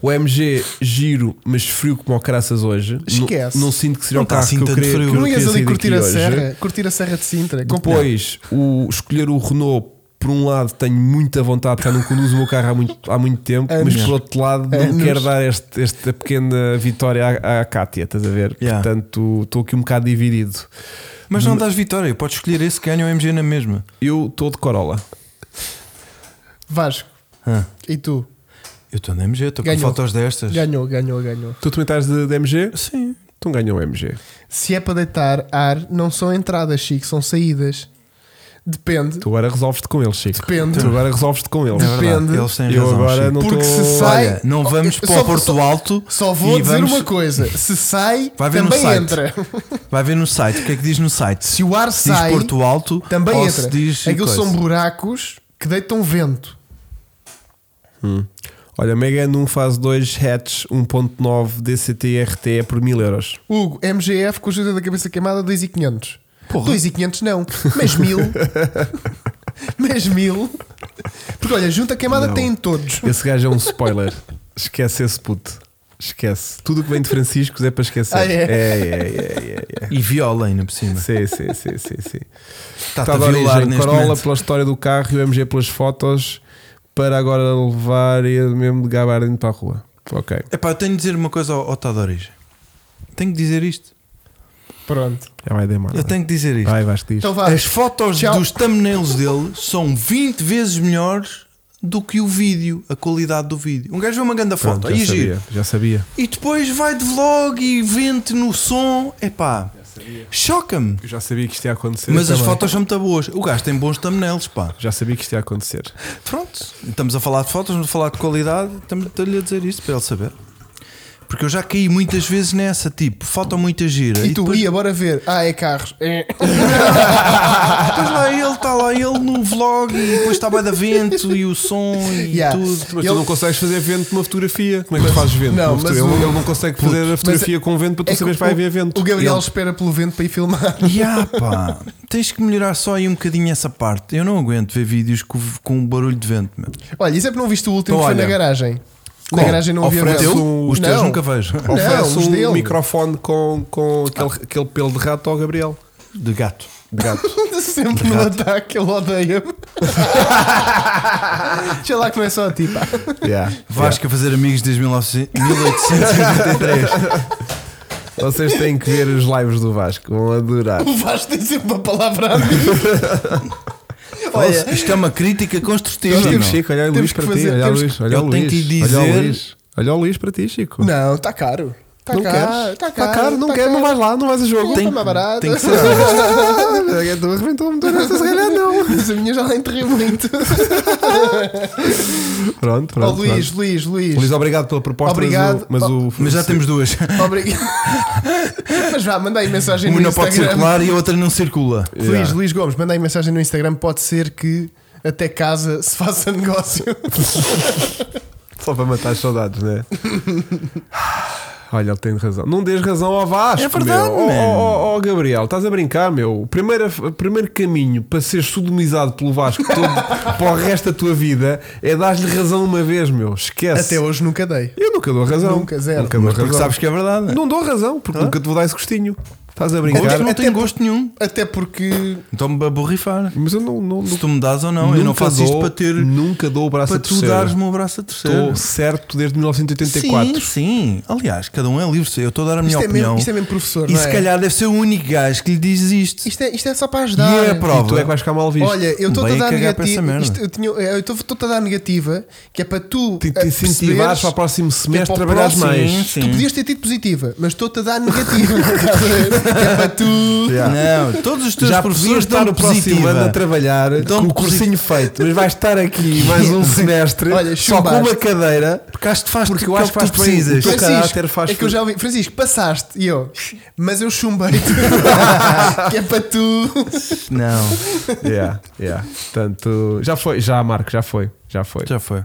A: O MG giro, mas frio como o caraças hoje.
B: Esquece.
A: Não, não sinto que seja
C: Não
A: o
C: tá
A: carro
C: assim
A: que eu
C: tanto
A: queria,
C: frio.
A: que eu
B: Não ias
A: queria
B: ali
A: sair
B: curtir
A: daqui
B: a
A: hoje.
B: serra, curtir a serra de Sintra.
A: Depois, o, escolher o Renault, por um lado, tenho muita vontade, porque eu não conduzo o meu carro há muito, há muito tempo,
B: Anos.
A: mas por outro lado, não
B: Anos.
A: quero dar este- esta pequena vitória à, à Kátia, estás a ver?
C: Yeah.
A: Portanto, estou aqui um bocado dividido.
C: Mas
A: Hum.
C: não dás vitória, podes escolher esse que ganha o MG na mesma.
A: Eu estou de Corolla.
B: Vasco,
C: Ah,
B: e tu?
C: eu estou na MG, estou com
B: Ganhou.
C: fotos destas.
B: Ganhou, ganhou, ganhou.
A: Tu também estás de, de MG?
C: Sim.
A: Então ganhou o MG.
B: Se é para deitar ar, não são entradas, Chico, são saídas. Depende.
A: Tu agora resolves-te com eles, Chico.
B: Depende.
A: Tu agora resolves-te com eles.
C: É verdade,
B: Depende.
C: Eles têm
A: Eu
C: razão.
A: agora
C: Chico.
A: não
B: Porque
A: estou-
B: se sai- Oh,
C: Olha, não vamos
B: Só-
C: para o Porto
B: só-
C: Alto.
B: Só vou
C: e
B: dizer
C: vamos-
B: uma coisa: se sai,
C: Vai ver no
B: também
C: site.
B: entra.
C: Vai ver no site. O que é que diz no site?
B: Se o ar
C: diz
B: sai,
C: Porto Alto,
B: também
C: ou
B: entra.
C: se diz.
B: Aquilo
C: coisa.
B: são buracos que deitam vento.
A: Olha, Megan 1 fase 2 hatch 1.9 DCT RT é por 1000 euros.
B: Hugo, MGF com ajuda da cabeça queimada, 2,500.
C: Porra.
B: 2,500 não, mas 1000. mas 1000. Porque olha, junta queimada
A: Não.
B: tem todos.
A: Esse gajo é um spoiler. Esquece esse puto. Esquece. Tudo o que vem de Francisco é para esquecer.
B: Ah,
A: é,
B: é?
A: é, é, é, é.
C: E viola ainda por cima.
A: Sim, sim, sim, sim, sim.
C: Está-te a
A: Estava a
C: violar
A: origem
C: neste
A: Corolla
C: momento.
A: pela história do carro e o MG pelas fotos para agora levar ele mesmo de gabardinho para a rua. Ok.
C: Epá, eu tenho de dizer uma coisa ao, ao Tá de Origem. Tenho que dizer isto.
B: Pronto.
A: Já vai demais.
C: Eu tenho que dizer isto.
A: Vai, vais diz.
B: Então vá.
C: As fotos
B: Tchau.
C: dos thumbnails dele são 20 vezes melhores do que o vídeo, a qualidade do vídeo. Um gajo vê uma grande foto,
A: Pronto,
C: aí
A: já
C: giro.
A: sabia. Já sabia.
C: E depois vai de vlog e vente no som. Epá, choca-me.
A: Eu já sabia que isto ia acontecer.
C: Mas as
A: também.
C: fotos são muito boas. O gajo tem bons thumbnails, pá.
A: Já sabia que isto ia acontecer.
C: Pronto, estamos a falar de fotos, estamos a falar de qualidade, estamos-lhe a dizer isto para ele saber. Porque eu já caí muitas vezes nessa, tipo, foto muita gira.
B: E tu,
C: depois-
B: ia, bora ver. Ah, é carros. É.
C: Depois tá lá ele, está lá ele no vlog e depois está bem da vento e o som e
B: Yeah.
C: tudo.
A: Mas
B: Ele-
A: tu não consegues fazer vento numa fotografia. Como é que tu fazes vento?
B: Não,
A: numa
B: mas
A: fotografia? ele,
B: o-
A: ele não consegue fazer a fotografia com vento para tu
B: É que
A: saberes
B: o-
A: que vai haver vento.
B: O Gabriel
A: Ele-
B: espera pelo vento para ir filmar.
C: Ya, pá, tens que melhorar só aí um bocadinho essa parte. Eu não aguento ver vídeos com, com um barulho de vento. Meu.
B: Olha, isso é porque não viste o último
C: Então,
B: que foi na
C: olha.
B: garagem. Na
C: Qual?
B: garagem não havia
C: Oferece
B: vento.
C: um- os teus
B: Não.
C: nunca vejo.
B: Não,
A: oferece
B: os
A: um
B: dele.
A: microfone com, com aquele, aquele pelo de rato ao Gabriel.
C: De gato.
A: De gato.
B: Sempre no ataque, ele odeia-me. Deixa lá que não é só a ti, pá.
A: Yeah.
C: Vasco a fazer amigos desde 1900 1883.
A: Vocês têm que ver os lives do Vasco, vão adorar.
B: O Vasco tem sempre a palavra a mim. Olha,
C: Isto é uma crítica construtiva.
A: Chico,
C: meu.
A: é Chico, olha o
B: Temos
A: Luís
B: que
A: para ti.
B: fazer-
A: Olha o
B: temos
A: Luís,
C: eu
A: olha o
C: tenho que
A: Luís.
C: lhe
A: Olha o
C: dizer-
A: Luís. Olha o Luís para ti, Chico.
B: não, está caro. Está
A: Não
B: caro,
A: queres?
B: está
A: Tá
B: caro.
A: não
B: tá
A: queres, não vais lá, não vais a jogo.
B: Tem-
A: Tem...
B: mais barato.
C: tem que ser honesto.
A: Tu arrebentou-me, tu não se calhar não.
B: Mas a minha já lá enterrei muito.
A: Pronto,
B: Ó
A: pronto.
B: Luís,
A: pronto.
B: Luís, Luís,
A: Luís, obrigado pela proposta. mas o-
B: Obrigado.
A: Mas, o,
C: Mas já temos duas.
B: Obrigado. Mas vá, mandei mensagem
C: Uma
B: no
C: não pode
B: Instagram.
C: circular e a outra não circula.
B: Luís,
A: Yeah.
B: Luís Gomes, mandei mensagem no Instagram. Pode ser que até casa se faça negócio.
A: Só para matar as saudades, né? é? Olha, ele tem razão. Não dês razão ao Vasco.
C: É verdade,
A: meu. Oh,
C: man.
A: oh, oh, oh, Gabriel, estás a brincar, meu. O primeiro, o primeiro caminho para ser sodomizado pelo Vasco todo para o resto da tua vida é dar-lhe razão uma vez, meu. Esquece.
B: Até hoje nunca dei.
A: Eu nunca dou razão.
B: Nunca, zero.
A: Nunca dou
C: Mas porque
A: razão.
C: sabes que é verdade. Não, é?
A: Não dou razão, porque nunca te vou dar esse gostinho. Estás a
C: Ou
A: brincar.
C: tu não
B: até
C: tenho
B: por-
C: gosto nenhum.
B: Até porque
C: Então-me a borrifar.
A: Mas eu não. não,
C: Se tu me dás ou não, eu não
A: nunca
C: faço isto
A: dou-
C: para ter.
A: Nunca dou o braço
C: Para
A: a
C: tu
A: torcer.
C: dares-me o braço a
A: Estou
C: terceiro.
A: certo desde 1984.
C: Sim, sim. Aliás, cada um é livre. Eu estou a dar a minha
B: isto é,
C: opinião.
B: mesmo, isto é mesmo professor.
C: e
B: não
C: se
B: é?
C: calhar deve ser o único gajo que lhe diz isto.
B: Isto é, isto é só para ajudar.
C: E é a
A: E tu é
C: prova.
A: que vais ficar mal visto.
B: Olha, eu estou a
C: Bem
B: dar
C: cagar para essa
B: negativa.
C: merda.
B: isto- Eu tinha- eu estou a dar negativa, que é para tu
A: Te,
B: eh,
A: te incentivares
B: perceberes- é
A: para o próximo
C: é
A: semestre
B: para o
A: trabalhares
B: próximo-
A: mais.
C: Sim, sim.
B: Tu podias ter tido positiva, mas estou-te a dar negativa. que é para tu. é-
C: Não, todos né? os teus
A: Já podias
C: professores
A: estar
C: dão
A: o próximo ano a
C: positiva.
A: trabalhar
C: Dão
A: com o
C: positiva.
A: cursinho feito, mas vais estar aqui mais um semestre
B: Olha,
A: só com uma
B: chumbaste.
A: cadeira.
C: Porque acho que faz
A: Porque eu
C: o
A: acho que
C: tu
A: faz bem.
C: precisas.
A: Tu- teu
B: Francisco,
A: caráter faz
B: É que eu já ouvi, Francisco, passaste e eu, mas eu chumbei-te. que é para tu.
C: Não,
A: Yeah, yeah. Portanto, já foi, já Marco, já foi, já foi.
C: já foi.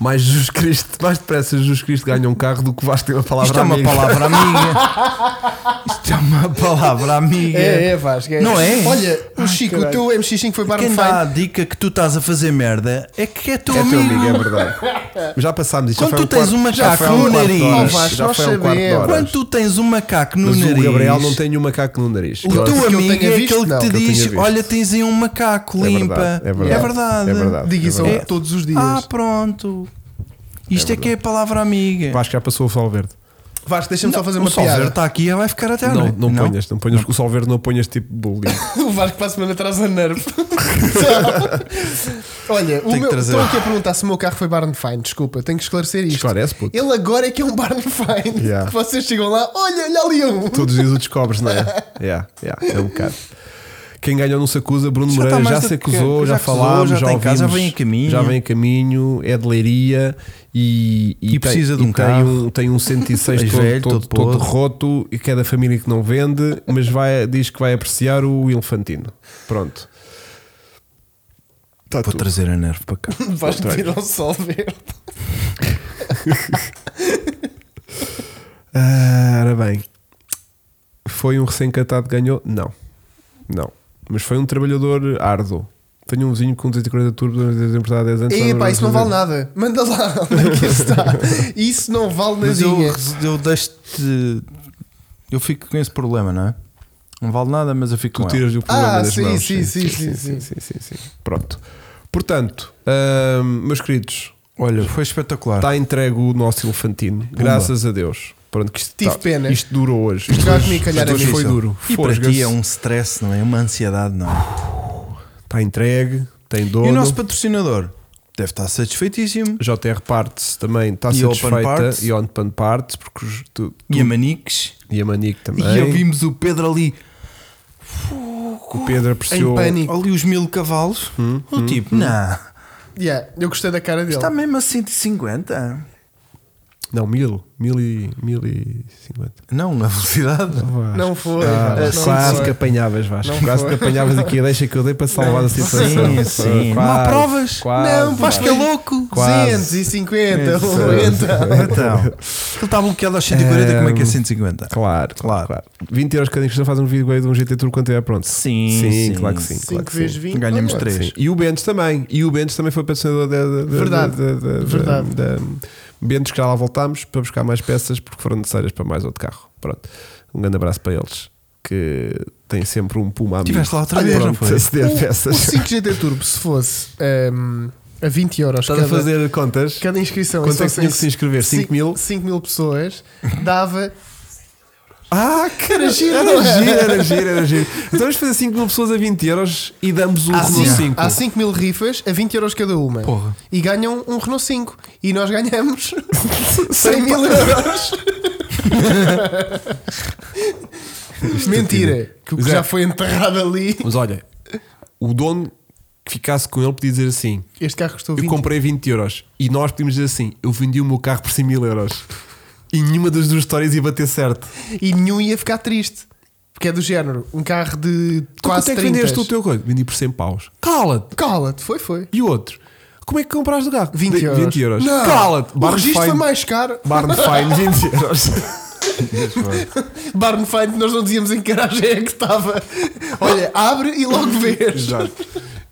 A: Mais Jesus Cristo, mais depressa Jesus Cristo ganha um carro do que vais ter uma palavra
C: Isto é uma
A: amiga.
C: palavra amiga. Isto é uma palavra amiga.
B: É, é, Vasco. é.
C: Não é?
B: Olha, o Chico, o teu MX5 foi para
C: Quem dá a dica que tu estás a fazer merda é que é teu
A: É teu
C: amigo.
A: amigo, é verdade. Mas já passámos isto.
C: Quando
A: já foi
C: tu tens
A: um
C: um
A: quarto, já foi
C: macaco
A: um quarto
C: no
A: de
C: nariz.
A: horas,
B: Oh, Vasco,
A: já
B: nós
A: foi um quarto de
B: sabemos.
A: horas.
C: Quando tu tens um macaco no
A: Mas
C: nariz,
A: o Gabriel não tem nenhum macaco no nariz.
C: o
A: Pronto.
C: teu
B: que eu
C: amigo
B: tenha
C: é
B: visto,
C: aquele
B: não,
C: que
B: que
C: te
B: eu
A: tenha
C: diz:
A: visto.
C: Olha, tens aí um macaco
A: É
C: limpa.
A: verdade, é verdade.
C: É verdade.
A: É verdade.
B: Diga isso
A: é
B: ao-
A: verdade.
B: todos os dias.
C: Ah, pronto. Isto é, que é a palavra amiga.
A: Vasco já passou o sol verde.
B: Vasco, deixa-me só fazer
C: o
B: uma
C: Solver
B: piada.
C: está aqui e vai ficar até à
A: Não,
C: noite.
A: não ponhas, não ponhas. O sol verde não ponhas tipo bullying.
B: O Vasco para a semana traz a nerve. Olha, o
C: que
B: meu,
C: trazer.
B: estou aqui a perguntar se o meu carro foi Barnfine. Desculpa, tenho que esclarecer isto.
A: Esclarece, puto.
B: Ele agora é que é um Barnfine.
A: Yeah.
B: Que Vocês chegam lá, olha, olha ali um.
A: Todos os dias o descobres, não é? Yeah, yeah, é um bocado. Quem ganhou não se acusa, Bruno
C: Já tá
A: Moreira
C: mais
A: já
C: do
A: se
C: que-
A: acusou, já,
C: já acusou,
A: falámos, já,
C: já tem
A: ouvimos,
C: casa, já vem a caminho.
A: já vem a caminho, é de leiria e,
C: E precisa de um
A: tem
C: carro.
A: Um, tem um 106
C: Mais
A: todo,
C: velho,
A: todo,
C: todo
A: todo
C: podre.
A: roto e que é da família que não vende, mas vai, diz que vai apreciar o elefantino. Pronto. Tá
C: Vou
A: tudo.
C: trazer a nerve para cá.
B: Vais pedir ao sol verde.
A: Ah, ora bem, foi um recém-catado que ganhou? Não, não, mas foi um trabalhador árduo. Tenho um vizinho com 240 turbo desempregado há 10 anos.
B: E pá, isso não vale nada. Manda lá, onde é que isso está? Isso não vale
C: Mas eu,
B: nadinha.
C: eu deixo-te. Eu fico com esse problema, não é? Não vale nada, mas eu fico
A: Tu
C: com ele.
A: tiras o problema
B: Ah,
A: das
B: sim,
A: mãos.
B: sim, sim, sim,
A: sim, sim, sim. Pronto. Portanto, ahm, meus queridos,
C: Olha, foi espetacular.
A: está entregue o nosso elefantino. Graças a Deus. Pronto, que isto,
B: Tive
A: tá-
B: pena.
A: isto durou hoje.
B: Isto
A: Isto
B: vai
A: hoje-
B: me calhar
A: isto
B: a
A: hoje
B: mim.
A: foi duro.
C: E para
A: Fosga-se.
C: ti é um stress, não é? Uma ansiedade, não é?
A: Está entregue, tem dono.
C: E o nosso patrocinador deve estar satisfeitíssimo.
A: JR Parts também está
C: E Open
A: satisfeita
C: Parts.
A: e Open Parts porque os- tu, tu-
C: E a Manix.
A: e a Manique também.
C: E ouvimos o Pedro ali,
A: o Pedro apreciou.
B: Em pânico.
C: ali os mil cavalos. o tipo, não,
B: Yeah, eu gostei da cara dele.
C: está mesmo a 150.
A: Não, mil, mil e, mil e cinquenta.
C: Não, a velocidade.
B: Não foi.
A: Ah,
B: Vasco, não
A: quase
B: foi.
A: que apanhavas, Vasco. quase que apanhavas aqui a deixa que eu dei para salvar a situação.
C: É, Sim, sim. Não há
A: Quase,
C: provas.
A: quase,
B: Não,
A: Vasco.
C: Vasco é louco.
A: Quase.
B: 250, 90.
C: Então, ele está bloqueado aos 140, como é que é 150?
A: Claro, claro,
C: Claro.
A: claro. 20 euros cada inscrição faz um vídeo de um GT Tour quando é pronto.
C: Sim,
A: sim,
C: sim.
A: claro que sim.
B: 5
A: claro que
B: vezes
A: sim.
B: 20.
C: Ganhamos
B: olha.
C: três.
A: Sim. E o Bentes também. E o Bentes também foi patrocinador da, da, da-
B: Verdade.
A: da- da- da-
B: Verdade.
A: da- Bentes, que já lá voltámos para buscar mais peças porque foram necessárias para mais outro carro. Pronto. Um grande abraço para eles que têm sempre um puma amigo.
C: Tiveste lá outra vez, não
A: Pronto,
C: foi?
A: a ceder
B: O, o
A: peças.
B: 5GT Turbo, se fosse ehm, a 20 euros
A: Estás
B: cada,
A: a fazer contas?
B: cada inscrição,
A: Quanto é
B: e
A: que tinha que se inscrever? 5 mil? Uhum.
B: 5 mil pessoas, dava.
A: Ah, que era giro, era giro, era giro, era giro. Então vamos fazer 5 mil pessoas a 20 euros e damos um
B: Há
A: Renault
B: cinco-
A: 5.
B: Há 5 mil rifas a 20 euros cada uma.
C: Porra.
B: E ganham um Renault 5. E nós ganhamos
A: é
B: 100 mil euros. Mentira, que o que
A: Zé.
B: já foi enterrado ali.
A: Mas olha, o dono que ficasse com ele podia dizer assim:
B: Este carro custou
A: Eu
B: 20
A: comprei 20 euros e nós podíamos dizer assim: eu vendi o meu carro por 100 mil euros e nenhuma das duas histórias ia bater certo.
B: e nenhum ia ficar triste. Porque é do género, um carro de
A: Quanto
B: quase
A: é que
B: 30.
A: vendeste o teu coisa? Vendi por 100 paus. Cala-te!
B: Cala-te, foi, foi.
A: E o outro? Como é que compraste o carro?
B: 20
A: De-
B: euros.
A: 20 euros.
B: Não,
A: Cala-te.
B: O
A: Barney
B: registro
A: Fine.
B: foi mais caro.
A: Barney Fine, 20 euros.
B: Barney Fine, nós não dizíamos em que garagem é que estava. Olha, abre e logo vês.
A: Exato.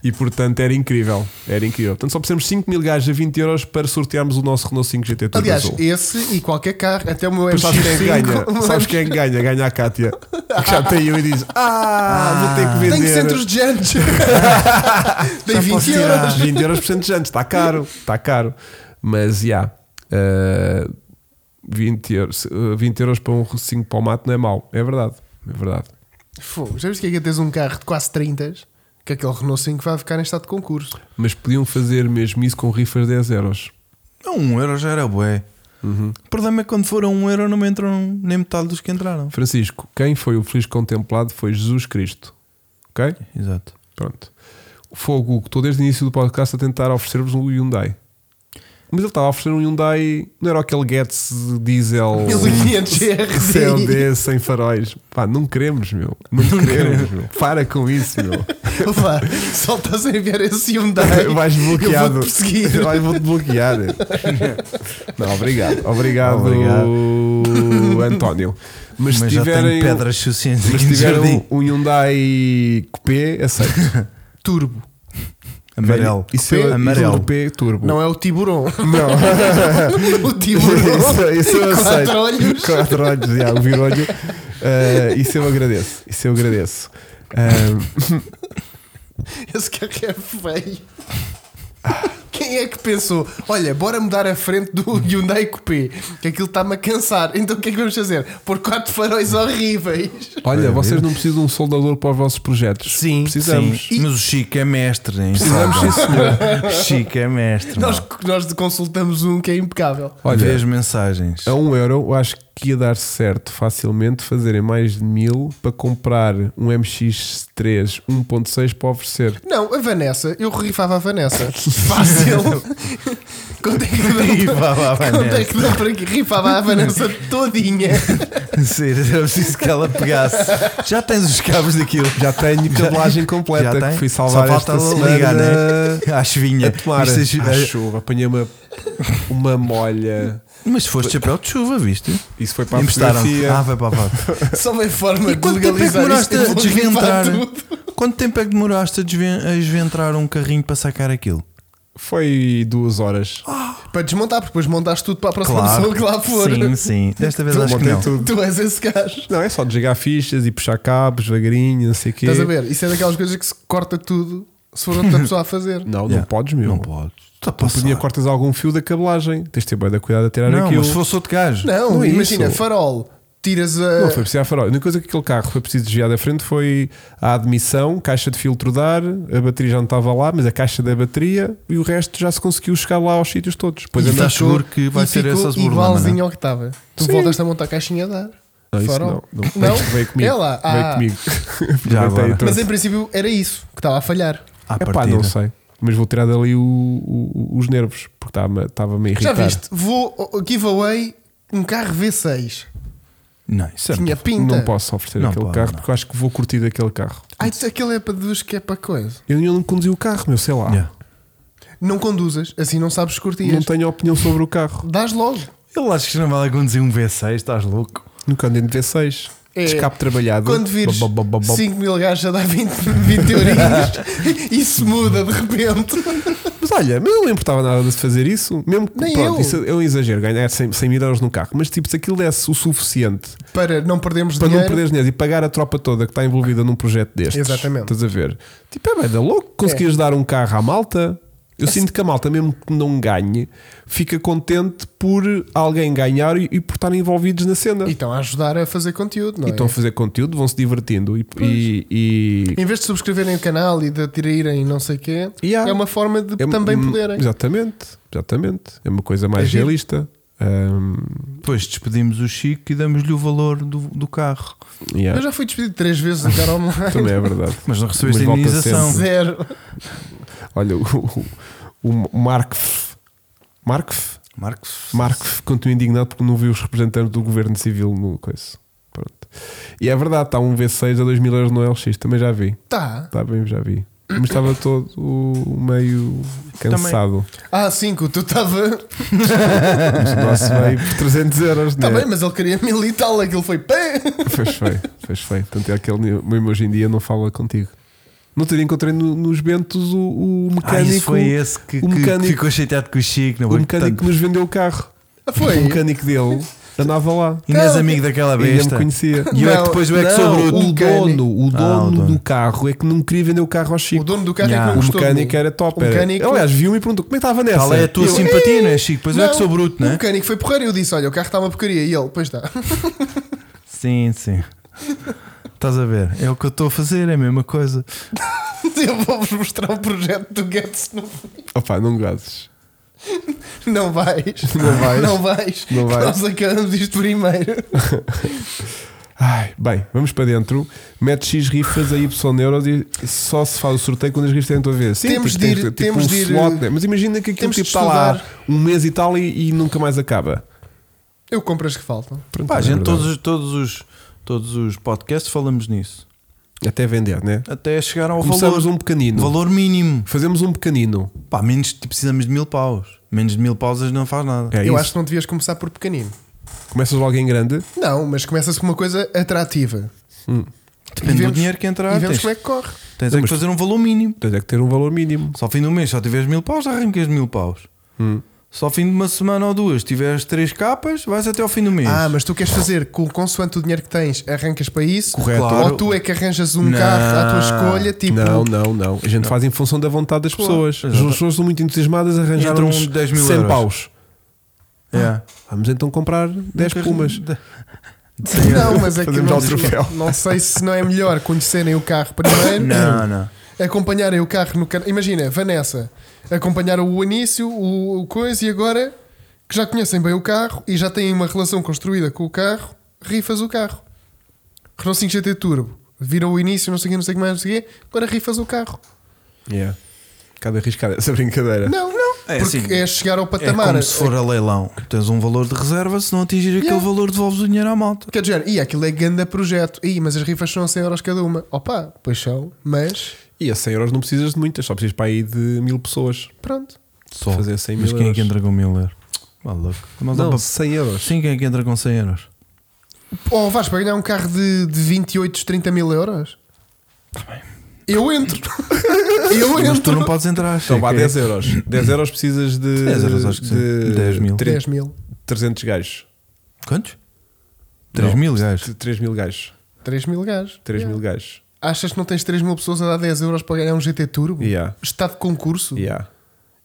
A: E portanto era incrível. Era incrível. Portanto, só precisamos de 5 mil gajos a 20 euros para sortearmos o nosso Renault 5 GT Turbo
B: Aliás,
A: Azul.
B: esse e qualquer carro, até o meu
A: Mas sabes quem é ganha?
B: MX5.
A: Sabes quem é ganha? Ganha a Cátia. Que já tem um e diz: Ah, vou ter que vender.
B: Tem centros de jantes. Tem 20
A: 20 euros.
B: euros.
A: 20 euros por cento de jantes, está caro, está caro. Mas já, eh, 20, euros, eh, 20 euros para um rocinho para o mato não é mau, é verdade, é verdade.
B: Fogo, já viste que é que é teres um carro de quase 30 que aquele Renault 5 vai ficar em estado de concurso.
A: Mas podiam fazer mesmo isso com rifas de 10 euros.
C: Não, um euro já era bué. O problema é que quando for a um euro não me entram nem metade dos que entraram.
A: Francisco, quem foi o feliz contemplado foi Jesus Cristo. Ok?
C: Exato.
A: Pronto. Fogo, que estou desde o início do podcast a tentar oferecer-vos um Hyundai. Mas ele estava a oferecer um Hyundai, não era aquele Getz diesel.
B: 1500
A: CLD
B: GRD.
A: um sem faróis. Pá, não queremos, meu. Não queremos, meu. Para com isso, meu.
B: Opa, só estás a enviar esse Hyundai.
A: Vais
B: Eu
A: bloqueado.
B: vou perseguir.
A: Vai, vou-te bloquear. Não, obrigado. Obrigado, António. Mas,
C: Mas
A: se
C: já
A: tiverem,
C: tenho pedras suficientes
A: mas
C: aqui
A: se
C: no
A: tiverem
C: jardim.
A: um, um Hyundai Coupé, aceito.
B: Turbo.
C: Amarelo.
A: Isso
B: Coupé?
A: é
C: Amarelo.
A: amarelo. Coupé Turbo.
B: Não é o Tiburon.
A: Não.
B: o Tiburon.
A: isso, é isso eu
B: Quatro
A: aceito.
B: olhos.
A: Quatro olhos, já, o virolho. Ah, isso eu agradeço. Isso eu agradeço. Ah,
B: Esse carro é feio. Quem é que pensou? Olha, bora mudar a frente do Hyundai Coupé, que aquilo está-me a cansar. Então o que é que vamos fazer? Pôr quatro faróis horríveis.
A: Olha, vocês não precisam de um soldador para os vossos projetos.
C: Sim,
A: Precisamos.
C: sim. Mas o Chico é mestre, hein?
A: Precisamos, sim, senhor.
C: O Chico é mestre.
B: Nós,
C: Nós...
B: nós consultamos um que é impecável.
A: Olha,
C: Vê as mensagens.
A: A um euro, eu acho que ia dar certo facilmente fazerem mais de mil para comprar um MX3 1.6 para oferecer.
B: Não, a Vanessa, eu rifava a Vanessa. Fácil. Quanto é que dá
C: Rifava a
B: Quanto é
C: Vanessa.
B: que dá para aqui? Rifava a Vanessa todinha.
C: Sim, era preciso que ela pegasse. Já tens os cabos daquilo.
A: Já tenho cabelagem
C: Já
A: completa que
C: tem?
A: fui salvar
C: Só
A: esta
C: falta
A: semana
C: ligar,
A: a-
C: né? À chuvinha.
A: a tomar
C: Isto é-
A: a chuva. Apanhei uma, uma molha.
C: Mas foste chapéu de chuva, viste?
A: Isso foi para a
C: Emprestaram-te.
A: fotografia.
C: Ah, vai para a foto.
B: Só uma forma
C: E
B: de
C: quanto tempo é que
B: legalizar isto.
C: demoraste
B: eu
C: a
B: vou
C: desventrar?
B: rifar tudo.
C: Quanto tempo é que demoraste a, desven- a desventrar um carrinho para sacar aquilo?
A: Foi duas horas.
B: Para desmontar, porque depois montaste tudo para a próxima
C: Claro.
B: pessoa que lá for.
C: Sim, sim. Desta vez acho que
A: Montei
C: não.
A: tudo.
B: Tu és esse gajo.
A: Não, é só desligar fichas e puxar cabos devagarinho, não sei o quê.
B: Estás a ver? Isso é daquelas coisas que se corta tudo se for outra pessoa a fazer.
A: Não, não
C: Yeah.
A: podes, meu.
C: Não podes. Então, Está a
A: Não
C: passar.
A: podia cortas algum fio da cabelagem. Tens de ter bem da cuidado a tirar
C: Não,
A: aquilo.
C: mas se fosse outro gajo.
B: Não,
A: Não é
B: imagina,
A: isso.
B: farol, tiras a.
A: Não foi preciso a farol. A única coisa que aquele carro foi preciso desviar da frente foi a admissão, caixa de filtro de ar, a bateria já não estava lá, mas a caixa da bateria e o resto já se conseguiu chegar lá aos sítios todos. Pois
C: E
A: é,
C: estás
A: não,
B: Ficou-
C: seguro que vai
B: e
C: ser
B: ficou
C: essas burlas,
B: Igualzinho
C: não
B: ao que estava. Tu
A: né? Sim.
B: voltaste a montar a caixinha a dar.
A: não, isso
B: farol.
A: não, não, Veio- veio comigo.
B: É lá.
A: Veio
B: Ah.
A: comigo.
C: Já
A: Aproveitei
C: agora.
A: e trouxe.
B: Mas em princípio era isso que estava a falhar.
C: À
A: Epá,
C: partida.
A: não sei. Mas vou tirar dali o- o- os nervos, porque estava-me estava-me a
B: Já
A: irritar.
B: viste? Vou oh, giveaway um carro V6.
C: Não, isso é
B: Tinha pinta.
A: Não posso oferecer
C: Não
A: aquele
C: pode,
A: carro,
C: não.
A: porque eu acho que vou curtir daquele carro.
B: Ai, tu- aquele é para dos que é para coisa.
A: Eu ainda não conduzi o carro, meu, sei lá.
C: Yeah.
B: Não conduzas, assim não sabes
A: Não
B: curtir.
A: tenho opinião sobre o carro.
B: Dás logo.
C: Ele acha que não vale conduzir um V6, estás louco?
A: Nunca andei de V6.
B: É,
A: Escape trabalhado.
B: Quando vires
A: Bob, bob, bob, bob.
B: 5 mil gajos a dar 20, 20 euros, isso muda de repente.
A: Mas olha, mas eu não importava nada de se fazer isso. Mesmo que,
B: Nem
A: pronto,
B: eu.
A: isso é um exagero, ganhar 100, 100 mil euros num carro. Mas tipo, se aquilo desse o suficiente
B: Para não perdermos
A: para não
B: dinheiro.
A: perderes dinheiro e pagar a tropa toda que está envolvida num projeto destes,
B: Exatamente.
A: estás a ver? Tipo, é bem da louco. Conseguias dar um carro à malta.
B: É
A: Eu sinto que a malta, mesmo que não ganhe, fica contente por alguém ganhar e, e por estarem envolvidos na cena.
B: E estão a ajudar a fazer conteúdo, não
A: E
B: é?
A: estão a fazer conteúdo, vão se divertindo e, e, e-
B: Em vez de subscreverem o canal e de atraírem não sei o quê,
A: Yeah.
B: é uma forma de
A: é-
B: também
A: hum,
B: poderem.
A: Exatamente, exatamente. É uma coisa mais
B: É giro.
A: realista. Hum,
C: Depois despedimos o Chico e damos-lhe o valor do, do carro.
A: yeah.
B: Eu já fui despedido três vezes do cara online.
A: Também é verdade.
C: Mas não recebeste
A: Mas volta
C: indenização.
A: sempre.
B: Zero.
A: Olha, o, o, o Markf, Markf,
C: Marcos.
A: Markf continua indignado porque não viu os representantes do governo civil no coisa. Pronto. E é verdade, está um V6 a 2 mil euros no LX, também já vi.
B: Tá.
A: Está bem, já vi. mas estava todo o meio cansado.
B: Ah, 5, tu estava.
A: Mas o nosso veio por 300 euros,
B: Está
A: né?
B: tá bem, mas ele queria mil e tal, aquilo foi pé.
A: Fez feio, fez feio. Tanto é que ele mesmo hoje em dia não fala contigo. No outro dia encontrei no- nos Bentos o, o
C: Ah,
A: mecânico.
C: isso foi esse que,
A: o
C: que- que
A: mecânico-
C: ficou chateado com o Chico. Não
A: O
C: foi?
A: mecânico que
C: Portanto,
A: nos vendeu o carro.
B: Foi.
A: O mecânico dele andava lá.
C: Inês, amigo daquela
A: E não me
C: besta.
A: conhecia.
C: E eu é que
B: Não,
C: depois eu é que sou
A: Não,
C: bruto.
A: o dono, o dono
C: Ah, o dono.
A: do carro é que não queria vender o carro ao Chico.
B: O dono do carro
C: Yeah.
B: é que
A: O
B: não gostou de
A: mecânico
B: mim.
A: era top.
B: O
A: era.
B: mecânico-
A: Aliás, viu-me e perguntou como é que estava nessa.
C: Tal é a tua
A: Eu-
C: simpatia, não é, Chico? Pois eu é que sou bruto, não
B: O
C: é?
B: mecânico foi porreiro e eu disse: Olha, o carro está uma porcaria. E ele, pois está.
C: Sim, sim. Estás a ver? É o que eu estou a fazer, é a mesma coisa.
B: Eu vou-vos mostrar o projeto do Guedes. Não,
A: Opa, não gozes.
B: não vais.
A: Não vais.
B: Não vais.
A: Não vais.
B: Nós acabamos isto primeiro.
A: Ai, bem, vamos para dentro. Mete X rifas a Y euros e só se faz o sorteio quando as rifas têm a tua vez. Sim,
B: Temos
A: porque
B: de ir-
A: tem- tipo
B: temos
A: um
B: de ir- eh,
A: slot, né? Mas imagina que aquilo
B: temos de
A: tipo, está lá
B: estudar.
A: um mês e tal e, e nunca mais acaba.
B: Eu compro as que faltam.
A: Pronto,
C: Pá,
A: é
C: gente,
A: verdade.
C: todos, os- todos, os, todos os podcasts falamos nisso.
A: Até vender, né?
C: Até chegar ao
A: Começamos
C: valor,
A: um pequenino.
C: valor mínimo.
A: Fazemos um pequenino.
C: Pá, menos tipo, precisamos de mil paus. Menos de mil paus não faz nada.
A: É
B: eu
A: isso.
B: acho que não devias começar por pequenino.
A: Começas logo em grande.
B: Não, mas começa-se com uma coisa atrativa.
C: Depende
B: E vemos-
C: do dinheiro que entrar.
B: e vemos
C: Tens,
B: como é que corre.
C: tens é que fazer um valor mínimo.
A: Tens é que ter um valor mínimo.
C: Se ao fim do mês só tiveres mil paus, arrancas mil paus. Se ao fim de uma semana ou duas tiveres três capas, vais até ao fim do mês.
B: Ah, mas tu queres fazer com consoante o dinheiro que tens, arrancas para isso?
A: Correto.
B: Ou tu é que arranjas um
C: Não.
B: carro à tua escolha, tipo.
A: não, não, não. A gente faz em função da vontade das pessoas. As
C: exato.
A: pessoas são muito entusiasmadas, arranjaram
C: Entram 10 mil
A: 100
C: euros.
A: paus.
C: É.
A: Vamos então comprar 10 pumas.
B: Não, mas é que
A: Fazemos
B: não,
A: ao troféu.
B: não sei se não é melhor conhecerem o carro primeiro,
C: Não, não.
B: acompanharem o carro no canal. Imagina, Vanessa, acompanharam o início, o, o coisa e agora que já conhecem bem o carro e já têm uma relação construída com o carro, rifas o carro. Renault 5 GT Turbo, viram o início, não sei o que, não sei o que mais, não sei o quê, agora rifas o carro.
A: Yeah. Cada arriscada essa brincadeira.
B: Não, não,
C: É
B: porque
C: assim,
B: é chegar ao
C: É
B: patamar.
C: como se for a leilão. Tens um valor de reserva, se não atingir aquele
B: Yeah.
C: valor, devolves o dinheiro à malta.
B: Quer dizer, e aquilo é grande projeto. Ih, mas as rifas são 100 euros cada uma. Opa, pois são, mas
A: E a 100 euros não precisas de muitas, só precisas para aí de mil pessoas.
B: pronto.
C: Só.
A: Fazer 100
C: Mas
A: mil
C: quem é
A: euros.
C: que entra com mil euros? Maluco. Mas
A: Não,
C: opa,
A: 100 euros.
C: Sim, quem é que entra com 100 euros?
B: Ou vais para ganhar um carro de, de 28, 30 mil euros? Eu entro. Eu
C: Mas tu
B: entro.
C: não podes entrar.
A: Então vá
C: Chico, é-
A: 10 euros. 10 euros precisas de.
C: 10 euros, acho que sim.
A: de
C: 10 mil.
A: 30
B: 10 mil.
A: 300 gajos.
C: Quantos? 3 mil gajos.
A: 3 mil gajos.
B: 3 mil gajos.
A: 3
B: Yeah.
A: mil gajos.
B: Achas que não tens 3 mil pessoas a dar 10 euros para ganhar um GT Turbo?
A: Yeah.
B: Está de concurso?
A: Yeah.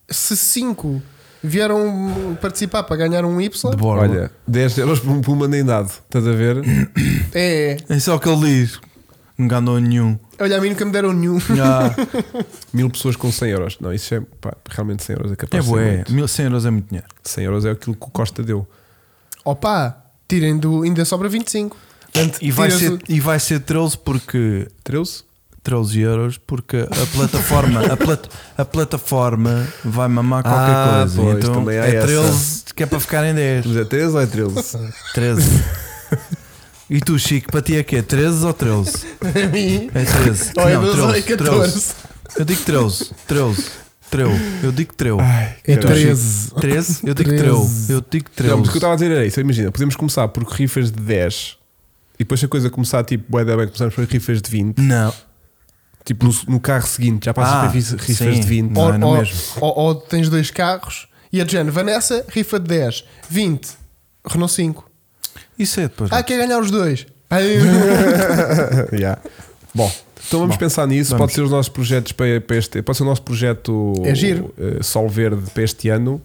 B: Se 5 vieram participar para ganhar um Y,
C: De borla.
A: Olha, 10 euros por um puma nem dado. Estás a ver?
B: é.
C: É só o que ele diz. Não ganhou nenhum. É
B: Olha, a mim nunca me deram nenhum.
A: Ah, Mil pessoas com 100 euros. Não, isso é. Pá, realmente 100 euros é
C: É
A: capaz de ser.
C: bué.
A: muito.
C: 1.100 euros é muito dinheiro.
A: 100 euros é aquilo que o Costa deu.
B: Opa, tirem do. Ainda sobra 25. Portanto,
C: E vai,
B: tiras
C: ser,
B: o-
C: e vai ser 13 porque
A: 13?
C: 13 euros porque a plataforma a, plat, a plataforma vai mamar qualquer
A: Ah,
C: coisa.
A: pois,
C: então
A: também há
C: é
A: essa.
C: 13 que é para ficar em 10.
A: Mas é 13 ou é 13?
C: 13. E tu, Chico, para ti é que é 13 ou 13?
B: Para mim.
C: É 13.
B: Ou é
C: Não,
B: 12 ou é 14.
C: Eu digo 13. 13. Treu. Eu digo treu.
B: É
C: Então,
A: Caralho.
B: 13.
C: 13? Eu digo
B: 13.
C: treu. Eu digo
A: Não, mas o que eu
C: 13.
A: estava a dizer era isso. Imagina, podemos começar por rifas de 10 e depois se a coisa começar tipo, bué da bem, começamos por rifas de 20.
C: Não.
A: Tipo, no, no carro seguinte já passas
C: Ah,
A: para rifas rifas
C: sim.
A: de 20.
C: Não,
B: ou,
C: é no
B: ou-
C: mesmo.
B: ou- ou tens dois carros e a Jen, Vanessa, rifa de 10, 20, Renault 5.
C: Isso é depois.
B: Ah, quer ganhar os dois? Ah,
A: Yeah. Bom, então vamos pensar nisso.
C: vamos.
A: Pode ser os nossos projetos para, para este. Pode ser o nosso projeto
B: É giro.
A: eh, Sol Verde para este ano.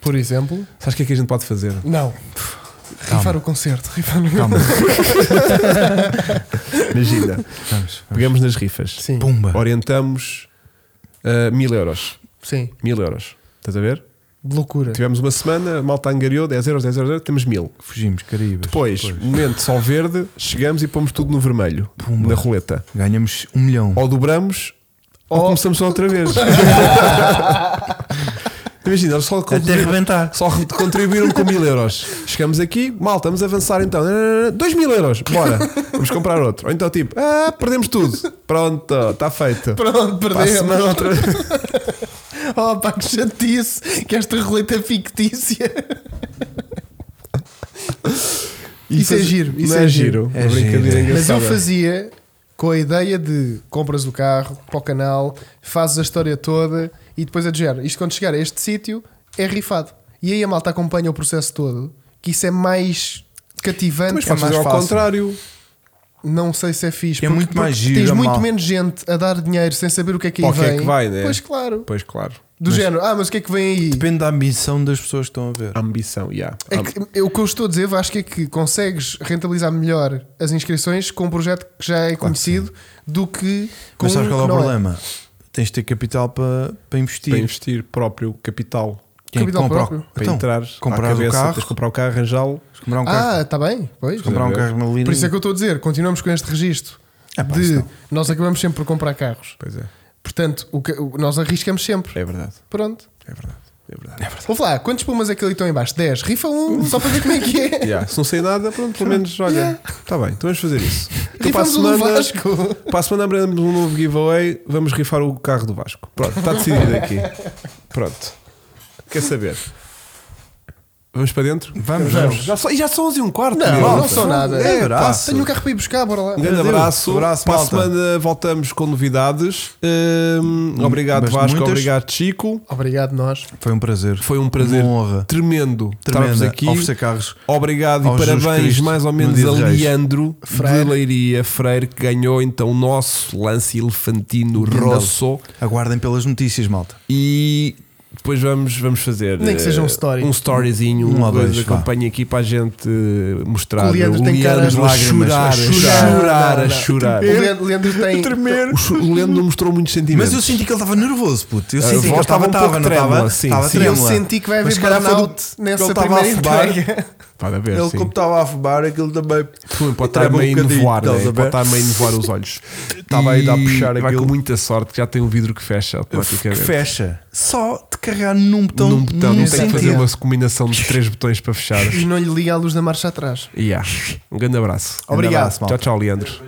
B: Por exemplo,
A: Sabes o que é que a gente pode fazer?
B: não. Rifar o concerto, rifar no
C: Calma.
A: Imagina,
C: Vamos.
A: pegamos nas rifas,
B: Sim,
C: Pumba.
A: orientamos eh, mil euros.
B: sim,
A: Mil euros. Estás a ver?
B: de loucura.
A: Tivemos uma semana, a malta angariou 10 euros, 10 euros, 10 euros, temos mil.
C: Fugimos, Caribas.
A: Depois, um momento sol verde, chegamos e pomos tudo no vermelho, na roleta.
C: Ganhamos um milhão.
B: Oh.
A: Ou dobramos, ou começamos só outra vez. Imagina, eles só contribuíram,
D: arrebentar.
A: só contribuíram com mil euros. Chegamos aqui, malta, vamos avançar então. 2 mil euros, bora, vamos comprar outro. Ou então, tipo, ah, perdemos tudo. Pronto, está feito.
B: Pronto,
A: Para a
B: perdemos.
A: semana outra vez.
B: Oh pá, que chatice, que esta roleta é fictícia. Isso é giro, isso
A: Não
B: é
A: giro.
B: giro.
A: uma brincadeira
B: Mas eu
A: engraçada.
B: fazia com a ideia de compras o carro para o canal, fazes a história toda e depois é de género. Isto quando chegar a este sítio é rifado. E aí a malta acompanha o processo todo, que isso é mais cativante.
A: Mas
B: é
A: podes
B: mais
A: fazer ao
B: fácil.
A: contrário.
B: Não sei se é fixe.
C: É
B: porque-
C: muito mais
B: porque
C: giro,
B: Tens
C: a
B: muito
C: mal-
B: menos gente a dar dinheiro sem saber o que é que aí
A: Para o que é
B: vem.
A: que vai, né?
B: Pois claro.
A: Pois claro.
B: Do género, ah, mas o que é que vem aí?
C: Depende da ambição das pessoas que estão a
A: Ah,
C: ver.
A: Ambição, yeah.
B: É que, é o que eu estou a dizer, Vasco, é que consegues rentabilizar melhor as inscrições com um projeto que já é conhecido do que com
C: Mas sabes
B: um
C: qual é o
B: que não
C: problema? Tens de ter capital para, para investir.
A: Para investir próprio capital.
C: Quem
B: Capital
C: compra o-
B: próprio.
A: Para
C: Então,
A: entrar,
C: comprar
A: à
C: o
A: cabeça,
C: carro.
A: tens de comprar o carro, arranjá-lo.
C: comprar um
B: Ah,
C: carro.
B: está bem, pois.
C: comprar um carro na linha.
B: Por isso é que eu estou a dizer, continuamos com este registro
C: Ah, pá,
B: de
C: então.
B: nós acabamos sempre por comprar carros.
A: Pois é,
B: Portanto, o que- o- nós arriscamos sempre.
A: é verdade,
B: Pronto.
A: é verdade, é verdade.
B: Vamos lá, quantos pumas é que ali estão em baixo? 10. Rifa um, só para ver como é que é.
A: Yeah, se não sei nada, pronto, pelo menos, olha, está bem, então vamos fazer isso. Então, para a
B: Rifamos um
A: semana,
B: do Vasco.
A: para a semana abrimos um novo giveaway, vamos rifar o carro do Vasco. Pronto, está decidido aqui. Pronto, quer saber? Vamos para dentro?
C: Vamos,
A: vamos. Já, só, e já são 11 e um quarto.
B: Não,
A: malta.
B: não são nada.
A: É,
B: É, pá,
A: abraço.
B: Tenho um carro para ir buscar, bora lá.
A: Um grande
C: Adeus.
A: abraço.
C: Abraço,
A: Para a
C: malta.
A: semana voltamos com novidades. Hum, obrigado,
C: mas
A: Vasco.
C: muitas.
A: Obrigado, Chico.
B: Obrigado, nós.
C: Foi um prazer.
A: Foi um prazer
C: Uma honra.
A: tremendo estarmos
C: Tremenda.
A: aqui.
C: Oferecer carros.
A: Obrigado
C: ao
A: e
C: Jesus
A: parabéns
C: Cristo,
A: mais ou
C: no
A: menos
C: dia
A: a
C: de Reis.
A: Leandro
B: Freire.
A: de Leiria Freire que ganhou então o nosso lance elefantino
C: Grande
A: rosso
C: Aguardem pelas notícias, malta.
A: e depois vamos, vamos fazer
B: Nem que seja um story.
A: um storyzinho,
C: Um
A: uma
C: ou
A: coisa
C: dois,
A: que
C: vá.
A: acompanhe aqui para a gente eh, mostrar
B: O Leandro tem cara de
A: a
C: lágrimas,
A: chorar,
C: a
A: a
C: chorar.
A: chorar,
B: Não,
A: a
B: não.
A: chorar.
B: O Leandro, Leandro tem.
A: O ch- O Leandro não mostrou muitos sentimentos.
C: Mas eu senti que ele estava nervoso, puto. Eu
A: A
C: senti que ele
A: voz estava um
C: estava, estava,
A: pouco
C: não estava?
A: trêmula, sim,
C: Estava
A: sim.
B: E eu
C: trêmula.
B: senti que vai
C: Mas
B: haver
C: se calhar foi do-
B: burnout
C: ele
B: nessa
C: estava
B: primeira
C: a fumar.
B: entrega.
A: Pode haver,
C: Ele,
A: sim.
C: como estava a afobar, aquilo também.
A: Sim, assim. Pode estar
C: Trema um
A: meio a
C: bocadinho,
A: nevoar, né?
C: estás a ver?
A: pode estar meio a nevoar os olhos.
C: Estava aí a dar a puxar
A: vai
C: aquilo.
A: com muita sorte que já tem um vidro que fecha
C: Que
A: automaticamente.
C: fecha. um Só de carregar num botão.
A: Num botão, não tem que
C: sentido.
A: fazer uma combinação de três botões para fechar.
B: E não lhe liga a luz da marcha atrás.
A: Yeah. Um grande abraço.
C: Obrigado,
A: Tchau,
C: malta.
A: tchau, Leandro.